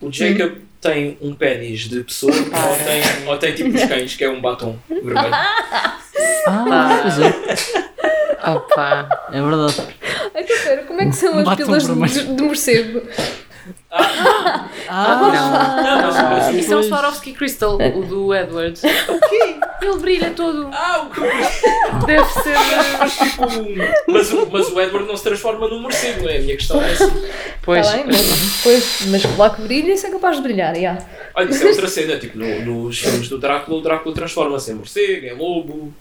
S1: O Jacob tem um pênis de pessoa ou tem, ou tem tipo os cães, que é um batom vermelho.
S2: Ah,
S3: Pá.
S2: pois é,
S3: Opa.
S2: é verdade.
S4: Então, pera, como é que são as
S2: Batom
S4: pilas de,
S2: vermelho.
S4: de morcego? Tá
S2: Ah,
S1: Não, mas, mas
S3: Isso é um
S2: Pois.
S3: Swarovski Crystal, o do Edward. Ele brilha todo.
S1: Ah, o que
S3: Deve ser. eh,
S1: mas, o, mas o Edward não se transforma num morcego, não é? A minha questão é essa.
S3: Pois.
S4: Está Tá bem, mas, pois, mas lá que brilha, isso é capaz de brilhar, já.
S1: Olha, isso é outra cena. Tipo, no- nos filmes do Drácula, o Drácula transforma-se em morcego, em lobo.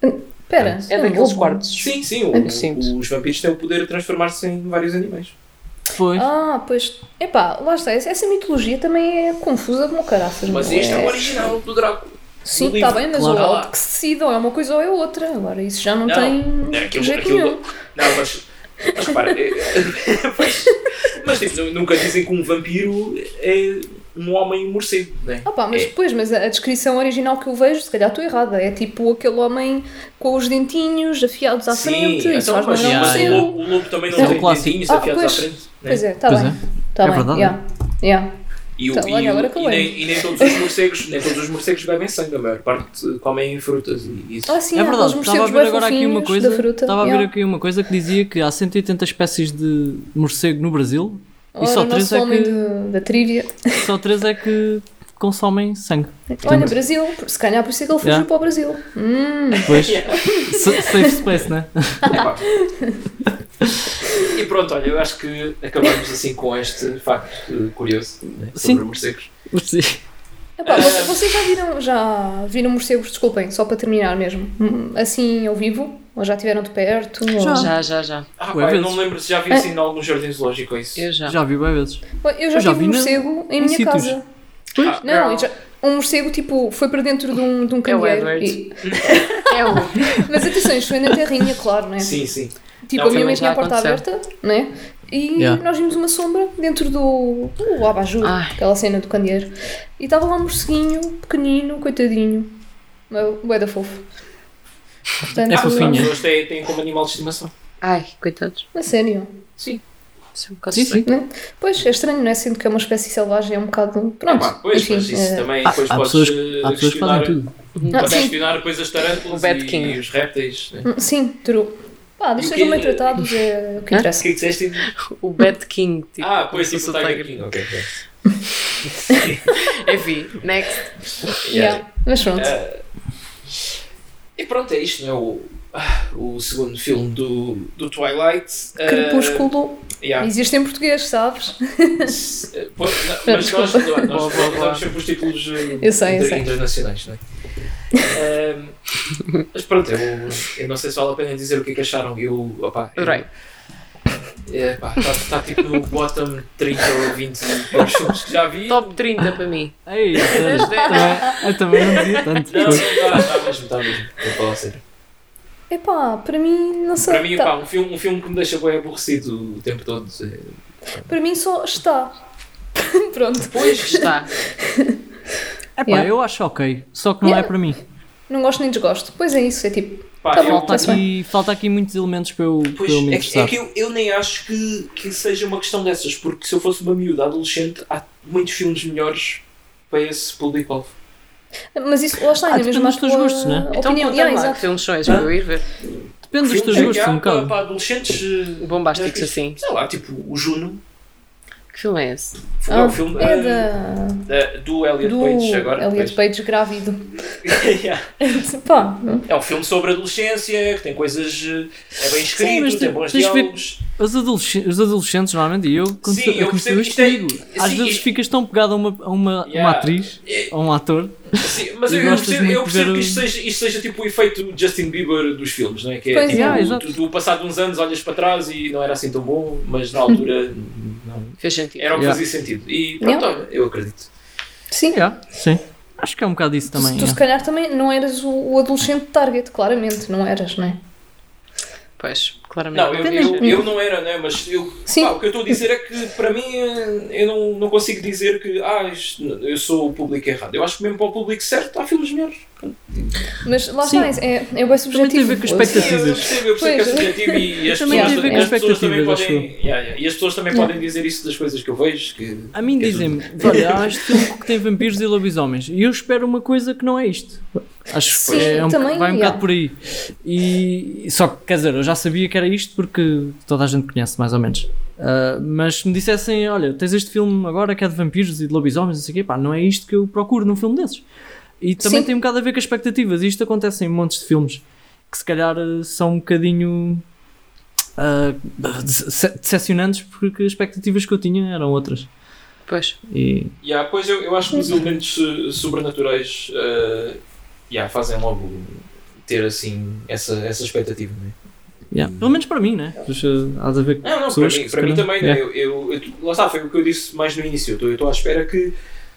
S4: Espera,
S3: É
S4: um
S3: daqueles
S4: lobo.
S3: quartos.
S1: Sim, sim. o-
S3: Alucinante.
S1: os vampiros têm o poder de transformar-se em vários animais.
S2: pois.
S4: Ah, pois. Epá, lá está. Essa essa mitologia também é confusa como caraças.
S1: Mas
S4: não
S1: este é
S4: é
S1: o original do Drácula.
S4: Sim,
S1: do
S4: está
S1: livro,
S4: bem, mas
S1: claro.
S4: o lote que se decide ou é uma coisa ou é outra. Agora, isso já não,
S1: Não,
S4: tem
S1: É, aquilo,
S4: jeito
S1: aquilo-
S4: nenhum.
S1: Não, mas. Mas repara. é- mas, mas, tipo, nu- nunca dizem que um vampiro é um homem morcego, não é?
S4: Ah pá, mas
S1: É.
S4: depois, mas a a descrição original que eu vejo, se calhar estou errada, é tipo aquele homem com os dentinhos afiados à frente e
S1: então,
S4: faz
S1: mas,
S4: mais
S2: não
S1: mas
S2: é
S1: o,
S2: um
S1: lobo, o lobo também não
S2: É um
S1: tem
S2: clássico.
S1: dentinhos
S4: Ah,
S1: afiados à
S4: pois.
S1: frente. não é?
S4: Pois é, está
S2: Pois
S4: bem. Está
S2: É
S4: bem.
S2: verdade.
S4: yeah, yeah.
S1: E, o-
S4: Então,
S1: e
S4: olha,
S1: o-
S4: agora que eu
S1: e nem, e nem todos os morcegos, nem todos os morcegos bebem sangue, a maior parte eh, comem frutas e isso.
S4: Ah, sim,
S2: é
S4: há
S2: verdade,
S4: aqueles
S2: estava a
S4: morcegos
S2: ver
S4: bué
S2: agora aqui uma
S4: fofinhos
S2: coisa.
S4: da fruta.
S2: Estava a ver
S4: yeah.
S2: aqui uma coisa que dizia que há 180 espécies de morcego no Brasil e
S4: Ora,
S2: só
S4: o
S2: três
S4: nosso
S2: é
S4: homem
S2: que
S4: de- da trivia.
S2: só três é que consomem sangue.
S4: Olha, Brasil, se calhar por isso é que ele fugiu
S2: Yeah.
S4: para o Brasil. Hum,
S2: Pois, sa- safe space, né?
S1: Epá. e pronto, olha, eu acho que acabamos assim com este facto eh, curioso né,
S2: Sim.
S1: sobre morcegos.
S2: Sim.
S4: Epá, vocês, vocês já viram, já viram morcegos, desculpem, só para terminar mesmo, hum, assim ao vivo? Ou já tiveram de perto? ou-
S2: Já.
S3: Já, já, já.
S1: Ah,
S2: Ué,
S1: pá, eu
S2: vezes.
S1: não me lembro se já vi assim em algum jardim zoológico ou isso.
S3: Eu já.
S2: Já vi bem vezes.
S4: Bom, Eu já
S2: Eu já
S4: tive
S2: vi
S4: um
S2: na-
S4: morcego em,
S2: em
S4: minha
S2: sítios.
S4: casa.
S1: Ah,
S4: Não, eu já- um morcego tipo foi para dentro de um, de um candeeiro.
S3: Edward.
S4: E-
S3: É o.
S4: mas atenção, isto foi na terrinha, claro, né?
S1: Sim, sim.
S4: Tipo,
S1: Não,
S4: a minha mãe
S3: também
S4: tinha a
S3: já
S4: porta
S3: aconteceu.
S4: aberta, né? E
S2: Yeah.
S4: nós vimos uma sombra dentro do, do abajur,
S3: Ai.
S4: aquela cena do candeeiro. E estava lá um morceguinho, pequenino, coitadinho. Bué da fofo. Portanto,
S2: É
S1: Ah,
S2: fofinho.
S1: As pessoas têm, têm como animal de estimação.
S3: Ai, coitados.
S4: A sério.
S3: Isso é um bocado
S2: Sim, sim.
S3: estranho.
S4: Pois, é estranho, não é? Sendo que é uma espécie selvagem, é um bocado... Pronto,
S1: Epá, Ah, pois,
S4: enfim.
S1: mas isso
S4: é-
S1: também
S2: Ah, Há,
S1: depois
S2: há
S1: podes
S2: pessoas,
S1: eh,
S2: há pessoas que
S1: questionar,
S2: fazem tudo.
S4: Ah,
S1: podes
S4: sim.
S1: questionar depois as tarântulas
S3: O Bad
S1: e,
S3: King.
S1: e os répteis. Né?
S4: Hum, Sim, true. Pá, dos
S1: E o
S4: sejam
S1: quê?
S4: bem tratados é o que
S3: Hã?
S1: O
S4: interessa.
S1: que é que disseste?
S3: O Bad King. Tipo,
S1: ah, pois,
S3: como se
S1: tipo o
S3: fosse
S1: Tiger King. Ok, ok.
S3: Enfim, next.
S1: Yeah.
S4: Yeah, Mas pronto.
S1: Ah, e pronto, é isto, não é? O, ah, o segundo filme do, do Twilight. Ah,
S4: Crepúsculo
S1: yeah.
S4: existe em português, sabes?
S1: S- eh, pô, não, mas nós, nós,
S3: Boa,
S1: nós
S3: boa, boa.
S1: damos sempre os títulos eh,
S4: Eu sei, eu
S1: inter-
S4: sei.
S1: internacionais, não é? Ah, mas pronto, eu, eu não sei se vale a pena dizer o que é que acharam. Eu, opá, eu-
S3: Adorei.
S1: É, pá, está tá tipo no bottom 30 ou 20 piores filmes que já vi.
S3: Top 30 para mim.
S2: Ei, sério,
S3: Dez, dez.
S2: também- eu também não dizia tanto.
S1: é- Não, não, está tá mesmo, está mesmo. Vou falar a sério.
S4: Epá, para mim, não sei.
S1: Para mim,
S4: tá-
S1: pá, um filme, um filme que me deixa bem aborrecido o tempo todo. eh,
S4: Para mim só está. Pronto.
S1: Pois,
S3: Está.
S2: É pá,
S4: Yeah.
S2: eu acho ok, só que não é
S4: Yeah.
S2: para mim.
S4: Não gosto nem desgosto. Pois é isso, é tipo.
S1: pá,
S4: Tá
S1: eu-
S4: bom,
S2: Falta
S4: Tá-se
S2: aqui, falta aqui muitos elementos para eu, para
S1: Pois,
S2: eu me
S1: é, que- é
S2: interessar.
S1: que eu, eu nem acho que, que seja uma questão dessas, porque se eu fosse uma miúda adolescente, há muitos filmes melhores para esse público-alvo.
S4: Mas isso lá está,
S2: Ah,
S4: ainda
S2: depende
S4: mesmo
S2: dos
S4: acho
S2: teus
S4: que a
S2: gostos, né?
S3: Então
S4: Opinião.
S3: conta
S4: Yeah,
S3: lá que
S4: exato.
S3: filmes são estes para eu ir ver.
S2: Depende dos
S1: Filmes
S2: teus
S1: é que
S2: gostos,
S1: há
S2: um
S1: para,
S2: bocado.
S1: para adolescentes. eh,
S3: Bombásticos
S1: é,
S3: assim.
S1: Sei lá, tipo, o Juno.
S3: Que filme é esse?
S1: Foi
S4: Ah,
S1: um filme
S4: é
S1: eh,
S4: da.
S1: da- do Elliot
S4: Do
S1: Page agora.
S4: Elliot Page grávido.
S1: Page. Yeah.
S4: Pá,
S1: É um filme sobre adolescência, que tem coisas. eh, É bem escrito,
S2: mas
S1: tem
S2: tu-
S1: bons
S2: tens de ver-
S1: diálogos.
S2: Os, adolescen- os adolescentes, normalmente, e eu, quando
S1: Sim, eu percebo
S2: eu
S1: isto é-
S2: digo, às
S1: sim,
S2: vezes
S1: e-
S2: ficas tão pegado a uma, a uma, a uma
S1: Yeah.
S2: atriz,
S1: É,
S2: a um ator,
S1: sim, mas
S2: E
S1: eu, eu
S2: gostas
S1: percebo,
S2: muito
S1: eu
S2: de
S1: percebo
S2: ver
S1: que
S2: o-
S1: isto seja, isto seja tipo o efeito Justin Bieber dos filmes, não é? Que é
S4: Pois
S1: tipo,
S2: é,
S1: tu-
S2: exato.
S1: tu, tu passado uns anos olhas para trás e não era assim tão bom, mas na altura não.
S3: Fez sentido.
S1: era o que
S2: Yeah.
S1: fazia sentido. E pronto,
S4: Yeah.
S1: olha, eu acredito.
S4: sim.
S2: yeah, sim. Acho que é um bocado isso também.
S4: tu, tu se
S2: yeah.
S4: calhar também não eras o, o adolescente target, claramente, não eras, não é?
S3: Pois. claramente.
S1: Não, eu, eu, eu não era, né? mas eu,
S4: Sim.
S1: pá, o que eu estou a dizer é que para mim eh, eu não, não consigo dizer que ah, isto- eu sou o público errado. Eu acho que mesmo para o público certo há filmes melhores.
S4: Mas lá está, é, é bem
S2: Também tem a
S4: subjetivo.
S2: ver com
S4: Ouça.
S1: Eu
S2: expectativas.
S1: percebo, eu percebo que é
S4: Pois.
S1: subjetivo e as
S2: Também
S1: pessoas,
S4: tem a ver
S1: as
S4: com
S1: pessoas também
S2: expectativas,
S1: podem. Yeah, yeah, e as pessoas também podem dizer isso das coisas que eu vejo. Que,
S2: A mim
S1: que é
S2: dizem-me, olha, há este filme que tem vampiros e lobisomens e eu espero uma coisa que não é isto. Acho que
S4: Sim,
S2: é um,
S4: também,
S2: vai um
S4: yeah.
S2: bocado por aí. E, só que, quer dizer, eu já sabia que era isto porque toda a gente conhece, mais ou menos. Ah, mas se me dissessem, olha, tens este filme agora que é de vampiros e de lobisomens, não sei o quê, pá, não é isto que eu procuro num filme desses. E também
S4: Sim.
S2: tem um bocado a ver com as expectativas. E isto acontece em montes de filmes que se calhar eh, são um bocadinho ah, dece- decepcionantes porque as expectativas que eu tinha eram outras.
S3: Pois.
S2: E
S1: Yeah, pois eu, eu acho que os elementos eh, sobrenaturais eh, yeah, fazem logo ter assim essa, essa expectativa. Não, é?
S2: Yeah. Pelo menos para mim, né? Mas, uh, há de haver
S1: não, não para
S2: pessoas
S1: mim,
S2: que,
S1: para mim
S2: se calhar-
S1: também. né?
S2: Yeah.
S1: Eu, eu, eu- lá está, foi o que eu disse mais no início. Eu estou- Eu estou à espera que,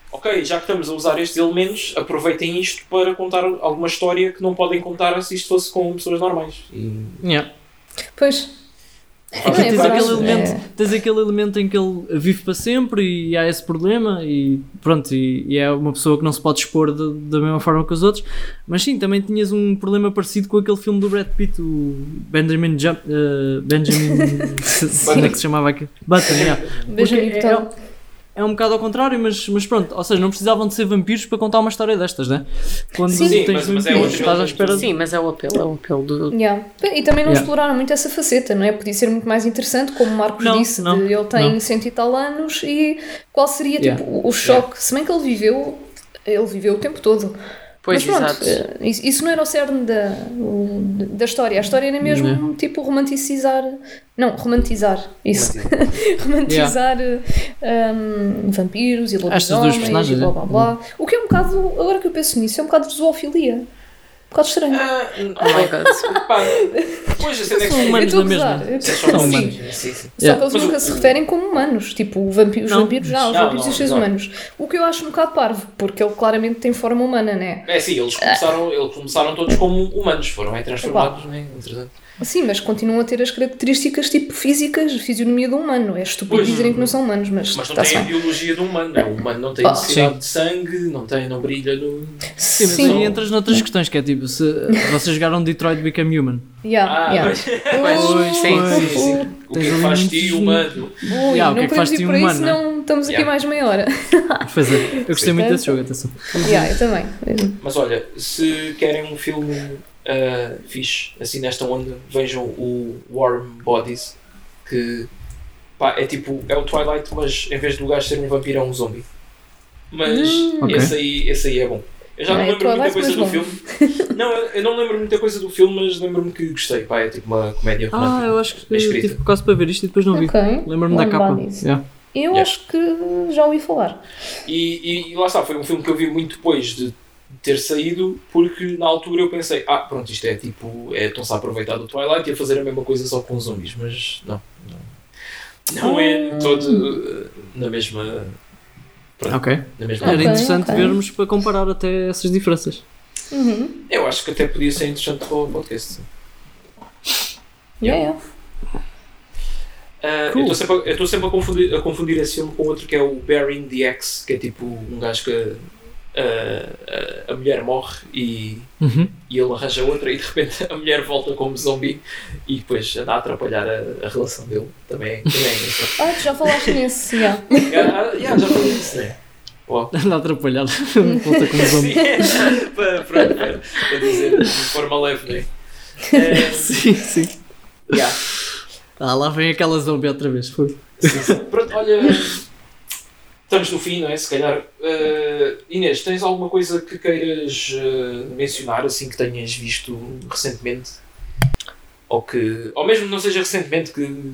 S1: ok, já que estamos a usar estes elementos, aproveitem isto para contar alguma história que não podem contar se isto fosse com pessoas normais. E,
S2: Yeah.
S4: Pois,
S2: É que
S4: é
S2: tens,
S4: verdade.
S2: aquele elemento,
S4: É.
S2: tens aquele elemento em que ele vive para sempre e há esse problema e pronto, e, e é uma pessoa que não se pode expor de- da mesma forma que os outros. Mas sim, também tinhas um problema parecido com aquele filme do Brad Pitt, o Benjamin Jump, uh, Benjamin se- como é que se chamava aqui? Button, yeah.
S4: beijo
S2: Porque
S4: amigo
S2: é-
S4: Tom.
S2: É um bocado ao contrário, mas, mas pronto, ou seja, não precisavam de ser vampiros para contar uma história destas, né? Quando
S4: Sim.
S2: tens
S1: Sim, mas- mas é
S2: vampiros,
S1: outro
S2: estás à
S1: elemento.
S2: espera de
S3: Sim, mas é o apelo, é o apelo do.
S4: Yeah. E também não
S2: Yeah.
S4: exploraram muito essa faceta, não é? Podia ser muito mais interessante, como o Marcos
S2: Não,
S4: disse,
S2: não,
S4: de ele tem
S2: não.
S4: cento e tal anos e qual seria
S2: Yeah.
S4: tipo, o- o choque? Se bem que ele viveu, ele viveu o tempo todo.
S3: Pois,
S4: Mas pronto,
S3: exato.
S4: eh, isso isso não era o cerne da, o- da história. A história era mesmo
S2: Não.
S4: tipo romanticizar. Não, romantizar. Isso. romantizar eh, um, vampiros e
S2: Estas duas
S4: lobisomens e
S2: personagens,
S4: blá
S2: é?
S4: blá blá. O que é um bocado, agora que eu penso nisso, é um bocado de zoofilia. Um bocado
S2: É.
S4: estranho.
S1: Ah,
S3: Oh my god.
S1: pá, pois a cena é que
S2: São humanos
S4: eu estou
S2: na
S4: a
S2: mesma.
S4: gozar, eu estou a
S1: São
S4: gozar.
S1: humanos.
S4: Sim.
S1: Sim, sim.
S4: Só que eles
S1: Mas
S4: nunca
S1: o-
S4: se referem como humanos, tipo o vampi- os
S2: Não.
S4: vampiros já, os
S1: Não,
S4: vampiros e
S1: não,
S4: os seres
S1: não.
S4: humanos. O que eu acho um bocado parvo, porque ele claramente tem forma humana, né?
S1: É sim, eles começaram, eles começaram todos como humanos, foram aí transformados, né? Entretanto.
S4: Sim, mas continuam a ter as características tipo físicas, fisionomia do humano. É estúpido
S1: Pois.
S4: dizerem que não são humanos, mas tá
S1: Mas não
S4: está-se
S1: tem a
S4: bem.
S1: biologia do humano, né? o humano não tem
S4: Ah,
S1: necessidade
S2: Tá sim.
S1: de sangue, não, tem, não brilha no.
S2: Sim, mas aí
S4: Sim,
S2: entras noutras questões, que é tipo, se vocês jogaram Detroit Become Human,
S4: yeah,
S1: Ah,
S4: yeah.
S1: pois,
S2: Pois,
S1: sim,
S2: pois,
S1: sim, sim. O que é
S2: Tá, Tens
S1: que
S2: um
S1: faz ti
S2: muitos-
S1: humano?
S4: Ui,
S2: Yeah, o que
S4: não
S2: é que
S4: podemos
S2: faz de
S4: ir
S2: um
S4: por aí,
S2: humano, não é?
S4: senão estamos aqui
S1: Yeah.
S4: mais meia hora.
S2: pois é, eu gostei muito desse jogo, atenção.
S4: yeah, eu também.
S1: Mas olha, se querem um filme ah, fixe, assim nesta onda, vejam o Warm Bodies, que pá, é tipo, é o Twilight, mas em vez do gajo ser um vampiro é um zombie. Mas
S2: Ok.
S1: esse, aí, esse aí é bom. Eu já
S4: Ah,
S1: não
S4: Hum. é
S1: lembro muita
S4: Twilight,
S1: coisa
S4: mas
S1: do
S4: bom.
S1: filme. Não, eu, eu não lembro muita coisa do filme, mas lembro-me que gostei. Pá, é tipo uma comédia
S2: Ah,
S1: romântica.
S2: eu acho que
S1: Bem escrito.
S2: tive quase para ver isto e depois não vi.
S4: É Ok.
S2: Lembro-me da
S4: Vamos
S2: capa.
S4: lá nisso.
S2: Yeah.
S4: Eu
S1: Yeah.
S4: acho que já ouvi falar.
S1: E, e- e lá está, foi um filme que eu vi muito depois de ter saído, porque na altura eu pensei, ah, pronto, isto é tipo, é, estão-se a aproveitar do Twilight e a fazer a mesma coisa só com zombies, mas não. Não, não é todo eh, na mesma. Pronto,
S2: Ok.
S1: na mesma
S2: Era
S4: Ok,
S2: interessante
S4: ok.
S2: vermos para comparar até essas diferenças.
S4: Uhum.
S1: Eu acho que até podia ser interessante para o podcast.
S4: Yeah, yeah.
S1: Ah,
S2: Cool.
S1: Eu estou sempre, a- eu estou sempre a, confundir, a confundir esse filme com outro que é o Bearing the Axe, que é tipo um gajo que ah, a, a mulher morre e,
S2: Uhum.
S1: e ele arranja outra e de repente a mulher volta como zombi e depois anda a atrapalhar a, a relação dele. Também, também é engraçado.
S4: Ah, tu já falaste nesse, yeah.
S1: Ah, ah, yeah, já falei disso, né? Uau.
S2: Anda atrapalhado. Volta como zombie.
S1: Sim, para, para, para, para dizer de forma leve, né? é?
S2: Sim, sim.
S1: yeah.
S2: Ah, lá vem aquela zombie outra vez. Foi.
S1: Sim, sim. Pronto, olha. Estamos no fim, não é? Se calhar. Eh, Inês, tens alguma coisa que queiras eh, mencionar, assim, que tenhas visto recentemente? Ou que. Ou mesmo não seja recentemente, que.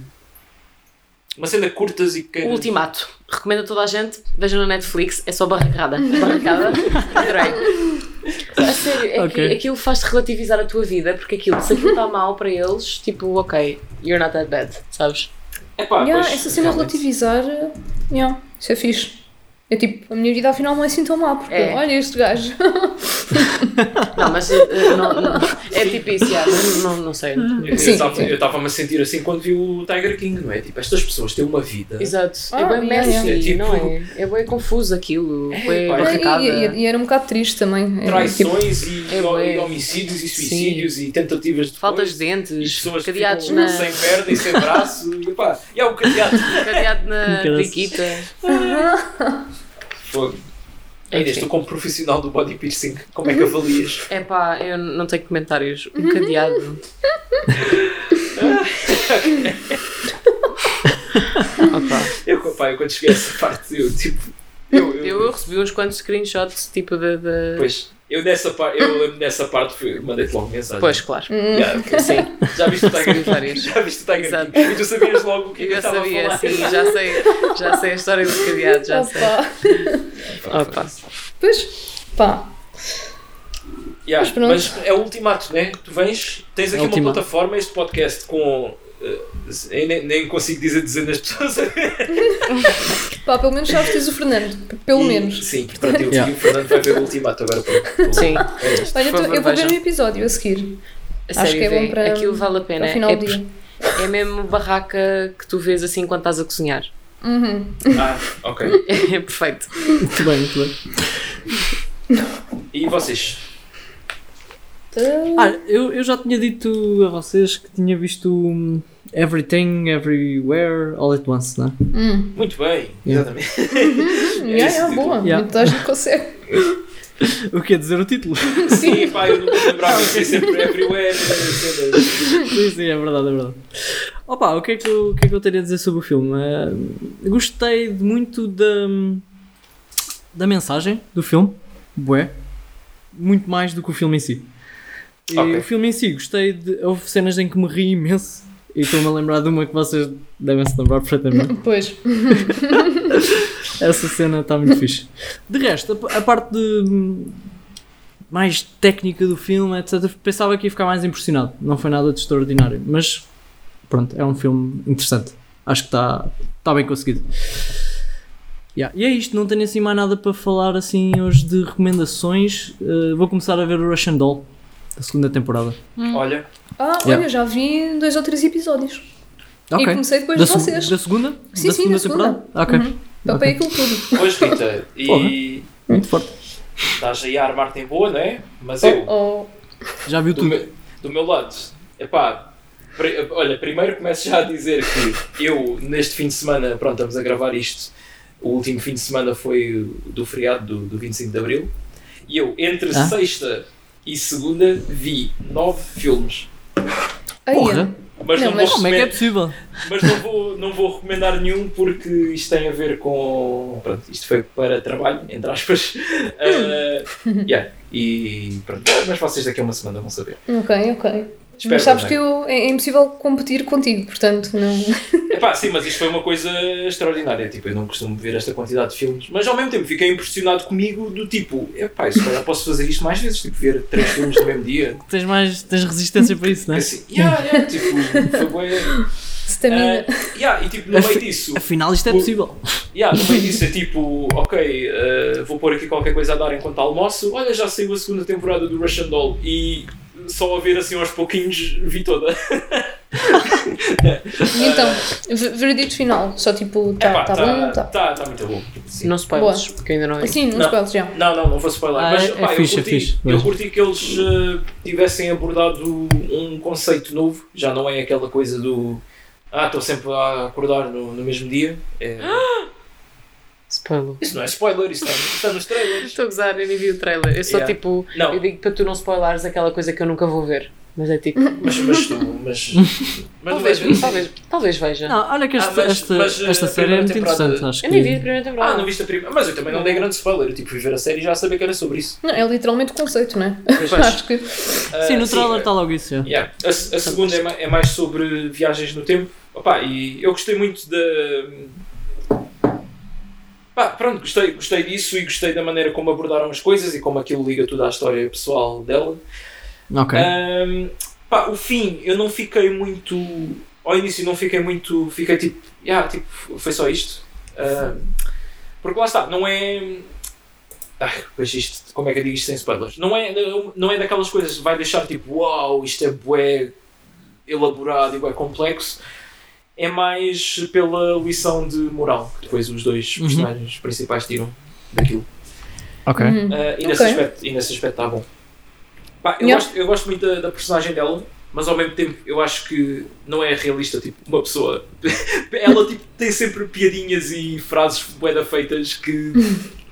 S1: Uma cena curtas e que
S3: O
S1: queiras.
S3: Ultimato. Recomendo a toda a gente, vejam na Netflix, é só barracada. Barracada. Adorei. A sério, é
S2: Ok.
S3: que aquilo faz-te relativizar a tua vida, porque aquilo, se aquilo está mal para eles, tipo, ok, you're not that bad, sabes?
S1: Epá,
S4: Yeah,
S1: É pois,
S4: essa cena é de
S1: realmente.
S4: relativizar, eh, yeah, isso é fixe. É tipo, a minha vida afinal não é assim tão má, porque
S3: É.
S4: olha este gajo.
S3: Não, mas eh, não- não- é tipo isso, já, mas não, não sei.
S1: Eu
S4: Sim, sim.
S1: estava-me a sentir assim quando vi o Tiger King, não é? Tipo, estas pessoas têm uma vida.
S3: Exato.
S4: Ah,
S3: é bem
S4: yeah,
S3: messy,
S1: yeah. É tipo-
S3: não é? É bem confuso aquilo.
S1: É,
S3: É,
S1: pá,
S3: barricada.
S4: E, e- e era um bocado triste também. Era, tipo,
S1: Traições e,
S3: é bué.
S1: e homicídios e suicídios e tentativas de
S3: Faltas
S1: coisa,
S3: de
S1: e
S3: dentes,
S1: pessoas que
S3: cadeados
S1: ficam
S3: na,
S1: sem perna e sem braço. E, pá, e há o cadeado.
S3: cadeado na
S2: Caraças.
S3: triquita.
S1: Fogo. Inês, tu como profissional do body piercing, como é que avalias?
S3: É pá, eu não tenho comentários. Um cadeado. Opa.
S1: Eu, pá, eu quando cheguei a essa parte, eu tipo. Eu, eu,
S3: Eu, eu recebi uns quantos screenshots tipo de. de-
S1: Pois, eu nessa parte, eu lembro nessa parte, fui- mandei-te logo mensagem.
S3: Pois, claro.
S1: Yeah, ok.
S3: Sim.
S1: Já viste o Tiger
S3: Várias.
S1: King? Já viste o Tiger
S3: Exato.
S1: King? E tu sabias logo o que é que eu
S3: Eu
S1: estava a
S3: sabia,
S1: falar.
S3: sim, já sei, já sei a história do cadeado, já sei.
S4: opa.
S3: Opa.
S4: Pois, pá.
S1: Yeah,
S4: Mas pronto.
S1: mas é o ultimato, né? Tu vens, tens aqui
S2: É o
S1: uma
S2: ultimato.
S1: plataforma, este podcast com. eh, eu nem, nem consigo dizer dezenas de pessoas.
S4: Pá, pelo menos sabes que tens o Fernando. Pelo
S1: E-
S4: menos.
S1: Sim, portanto, eu,
S2: Yeah.
S1: o Fernando vai ver o ultimato agora. Pronto.
S3: Sim,
S1: É isto.
S4: Olha,
S3: Por
S4: tu-
S3: favor,
S4: eu vou ver
S3: vejam.
S4: um episódio a seguir.
S3: a sério,
S4: que é bom
S3: vê,
S4: para-
S3: aquilo vale a pena.
S4: Ao final
S3: é,
S4: do
S3: por-
S4: dia.
S3: é mesmo barraca que tu vês assim quando estás a cozinhar.
S4: Uhum.
S1: Ah, ok.
S3: É perfeito.
S2: Muito bem, muito bem.
S1: E vocês?
S4: Então,
S2: Ah, eu, eu já tinha dito a vocês que tinha visto hum, Everything, Everywhere, All at Once, não é?
S4: hum.
S1: Muito bem,
S2: Yeah.
S1: exatamente.
S3: é
S4: Yeah,
S1: esse
S4: yeah,
S1: título.
S3: tipo,
S4: boa.
S2: Yeah.
S4: Muita gente consegue.
S2: O que é dizer o título?
S1: Sim, pá, eu nunca me lembrava isso é sempre everywhere. cenas.
S2: Sim, sim, é verdade, é verdade. Opa, o que é que eu, o que é que eu teria a dizer sobre o filme? Eh, gostei de muito da, da mensagem do filme, bué, muito mais do que o filme em si. E
S1: Ok.
S2: O filme em si, gostei de. Houve cenas em que me ri imenso e estou-me a lembrar de uma que vocês devem se lembrar perfeitamente.
S4: Pois.
S2: Essa cena está muito fixe. De resto, a, a parte de, hum, mais técnica do filme, etc., pensava que ia ficar mais impressionado. Não foi nada de extraordinário, mas pronto, é um filme interessante. Acho que está está bem conseguido. Yeah, E é isto, não tenho assim mais nada para falar assim hoje de recomendações. Uh, vou começar a ver o Russian Doll, da segunda temporada.
S1: Olha,
S4: Ah,
S2: Yeah.
S4: olha, já vi dois ou três episódios. E comecei depois
S2: da,
S4: de
S2: seg-
S4: vocês.
S2: da segunda?
S4: Sim,
S2: da
S4: sim, da
S2: segunda
S4: segunda.
S2: temporada? Ok.
S4: Uhum. Papei aquilo tudo.
S1: pois Rita, e
S2: Muito forte.
S1: estás aí a armar-te em boa, não é? Mas eu,
S4: Oh,
S2: Já viu
S1: do,
S2: tudo?
S1: meu, do meu lado, epá, pri- olha, primeiro começo já a dizer que eu, neste fim de semana, pronto, estamos a gravar isto, o último fim de semana foi do feriado do, do 25 de Abril, e eu, entre
S2: Ah.
S1: sexta e segunda, vi nove filmes.
S4: Ai,
S2: Porra.
S1: Mas não,
S4: Não, mas
S1: vou,
S2: Como é que é
S1: recomendar,
S2: possível?
S1: mas não, vou, não vou recomendar nenhum porque isto tem a ver com. Pronto, isto foi para trabalho, entre aspas. Ah, yeah, e pronto, mas vocês daqui a uma semana vão saber.
S4: é. Ok, ok.
S1: Espero
S4: Mas sabes
S1: bem.
S4: que eu, é, é impossível competir contigo, portanto, não.
S1: Epá, sim, mas isto foi uma coisa extraordinária. Tipo, eu não costumo ver esta quantidade de filmes, mas ao mesmo tempo fiquei impressionado comigo do tipo, epá, se calhar posso fazer isto mais vezes, tipo, ver três filmes no mesmo dia.
S2: Tens mais tens resistência para isso, não é?
S1: Assim, yeah, yeah, tipo, foi bué.
S4: Stamina.
S1: Ah, yeah, e tipo, no meio disso,
S2: Afinal, isto é
S1: O-
S2: possível.
S1: yeah, no meio disso é tipo, ok, ah, vou pôr aqui qualquer coisa a dar enquanto almoço. Olha, já saiu a segunda temporada do Russian Doll e só a ver assim aos pouquinhos vi toda.
S4: E então, ve- veredito final. Só tipo, tá,
S1: Epá,
S4: tá, bom, tá. Assim,
S1: tá, tá muito bom. Sim.
S3: Não spoilers, porque eu ainda não vi.
S4: Sim, uns
S1: Não.
S4: pelos já.
S1: Não, não, não vou spoiler.
S2: Ah,
S1: mas
S2: é- é
S1: pá,
S2: fixe,
S1: eu,
S2: é
S1: curti,
S2: fixe.
S1: eu curti que eles eh, tivessem abordado um conceito novo. Já não é aquela coisa do. Ah, estou sempre a acordar no, no mesmo dia. É,
S3: Spoiler.
S1: isso não é spoiler, isso está, está nos trailers.
S3: Estou a gozar, eu nem vi o trailer. Eu só
S1: Yeah.
S3: tipo,
S1: Não.
S3: eu digo para tu não spoilares aquela coisa que eu nunca vou ver. Mas é tipo,
S1: Mas, mas tu. Mas, mas não
S3: talvez,
S1: vejo isso.
S3: talvez, talvez veja.
S2: Não, olha que
S1: Ah,
S2: esta,
S1: mas-
S2: esta,
S1: mas, eh,
S2: esta
S1: a
S2: série é muito
S1: primeira temporada-
S2: interessante, acho
S3: Eu nem vi a
S2: que.
S3: primeira temporada.
S1: Ah, não viste a primeira. Mas eu também não dei grande spoiler. Eu, tipo, fui ver a série e já sabia que era sobre isso.
S4: Não, é literalmente o conceito, não é?
S1: Pois.
S4: Acho que.
S1: Ah,
S2: Sim, no trailer
S1: eh,
S2: está logo isso. é.
S1: Yeah. A, a segunda é, ma- é mais sobre viagens no tempo. Opa, e eu gostei muito da. Pá, pronto, gostei, gostei disso e gostei da maneira como abordaram as coisas e como aquilo liga tudo à história pessoal dela.
S2: Ok.
S1: Ah, Ahm, pá, o fim, eu não fiquei muito. Ao início, não fiquei muito. Fiquei tipo. Yeah, tipo foi só isto. Ahm, porque lá está, não é. Ai, pois isto, como é que eu digo isto sem spoilers? Não é, não é daquelas coisas que vai deixar tipo, uau, isto é bué elaborado e bué complexo. É mais pela lição de moral que depois os dois
S2: Uhum.
S1: personagens principais tiram daquilo.
S2: Ok.
S4: Uhum.
S1: Ah, e, nesse
S4: Ok.
S1: aspecto, e nesse aspecto está bom. Pá, eu,
S4: Yeah.
S1: gosto, eu gosto muito da, da personagem dela, mas ao mesmo tempo eu acho que não é realista, tipo, uma pessoa. Ela tipo, tem sempre piadinhas e frases boeda feitas que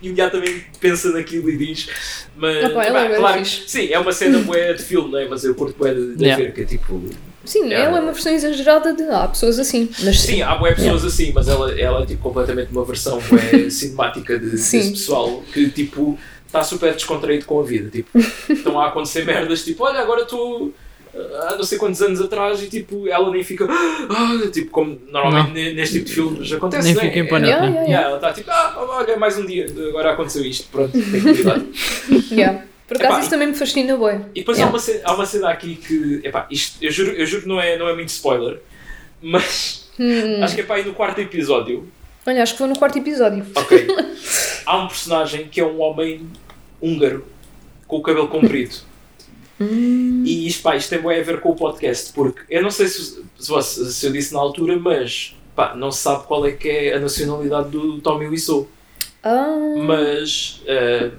S1: imediatamente pensa naquilo e diz. Mas
S4: Ah pá, ela
S1: pá,
S4: é bué
S1: claro,
S4: fixe.
S1: sim, é uma cena boé de filme, não é? mas eu curto boé de, de
S2: Yeah.
S1: ver que é tipo.
S4: Sim,
S1: Yeah.
S4: ela é uma versão exagerada de. ah, Há pessoas assim, mas
S1: Sim, há boé pessoas assim, mas ela, ela é tipo, completamente uma versão bué cinemática de, desse
S4: Sim.
S1: pessoal que tipo está super descontraído com a vida. Tipo, estão a acontecer merdas, tipo, olha, agora estou há não sei quantos anos atrás e tipo, ela nem fica, "Ah", tipo, como normalmente ne- neste tipo de filmes acontece.
S2: Nem
S1: né?
S2: fica em
S1: É-
S2: pânico.
S4: Yeah,
S2: né?
S4: yeah,
S1: Yeah, ela está tipo, ah, olha, mais um dia, agora aconteceu isto, pronto, tem que cuidar.
S4: Yeah. Por acaso
S1: Epá,
S4: isso também me fascina, boi.
S1: E depois há,
S4: Yeah.
S1: uma cena, há uma cena aqui que, epá, isto, eu juro, eu juro que não é, não é muito spoiler, mas
S2: Hum.
S1: acho que é para aí no quarto episódio.
S4: Hum, Olha, acho que vou no quarto episódio.
S1: Ok. Há um personagem que é um homem húngaro com o cabelo comprido.
S4: Hum.
S1: E isto, pá, isto tem bem a ver com o podcast, porque eu não sei se, se, você- se eu disse na altura, mas pá, não se sabe qual é que é a nacionalidade do Tommy Wiseau.
S4: Ah,
S1: Mas ah,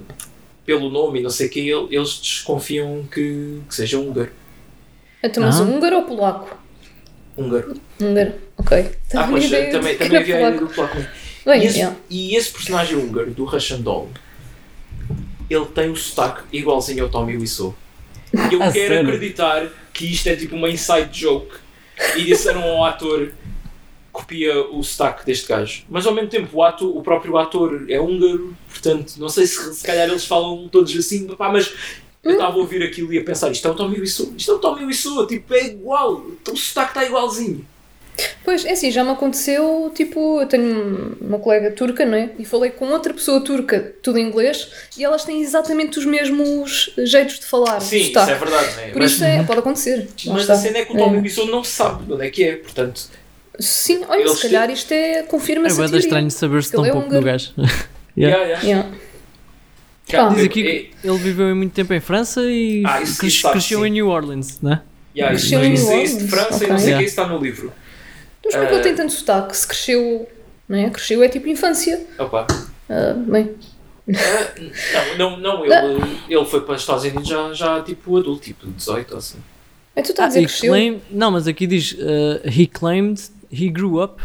S1: pelo nome e não sei o que, eles desconfiam que, que seja húngaro.
S4: então, mas
S2: Ah.
S4: húngaro ou polaco?
S1: Húngaro.
S4: Húngaro, ok.
S1: Ah, pois,
S4: ideia de
S1: também,
S4: que
S1: também
S4: era
S1: havia a ideia
S4: polaco.
S1: do polaco.
S4: Bem,
S1: e, esse,
S4: yeah.
S1: e esse personagem húngaro do Rashandol, ele tem um sotaque igualzinho ao Tommy Wiseau. E eu
S2: A
S1: quero
S2: sério?
S1: acreditar que isto é tipo uma inside joke e disseram ao ator copia o sotaque deste gajo. Mas ao mesmo tempo o, ato, o próprio ator é húngaro, portanto não sei se se calhar eles falam todos assim, pá, mas eu estava a ouvir aquilo e a pensar, isto é o Tommy Wiseau, isto é o Tommy Wiseau, tipo, é igual, o sotaque está igualzinho.
S4: Pois, é assim, já me aconteceu, tipo, eu tenho uma colega turca, não é? E falei com outra pessoa turca, tudo em inglês, e elas têm exatamente os mesmos jeitos de falar.
S1: Sim,
S4: está.
S1: isso é verdade, não é?
S4: Por
S1: Mas-
S4: isso é, pode acontecer. Lá
S1: Mas
S4: está.
S1: a cena é que o Tommy Wiseau não sabe de onde é que é, portanto.
S4: Sim, olha,
S1: Eles
S4: se calhar isto é
S2: É
S4: confirma-se a
S2: bem
S4: teoria.
S2: estranho saber-se
S4: Ele
S2: tão
S4: é
S2: pouco do
S4: húngaro.
S2: gajo.
S1: Yeah.
S2: Yeah.
S1: Yeah,
S4: Yeah.
S1: Cá,
S4: Pá.
S2: Diz
S1: eu- é-
S2: aqui que ele viveu em muito tempo em França e
S1: Ah, isso-
S2: cres-
S1: isso sabe,
S2: cresceu
S1: sim.
S2: em New Orleans, né?
S1: yeah, isso,
S4: Cresceu em
S1: isso,
S4: New
S1: isso de
S4: Orleans,
S1: França e não sei o
S4: ok.
S1: que
S2: Yeah.
S1: isso está no livro.
S4: Mas como é que
S1: Ah.
S4: ele tem tanto sotaque? Se cresceu, não é? Cresceu é tipo infância.
S1: Opa.
S4: Ah, bem,
S1: Ah, Não, não, não ele, ele foi para os Estados Unidos já, já tipo adulto, tipo 18 ou assim.
S4: é tu estás a
S2: Ah,
S4: dizer
S2: he
S4: que cresceu.
S2: claimed- não, mas aqui diz uh, he claimed he grew up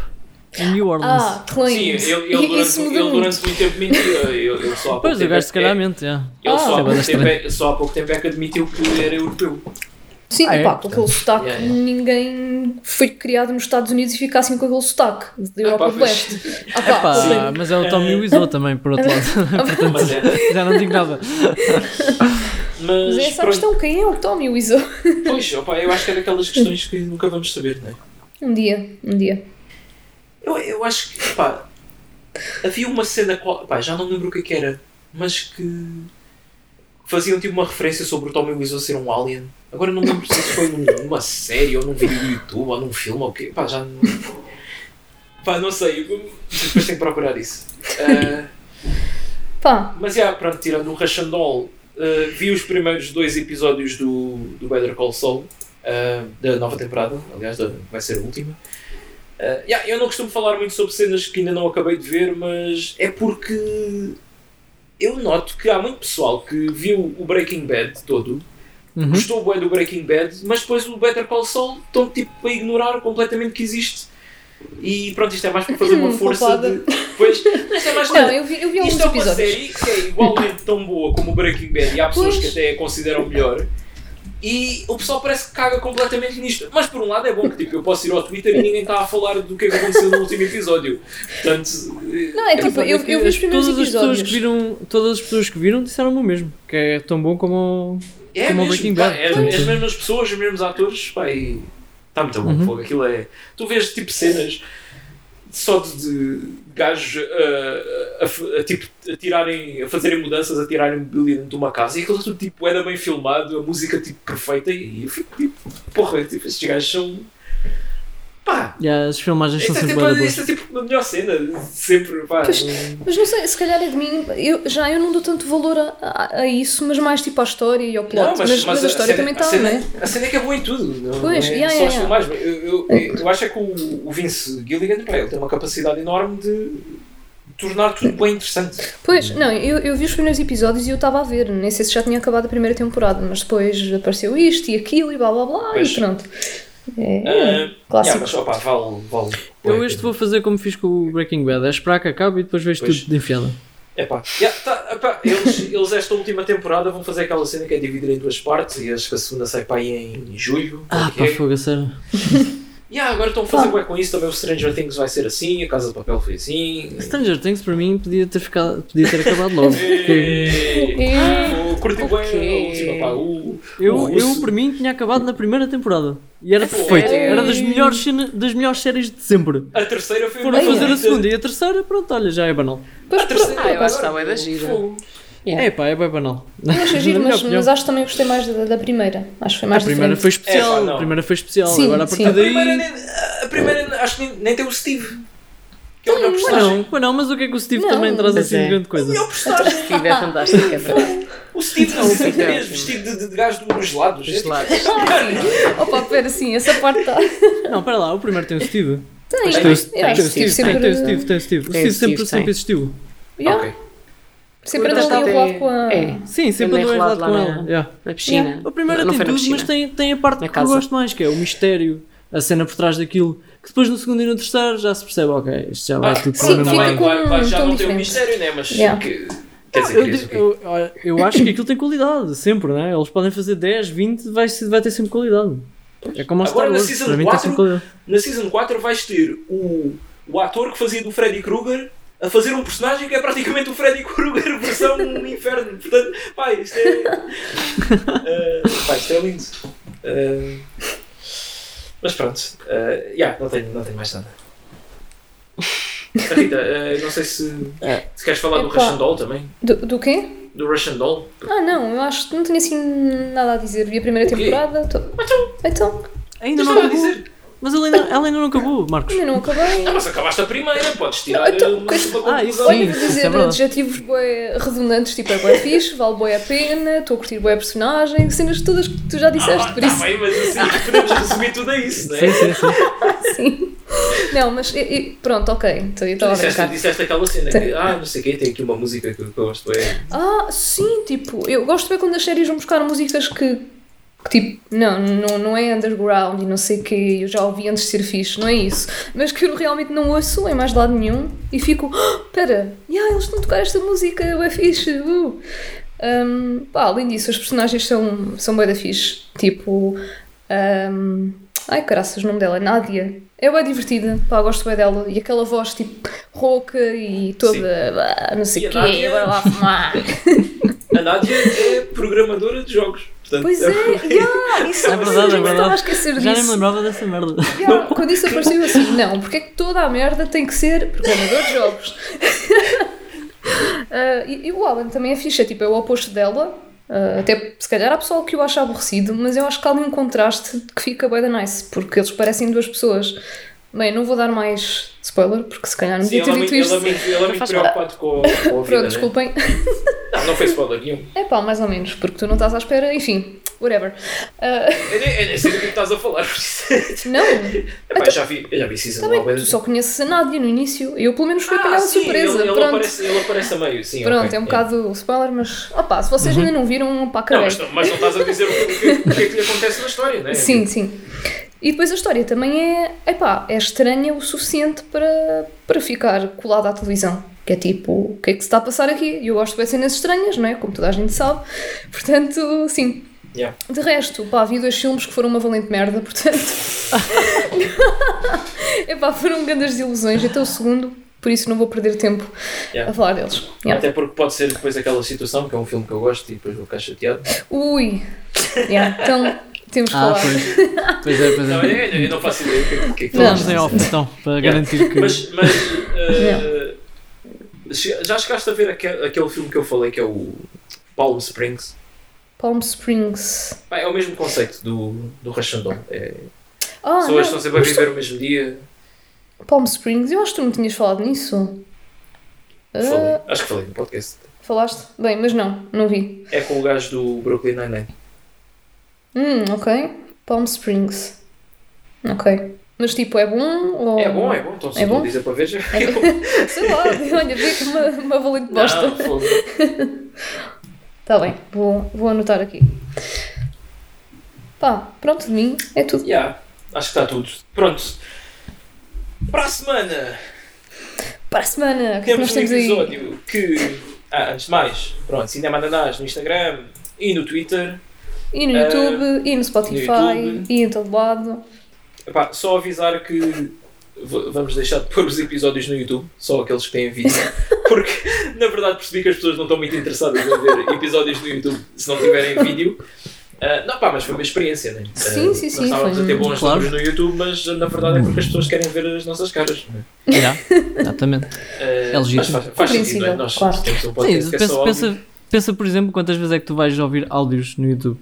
S2: in New Orleans.
S4: Ah, claimed.
S1: Sim, ele, ele,
S4: E-
S1: durante,
S4: Isso
S1: ele
S4: muda muito.
S1: durante muito tempo mentiu. Ele, ele só há pouco
S2: pois, o
S1: tempo
S2: gajo
S1: é-
S2: se calhar mente, yeah.
S1: Ele
S4: Ah.
S1: só, há
S2: Isso é
S1: pouco tempo
S2: bastante.
S1: é, só há pouco tempo é que admitiu que era europeu.
S4: Sim,
S2: Ah, é?
S4: pá, com aquele sotaque,
S1: yeah, yeah.
S4: ninguém foi criado nos Estados Unidos e fica assim com aquele sotaque da Europa
S1: pá,
S4: do
S1: pois.
S4: Leste. Ah, pá,
S2: Epá,
S4: sim.
S2: mas é o Tommy Wiseau também, por outro lado.
S1: Mas, é,
S2: Já não digo nada.
S4: Mas é
S1: mas
S4: essa a
S1: pronto,
S4: questão: quem é o Tommy Wiseau?
S1: pois, opa, eu acho que é daquelas questões que nunca vamos saber, não é?
S4: Um dia, um dia.
S1: Eu, eu acho que, pá, havia uma cena, qual, pá, já não lembro o que é que era, mas que faziam tipo uma referência sobre o Tommy Wiseau ser um alien. Agora não lembro se isso foi num- numa série ou num vídeo do YouTube ou num filme ou o quê, pá, já não... Pá, não sei, eu- depois tenho que procurar isso. Ah,
S4: Pá,
S1: mas, já, pronto, tirando o Rashandol, ah, vi os primeiros dois episódios do, do Better Call Saul, ah, da nova temporada, aliás, da- vai ser a última. Ah, já, eu não costumo falar muito sobre cenas que ainda não acabei de ver, mas é porque eu noto que há muito pessoal que viu o Breaking Bad todo,
S2: Uhum.
S1: gostou bem do Breaking Bad, mas depois o Better Call Saul estão tipo a ignorar completamente que existe. E pronto, isto é mais para fazer uma
S4: Hum,
S1: força
S4: culpada.
S1: de. Pois, isto é mais
S4: não, eu vi, eu vi alguns
S1: isto é uma
S4: episódios.
S1: série que é igualmente tão boa como o Breaking Bad e há pessoas
S4: Pois.
S1: que até a consideram melhor. E o pessoal parece que caga completamente nisto. Mas por um lado é bom que tipo, eu posso ir ao Twitter e ninguém está a falar do que é que aconteceu no último episódio. Portanto, eh,
S4: Não, é tipo, eu, eu vi os primeiros
S2: todas as pessoas
S4: episódios.
S2: que viram Todas as pessoas que viram disseram o mesmo, que é tão bom como.
S1: é
S2: como o
S1: mesmo,
S2: Breaking
S1: pá,
S2: Bad,
S1: é,
S2: portanto.
S1: é as mesmas pessoas, os mesmos atores, pá, e está muito bom.
S2: Uhum.
S1: fogo. Aquilo é. Tu vês tipo cenas só de, de gajos ah, a, f- a, tipo, a tirarem, a fazerem mudanças, a tirarem mobília dentro de uma casa e aquilo tudo tipo, era bem filmado, a música tipo, perfeita e eu fico tipo, porra, tipo, estes gajos são Pá,
S2: Yeah, as filmagens
S1: isto
S2: são
S1: é,
S2: sempre
S1: tipo,
S2: bué da boas.
S1: isto é tipo a melhor cena, sempre, pá. um
S4: Pois, mas não sei, se calhar é de mim. Eu, já eu não dou tanto valor a, a- a isso, mas mais tipo à história e ao plot. mas, mas a história também está,
S1: cena,
S4: não é?
S1: A cena é que é boa em tudo. Não,
S4: Pois,
S1: não é
S4: yeah,
S1: só
S4: yeah,
S1: as
S4: yeah.
S1: filmagens. Eu, eu, eu, eu acho é que o, o Vince Gilligan pá, ele tem uma capacidade enorme de tornar tudo bem interessante.
S4: Pois, não, eu, eu vi os primeiros episódios e eu estava a ver, nem sei se já tinha acabado a primeira temporada, mas depois apareceu isto e aquilo e blá blá blá
S1: Pois.
S4: e pronto. É,
S1: Ah,
S4: clássico.
S1: yeah, mas opá, vale, vale.
S2: Eu este vou fazer como fiz com o Breaking Bad, é esperar que acabe e depois vejo
S1: é. Pois.
S2: tudo de enfiada.
S1: Epá, yeah, tá, epá, eles, eles esta última temporada vão fazer aquela cena que é dividida em duas partes e acho que a segunda sai para aí em julho.
S2: Ah,
S1: ok?
S2: pá, fogo, a sério.
S1: Yeah, agora estão a fazer bué com isso, também o Stranger Things vai ser assim, a Casa de Papel foi assim.
S2: Stranger Things para mim podia ter, ficado, podia ter acabado logo. porque
S1: E...
S4: É.
S1: Eu curti bem a
S3: Ok.
S1: última, pá. O...
S2: eu,
S1: o
S2: eu
S1: russo.
S2: para mim tinha acabado na primeira temporada. E era
S1: Pô.
S2: perfeito.
S1: Sério?
S2: Era das melhores, cena- das melhores séries de sempre.
S1: A terceira foi
S2: Foram
S1: bem
S2: fazer a
S1: bonita.
S2: segunda e a terceira, pronto, olha, já é banal.
S4: Pois,
S1: A terceira,
S3: Ah, eu acho que
S1: agora,
S3: está bué da gira.
S1: fogo.
S2: É pá, é bem banal.
S4: não achei giro,
S2: Na minha
S4: mas,
S2: opinião.
S4: mas acho que também gostei mais da, da primeira. Acho que foi
S2: A
S4: mais assim.
S2: primeira
S4: diferente.
S2: foi especial,
S1: É, pá, não.
S2: a primeira foi especial.
S4: Sim,
S2: Agora a
S4: sim.
S2: partir
S1: A primeira,
S2: daí.
S1: nem- a primeira acho que nem, nem tem o Steve. Que é o melhor
S4: Tem,
S2: Mas
S1: personagem.
S2: não, mas não, mas o que é que o Steve
S4: Não,
S2: também traz
S3: mas
S2: assim
S3: é.
S2: de grande
S1: O
S2: coisa?
S1: melhor personagem.
S3: Steve é fantástico, é verdade.
S1: O Steve não, o
S3: Sim,
S1: Steve
S3: sim.
S1: mesmo, vestido de, de, de gajo dos lados. é tipo-
S3: Dos lados.
S4: Opa, pera, sim, essa parte está.
S2: Não, espera lá, o primeiro tem o Steve.
S4: Tem,
S2: Tem o-
S4: eu acho
S2: tem o
S4: que Steve
S2: Steve, tem,
S4: sempre.
S2: tem o Steve, tem o Steve. O
S3: Tem
S2: Steve
S3: o
S2: sempre
S3: Steve,
S2: sempre
S3: tem.
S2: existiu.
S4: Yeah,
S1: Ok.
S4: Sempre
S3: Mas
S4: andou ali
S3: até-
S4: enrolado com a.
S3: É,
S2: Sim, sempre
S3: Também
S2: andou
S3: relado
S2: enrolado com
S3: lá na-
S2: ela. yeah.
S3: na piscina.
S2: A primeira
S3: não
S2: tem
S3: foi na
S2: tudo,
S3: piscina.
S2: mas tem, tem a parte
S3: Na
S2: que
S3: casa.
S2: eu gosto mais, que é o mistério, a cena por trás daquilo, que depois no segundo e no terceiro já se percebe, ok, isto já vai
S1: Ah,
S2: tudo para
S4: sim,
S2: o mesmo
S4: fica
S2: lado.
S4: com
S1: vai, vai, já
S4: um tom
S1: não tem o
S4: diferente.
S1: mistério, né? Mas
S4: Yeah.
S1: que, quer dizer,
S2: Eu,
S1: queres
S2: digo-
S1: o quê?
S2: eu, olha, eu acho que aquilo tem qualidade, sempre, né? Eles podem fazer 10, 20, vai, ser- vai ter sempre qualidade. É como a Star
S1: Agora na
S2: Wars,
S1: season
S2: para mim tem
S1: 4,
S2: sempre qualidade.
S1: Na Season 4 vais ter o, o ator que fazia do Freddy Krueger a fazer um personagem que é praticamente o Freddy Krueger versão inferno. Portanto, pá, isto é. eh, pá, isto é lindo. Eh, mas pronto, eh, yeah, não, tenho, não tenho mais nada. Rita, eh, não sei se,
S2: É.
S1: se queres falar do
S4: Epá.
S1: Russian Doll também.
S4: Do, do quê?
S1: Do Russian Doll.
S4: Ah, não, eu acho que não tenho assim nada a dizer. Vi a primeira
S1: O quê?
S4: temporada. Tô... Então, então,
S2: Ainda
S1: Tens
S2: não
S1: nada a
S2: acabou.
S1: dizer?
S2: Mas ela ainda, ela ainda não acabou, Marcos.
S4: ainda não acabei.
S1: Ah, mas acabaste a primeira, podes tirar eh,
S4: Então,
S1: uma,
S4: coisa-
S1: uma
S2: Ah, isso
S1: conclusão.
S4: Olha,
S2: sim.
S4: vou
S2: isso é
S4: dizer
S2: verdade.
S4: adjetivos bué redundantes, tipo é bué fixe, vale bué a pena, estou a curtir bué a personagem, cenas todas que tu já disseste,
S1: Ah,
S4: por
S1: tá
S4: isso
S1: bem, mas assim, podemos resumir tudo a isso, não é?
S2: Sim, sim, sim.
S4: sim. Não, mas e- e- pronto, ok, então
S1: Tu
S4: eu estava a
S1: disseste,
S4: brincar.
S1: disseste aquela cena que, ah, não sei o quê, tem aqui uma música que eu gosto, é.
S4: Ah, sim, tipo, eu gosto bem quando as séries vão buscar músicas que, que, tipo, não, não, não é underground e não sei o quê, eu já ouvi antes de ser fixe, não é isso. Mas que eu realmente não ouço em mais lado nenhum e fico, "Ah, pera, yeah, eles estão a tocar esta música, é fixe, uh." Um, pá, além disso, os personagens são, são bué da fixe, tipo, um, ai caraças, o nome dela é Nádia. É bem divertida, pá, gosto bem dela. E aquela voz tipo rouca e toda ah, não sei
S1: E
S4: o
S1: a
S4: quê,
S1: Nádia-
S4: blá, blá, blá.
S1: A Nádia é programadora de jogos. Portanto,
S4: Pois é, yeah, isso
S2: É verdade, é
S4: eu estava
S2: verdade.
S4: a esquecer
S2: Já nem me
S4: disso.
S2: lembrava dessa merda.
S4: Yeah, quando isso apareceu eu assim, não, porque é que toda a merda tem que ser programador de jogos? Ah, e, e o Alan também é ficha, tipo, é o oposto dela. Ah, até se calhar há pessoal que o acha aborrecido, mas eu acho que há ali um contraste que fica bem da nice, porque eles parecem duas pessoas. Bem, não vou dar mais spoiler, porque se calhar não
S1: Sim,
S4: devia
S1: ela
S4: ter
S1: é muito,
S4: dito
S1: ela é
S4: isto.
S1: muito, ela é muito preocupada com, a- com a vida,
S4: Pronto,
S1: né? Ah,
S4: desculpem.
S1: Não, não foi spoiler nenhum.
S4: É pá, mais ou menos, porque tu não estás à espera, enfim, whatever. Ah,
S1: Eu É nem, eu nem sei do que estás a falar, por isso.
S4: não,
S1: Epá, eu já vi, eu já vi Season
S4: Tá
S1: 1
S4: bem,
S1: há bué de
S4: tu só conheces a Nádia no início. Eu pelo menos fui
S1: tempo.
S4: apanhada
S1: Ah, sim,
S4: surpresa.
S1: Ele, ele,
S4: Pronto,
S1: Aparece, ele aparece a meio, sim.
S4: Pronto
S1: ok, Uhum.
S4: é um bocado spoiler, mas opá, se vocês ainda não viram, um pá,
S1: Não,
S4: caralho.
S1: mas, não- mas não estás a dizer o que, o que- o que é que lhe acontece na história, não é?
S4: Sim, sim. E depois a história também é, epá, é estranha o suficiente para, para ficar colada à televisão. Que é tipo, o que é que se está a passar aqui? E eu gosto de ver cenas estranhas, não é? Como toda a gente sabe. Portanto, sim.
S1: Tipo, Yeah.
S4: De resto, pá, vi dois filmes que foram uma valente merda, portanto. epá, foram grandes desilusões. Até o segundo, por isso não vou perder tempo
S1: Yeah.
S4: a falar deles. Yeah.
S1: Até porque pode ser depois aquela situação, que é um filme que eu gosto e depois vou ficar chateado.
S4: Ui! Yeah, Então, temos que
S2: Ah,
S4: falar.
S2: pois. Pois é, pois
S1: Não,
S2: é.
S1: eu, eu não faço ideia do que, do que é que
S2: Falamos
S1: a
S2: em off então, para
S1: Yeah.
S2: garantir que.
S1: Mas, mas eh, che- já chegaste a ver aquele, aquele filme que eu falei que é o Palm Springs?
S4: Palm Springs.
S1: Pá, é o mesmo conceito do, do Russian Doll. É,
S4: Ah,
S1: Pessoas
S4: não.
S1: estão sempre a
S4: mas
S1: viver o mesmo dia.
S4: tu- Palm Springs, eu acho que tu me tinhas falado nisso. Ah,
S1: Falei. Acho que falei no podcast.
S4: falaste? Bem, mas não, não vi.
S1: É com o gajo do Brooklyn Nine-Nine.
S4: Hum, ok. Palm Springs. Ok. Mas tipo, é bom ou.
S1: É bom, é bom. Então se
S4: É
S1: tu
S4: bom?
S1: dizer para ver, já
S4: É bom. Sei lá, olha, vi uma, uma valente bosta.
S1: Não, fogo.
S4: Tá bem, vou, vou anotar aqui. Pá, pronto, de mim é tudo.
S1: Yeah, acho que está tudo. Pronto. Para a semana
S4: Para a semana, o que é que nós
S1: temos um
S4: temos aí?
S1: episódio que. Ah, antes de mais, pronto, Cinema Ananás no Instagram e no Twitter.
S4: E no
S1: Eh,
S4: YouTube, e no Spotify,
S1: YouTube.
S4: e em todo lado.
S1: Epá, só avisar que v- vamos deixar de pôr os episódios no YouTube, só aqueles que têm vídeo, porque na verdade percebi que as pessoas não estão muito interessadas em ver episódios no YouTube se não tiverem vídeo. Ah, não, pá, mas foi uma experiência, né? Ah,
S4: Sim, sim,
S1: nós
S4: sim,
S1: Estávamos
S4: foi
S1: a ter bons
S2: claro.
S1: números no YouTube, mas na verdade é porque as pessoas querem ver as nossas caras. né?
S2: Yeah, exatamente.
S1: Eh,
S2: É legítimo.
S1: Mas faz, faz sentido, não é?
S4: Compreensível,
S1: Nós
S4: claro.
S1: temos um podcast
S2: Sim,
S1: que é só
S2: pensa,
S1: áudio.
S2: pensa, pensa, por exemplo, quantas vezes é que tu vais ouvir áudios no YouTube.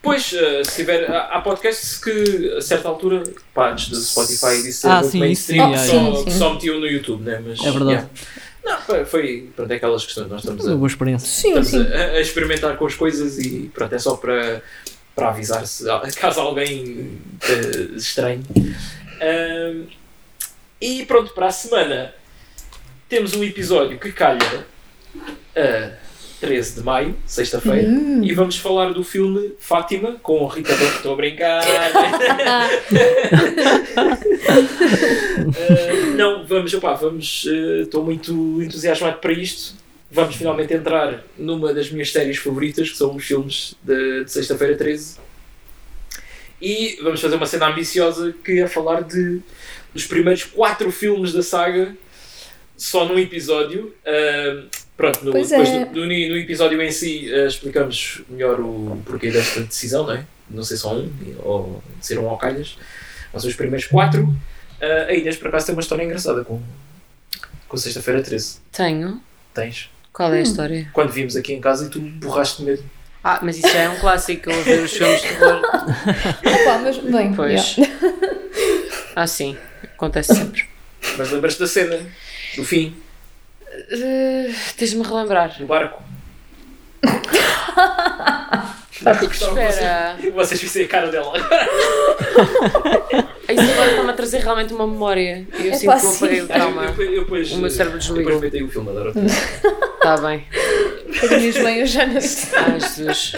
S1: Pois, eh, se tiver. Há, há podcasts que a certa altura, pá, antes do Spotify e disso,
S2: Ah,
S1: era muito
S2: sim,
S1: mainstream,
S4: isso sim,
S1: que
S4: ah,
S1: só,
S4: sim,
S1: que
S4: sim.
S1: só metiam no YouTube, né? Mas,
S2: É verdade.
S1: yeah. Não, foi, foi pronto, é aquelas questões. Nós estamos
S2: Uma
S1: a,
S2: boa experiência.
S4: Sim,
S1: estamos
S4: sim.
S1: a, a experimentar com as coisas e pronto, é só para, para avisar se caso alguém eh, estranhe. Ahm, e pronto, para a semana temos um episódio que calha a 13 de maio, sexta-feira.
S4: Uhum.
S1: E vamos falar do filme Fátima com Rita Blanco. Estou a brincar. Uh, não, vamos, opá, vamos. uh, Estou muito entusiasmado para isto. Vamos finalmente entrar numa das minhas séries favoritas, que são os filmes de, de sexta-feira 13. E vamos fazer uma cena ambiciosa que é falar de dos primeiros quatro filmes da saga só num episódio. Uh, pronto, no,
S4: Pois
S1: depois
S4: é.
S1: do- do- no episódio em si uh, explicamos melhor o porquê desta decisão, não é? Não sei só um, ou ser um ao calhas. Mas os primeiros quatro. Ah, a Inês, por acaso, tem uma história engraçada com, com Sexta-feira 13.
S3: Tenho.
S1: Tens.
S3: Qual
S4: Hum.
S3: é a história?
S1: Quando vimos aqui em casa e tu borraste medo.
S3: Ah, mas isso já é um clássico, eu a ver os filmes de terror.
S4: Opa, mas bem, yeah.
S3: Pois. Ah, sim. Acontece sempre.
S1: Mas lembras-te da cena, do fim,
S3: Eh, Tens-me relembrar.
S1: no barco.
S3: Tá
S1: Gostava que
S3: Espera.
S1: Então, vocês- Vocês vissem a cara dela.
S3: Isso agora está-me a trazer realmente uma memória. E eu
S4: É
S3: sinto
S4: pá,
S3: que eu
S4: sim.
S3: apaguei o trauma.
S1: Eu, eu, eu depois,
S3: O meu cérebro
S1: eu
S3: desligou.
S1: depois metei o filme, adoro.
S3: Está Tá bem.
S4: Agonias bem hoje à noite.
S3: Ai, Jesus.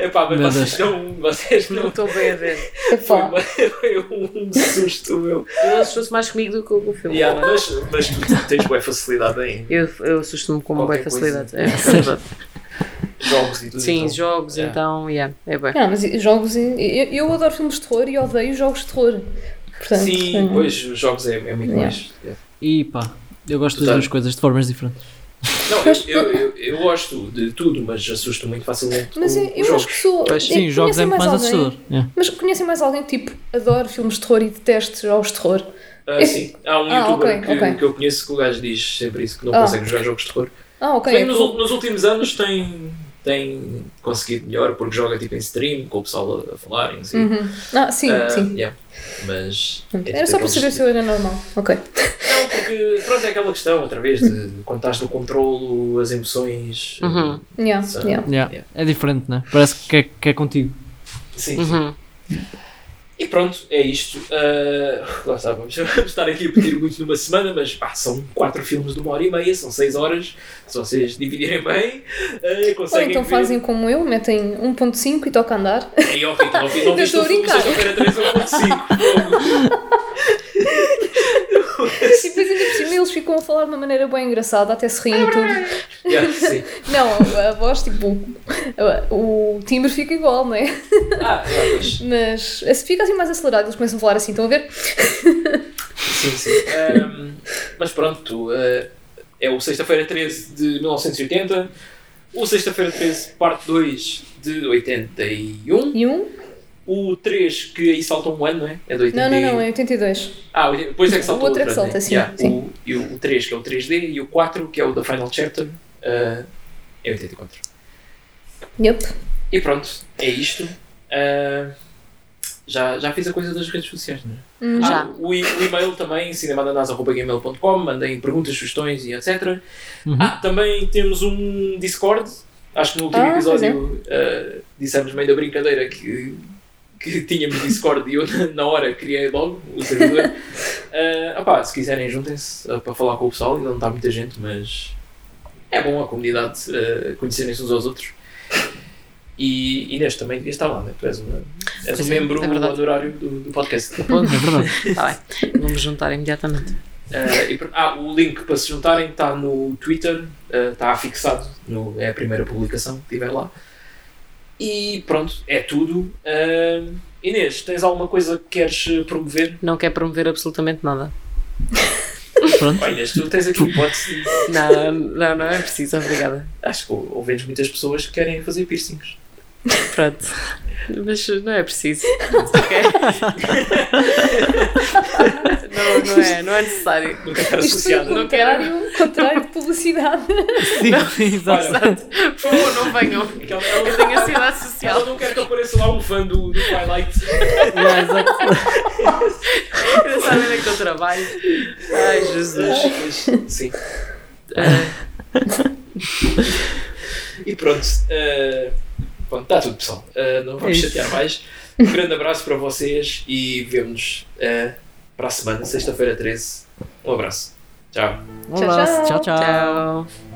S1: Epá, mas
S2: Meu
S1: vocês não, vocês
S3: Não
S1: não...
S3: estou bem a ver.
S1: Foi,
S4: Epá,
S1: uma- foi um susto meu.
S3: Eu assusto mais comigo do que com o filme.
S1: Yeah, mas, mas tu tens boa facilidade em
S3: Eu, eu assusto-me com uma boa
S1: Qualquer
S3: facilidade. É verdade.
S1: jogos e tudo.
S3: Sim,
S1: então.
S3: jogos,
S1: Yeah.
S3: então, yeah, é bem.
S4: não, mas jogos. Eu, eu adoro filmes de terror e odeio jogos de terror. Portanto,
S1: Sim,
S4: hum,
S1: pois os jogos é, é muito
S4: Yeah.
S1: mais. yeah.
S2: E pá, eu gosto das
S1: Total.
S2: duas coisas de formas diferentes.
S1: Não, eu, eu, eu, eu gosto de tudo, mas assusto muito facilmente.
S4: Mas
S1: com
S4: eu,
S1: os
S4: eu
S1: jogos.
S4: acho que sou.
S3: Pois
S4: eu-
S2: Sim, jogos
S4: conhecem
S2: é muito mais
S4: alguém?
S2: assustador. Yeah.
S4: Mas conhecem mais alguém que tipo adora filmes de terror e deteste jogos de terror?
S1: Ah, sim. Há um
S4: Ah,
S1: youtuber
S4: ok,
S1: que,
S4: ok.
S1: que eu conheço que o gajo diz sempre isso, que não
S4: Ah.
S1: consegue jogar jogos de terror.
S4: Ah, ok.
S1: Bem,
S4: é
S1: nos,
S4: cool.
S1: ul- nos últimos anos tem, tem conseguido melhor, porque joga tipo em stream, com o pessoal a, a falar, e assim.
S4: Uhum. Ah, sim,
S1: Ah,
S4: sim.
S1: yeah. Mas. é
S4: Era só para
S1: daqueles-
S4: saber se eu era normal. Ok.
S1: Não, porque pronto, é aquela questão, outra vez,
S4: Uhum.
S1: de quando estás no controlo, as emoções.
S3: Uhum.
S4: Yeah,
S1: Sim.
S4: yeah.
S2: Yeah.
S1: Yeah.
S2: É diferente, né? Parece que é, que é contigo.
S1: Sim, sim.
S3: Uhum.
S1: E pronto, é isto. Uh, lá está, vamos, vamos estar aqui a pedir muito numa semana, mas pá, são quatro filmes de uma hora e meia, são seis horas. Se vocês dividirem bem, uh,
S4: Ou
S1: conseguem
S4: então
S1: ver.
S4: fazem como eu, metem 1.5 e toca a andar.
S1: E ó, Rita, não, vi- não
S4: Eu
S1: viste
S4: estou
S1: o
S4: a
S1: filme
S4: brincar.
S1: sexta-feira 3 ou 5.
S4: e depois ainda por cima eles ficam a falar de uma maneira bem engraçada, até se riem e tudo.
S1: yeah, sim.
S4: Não, a voz, tipo, a- o timbre fica igual, não é?
S1: Ah, já, pois.
S4: Mas se fica assim mais acelerado, eles começam a falar assim, estão a ver?
S1: Sim, sim. Ahm, mas pronto, uh, é o Sexta-feira 13 de 1980, o Sexta-feira 13, parte 2 de 81,
S4: E um?
S1: o 3 que aí salta um ano, não é? É de 81.
S4: Não, não, não, é 82.
S1: Ah, oitenta- depois é que salta
S4: O outro é que
S1: outra,
S4: salta,
S1: né?
S4: sim,
S1: Yeah,
S4: sim.
S1: O, e o 3, que é o 3D, e o 4, que é o da Final Chapter, ah, é 84.
S4: Yep.
S1: E pronto, é isto. Ah, já, já fiz a coisa das redes sociais, não é?
S4: Hum.
S3: Já.
S1: Ah, o, e- o e-mail também, cinemadandas.gmail.com, mandem perguntas, sugestões e etc.
S2: Uhum.
S1: Ah, também temos um Discord. Acho que no último
S4: Ah, pois é.
S1: episódio ah, dissemos meio da brincadeira que, que tínhamos Discord e eu na hora criei logo o servidor. Ah, opá, se quiserem juntem-se ah, para falar com o pessoal, ainda não está muita gente, mas é bom a comunidade ah, conhecerem-se uns aos outros. E Inês também devias estar lá, né? tu és, uma, és um
S3: Pois é,
S1: membro
S3: é verdade.
S1: honorário do- do podcast.
S2: É verdade.
S3: Está Tá bem. Vamos juntar imediatamente.
S1: Eh, e pr- ah, o link para se juntarem está no Twitter, eh, está afixado, no- é a primeira publicação que tiver lá. E pronto, é tudo. Eh, Inês, tens alguma coisa que queres eh, promover?
S3: Não quer promover absolutamente nada.
S2: Pronto.
S1: Pá, Inês, tu tens aqui hipótese. de-
S3: Não, não, não é preciso. Obrigada.
S1: Acho que ou- ouvemos muitas pessoas que querem fazer piercings.
S3: Pronto. Mas não é preciso. Ok? não, não, é, não é necessário.
S1: Nunca estar
S4: Isto foi o
S1: associado. Não quero.
S4: contrário, contrário de publicidade.
S2: Sim, exato.
S3: Exato. Por favor, não venham. Eu
S1: Ela, ela,
S3: tenho ansiedade
S1: ela
S3: social.
S1: não quer que apareça lá um fã do, do Twilight.
S2: Yeah, exato.
S3: Não sabem onde é que eu trabalho. Ai, Jesus.
S1: Mas, mas, sim.
S3: Ah,
S1: E pronto, eh, pronto, está tudo pessoal. Eh, não vamos
S2: É isso.
S1: chatear mais. Um grande abraço para vocês e vemo-nos eh, para a semana, sexta-feira 13. Um abraço. Tchau.
S2: Um abraço.
S4: tchau.
S2: tchau. tchau.
S3: tchau.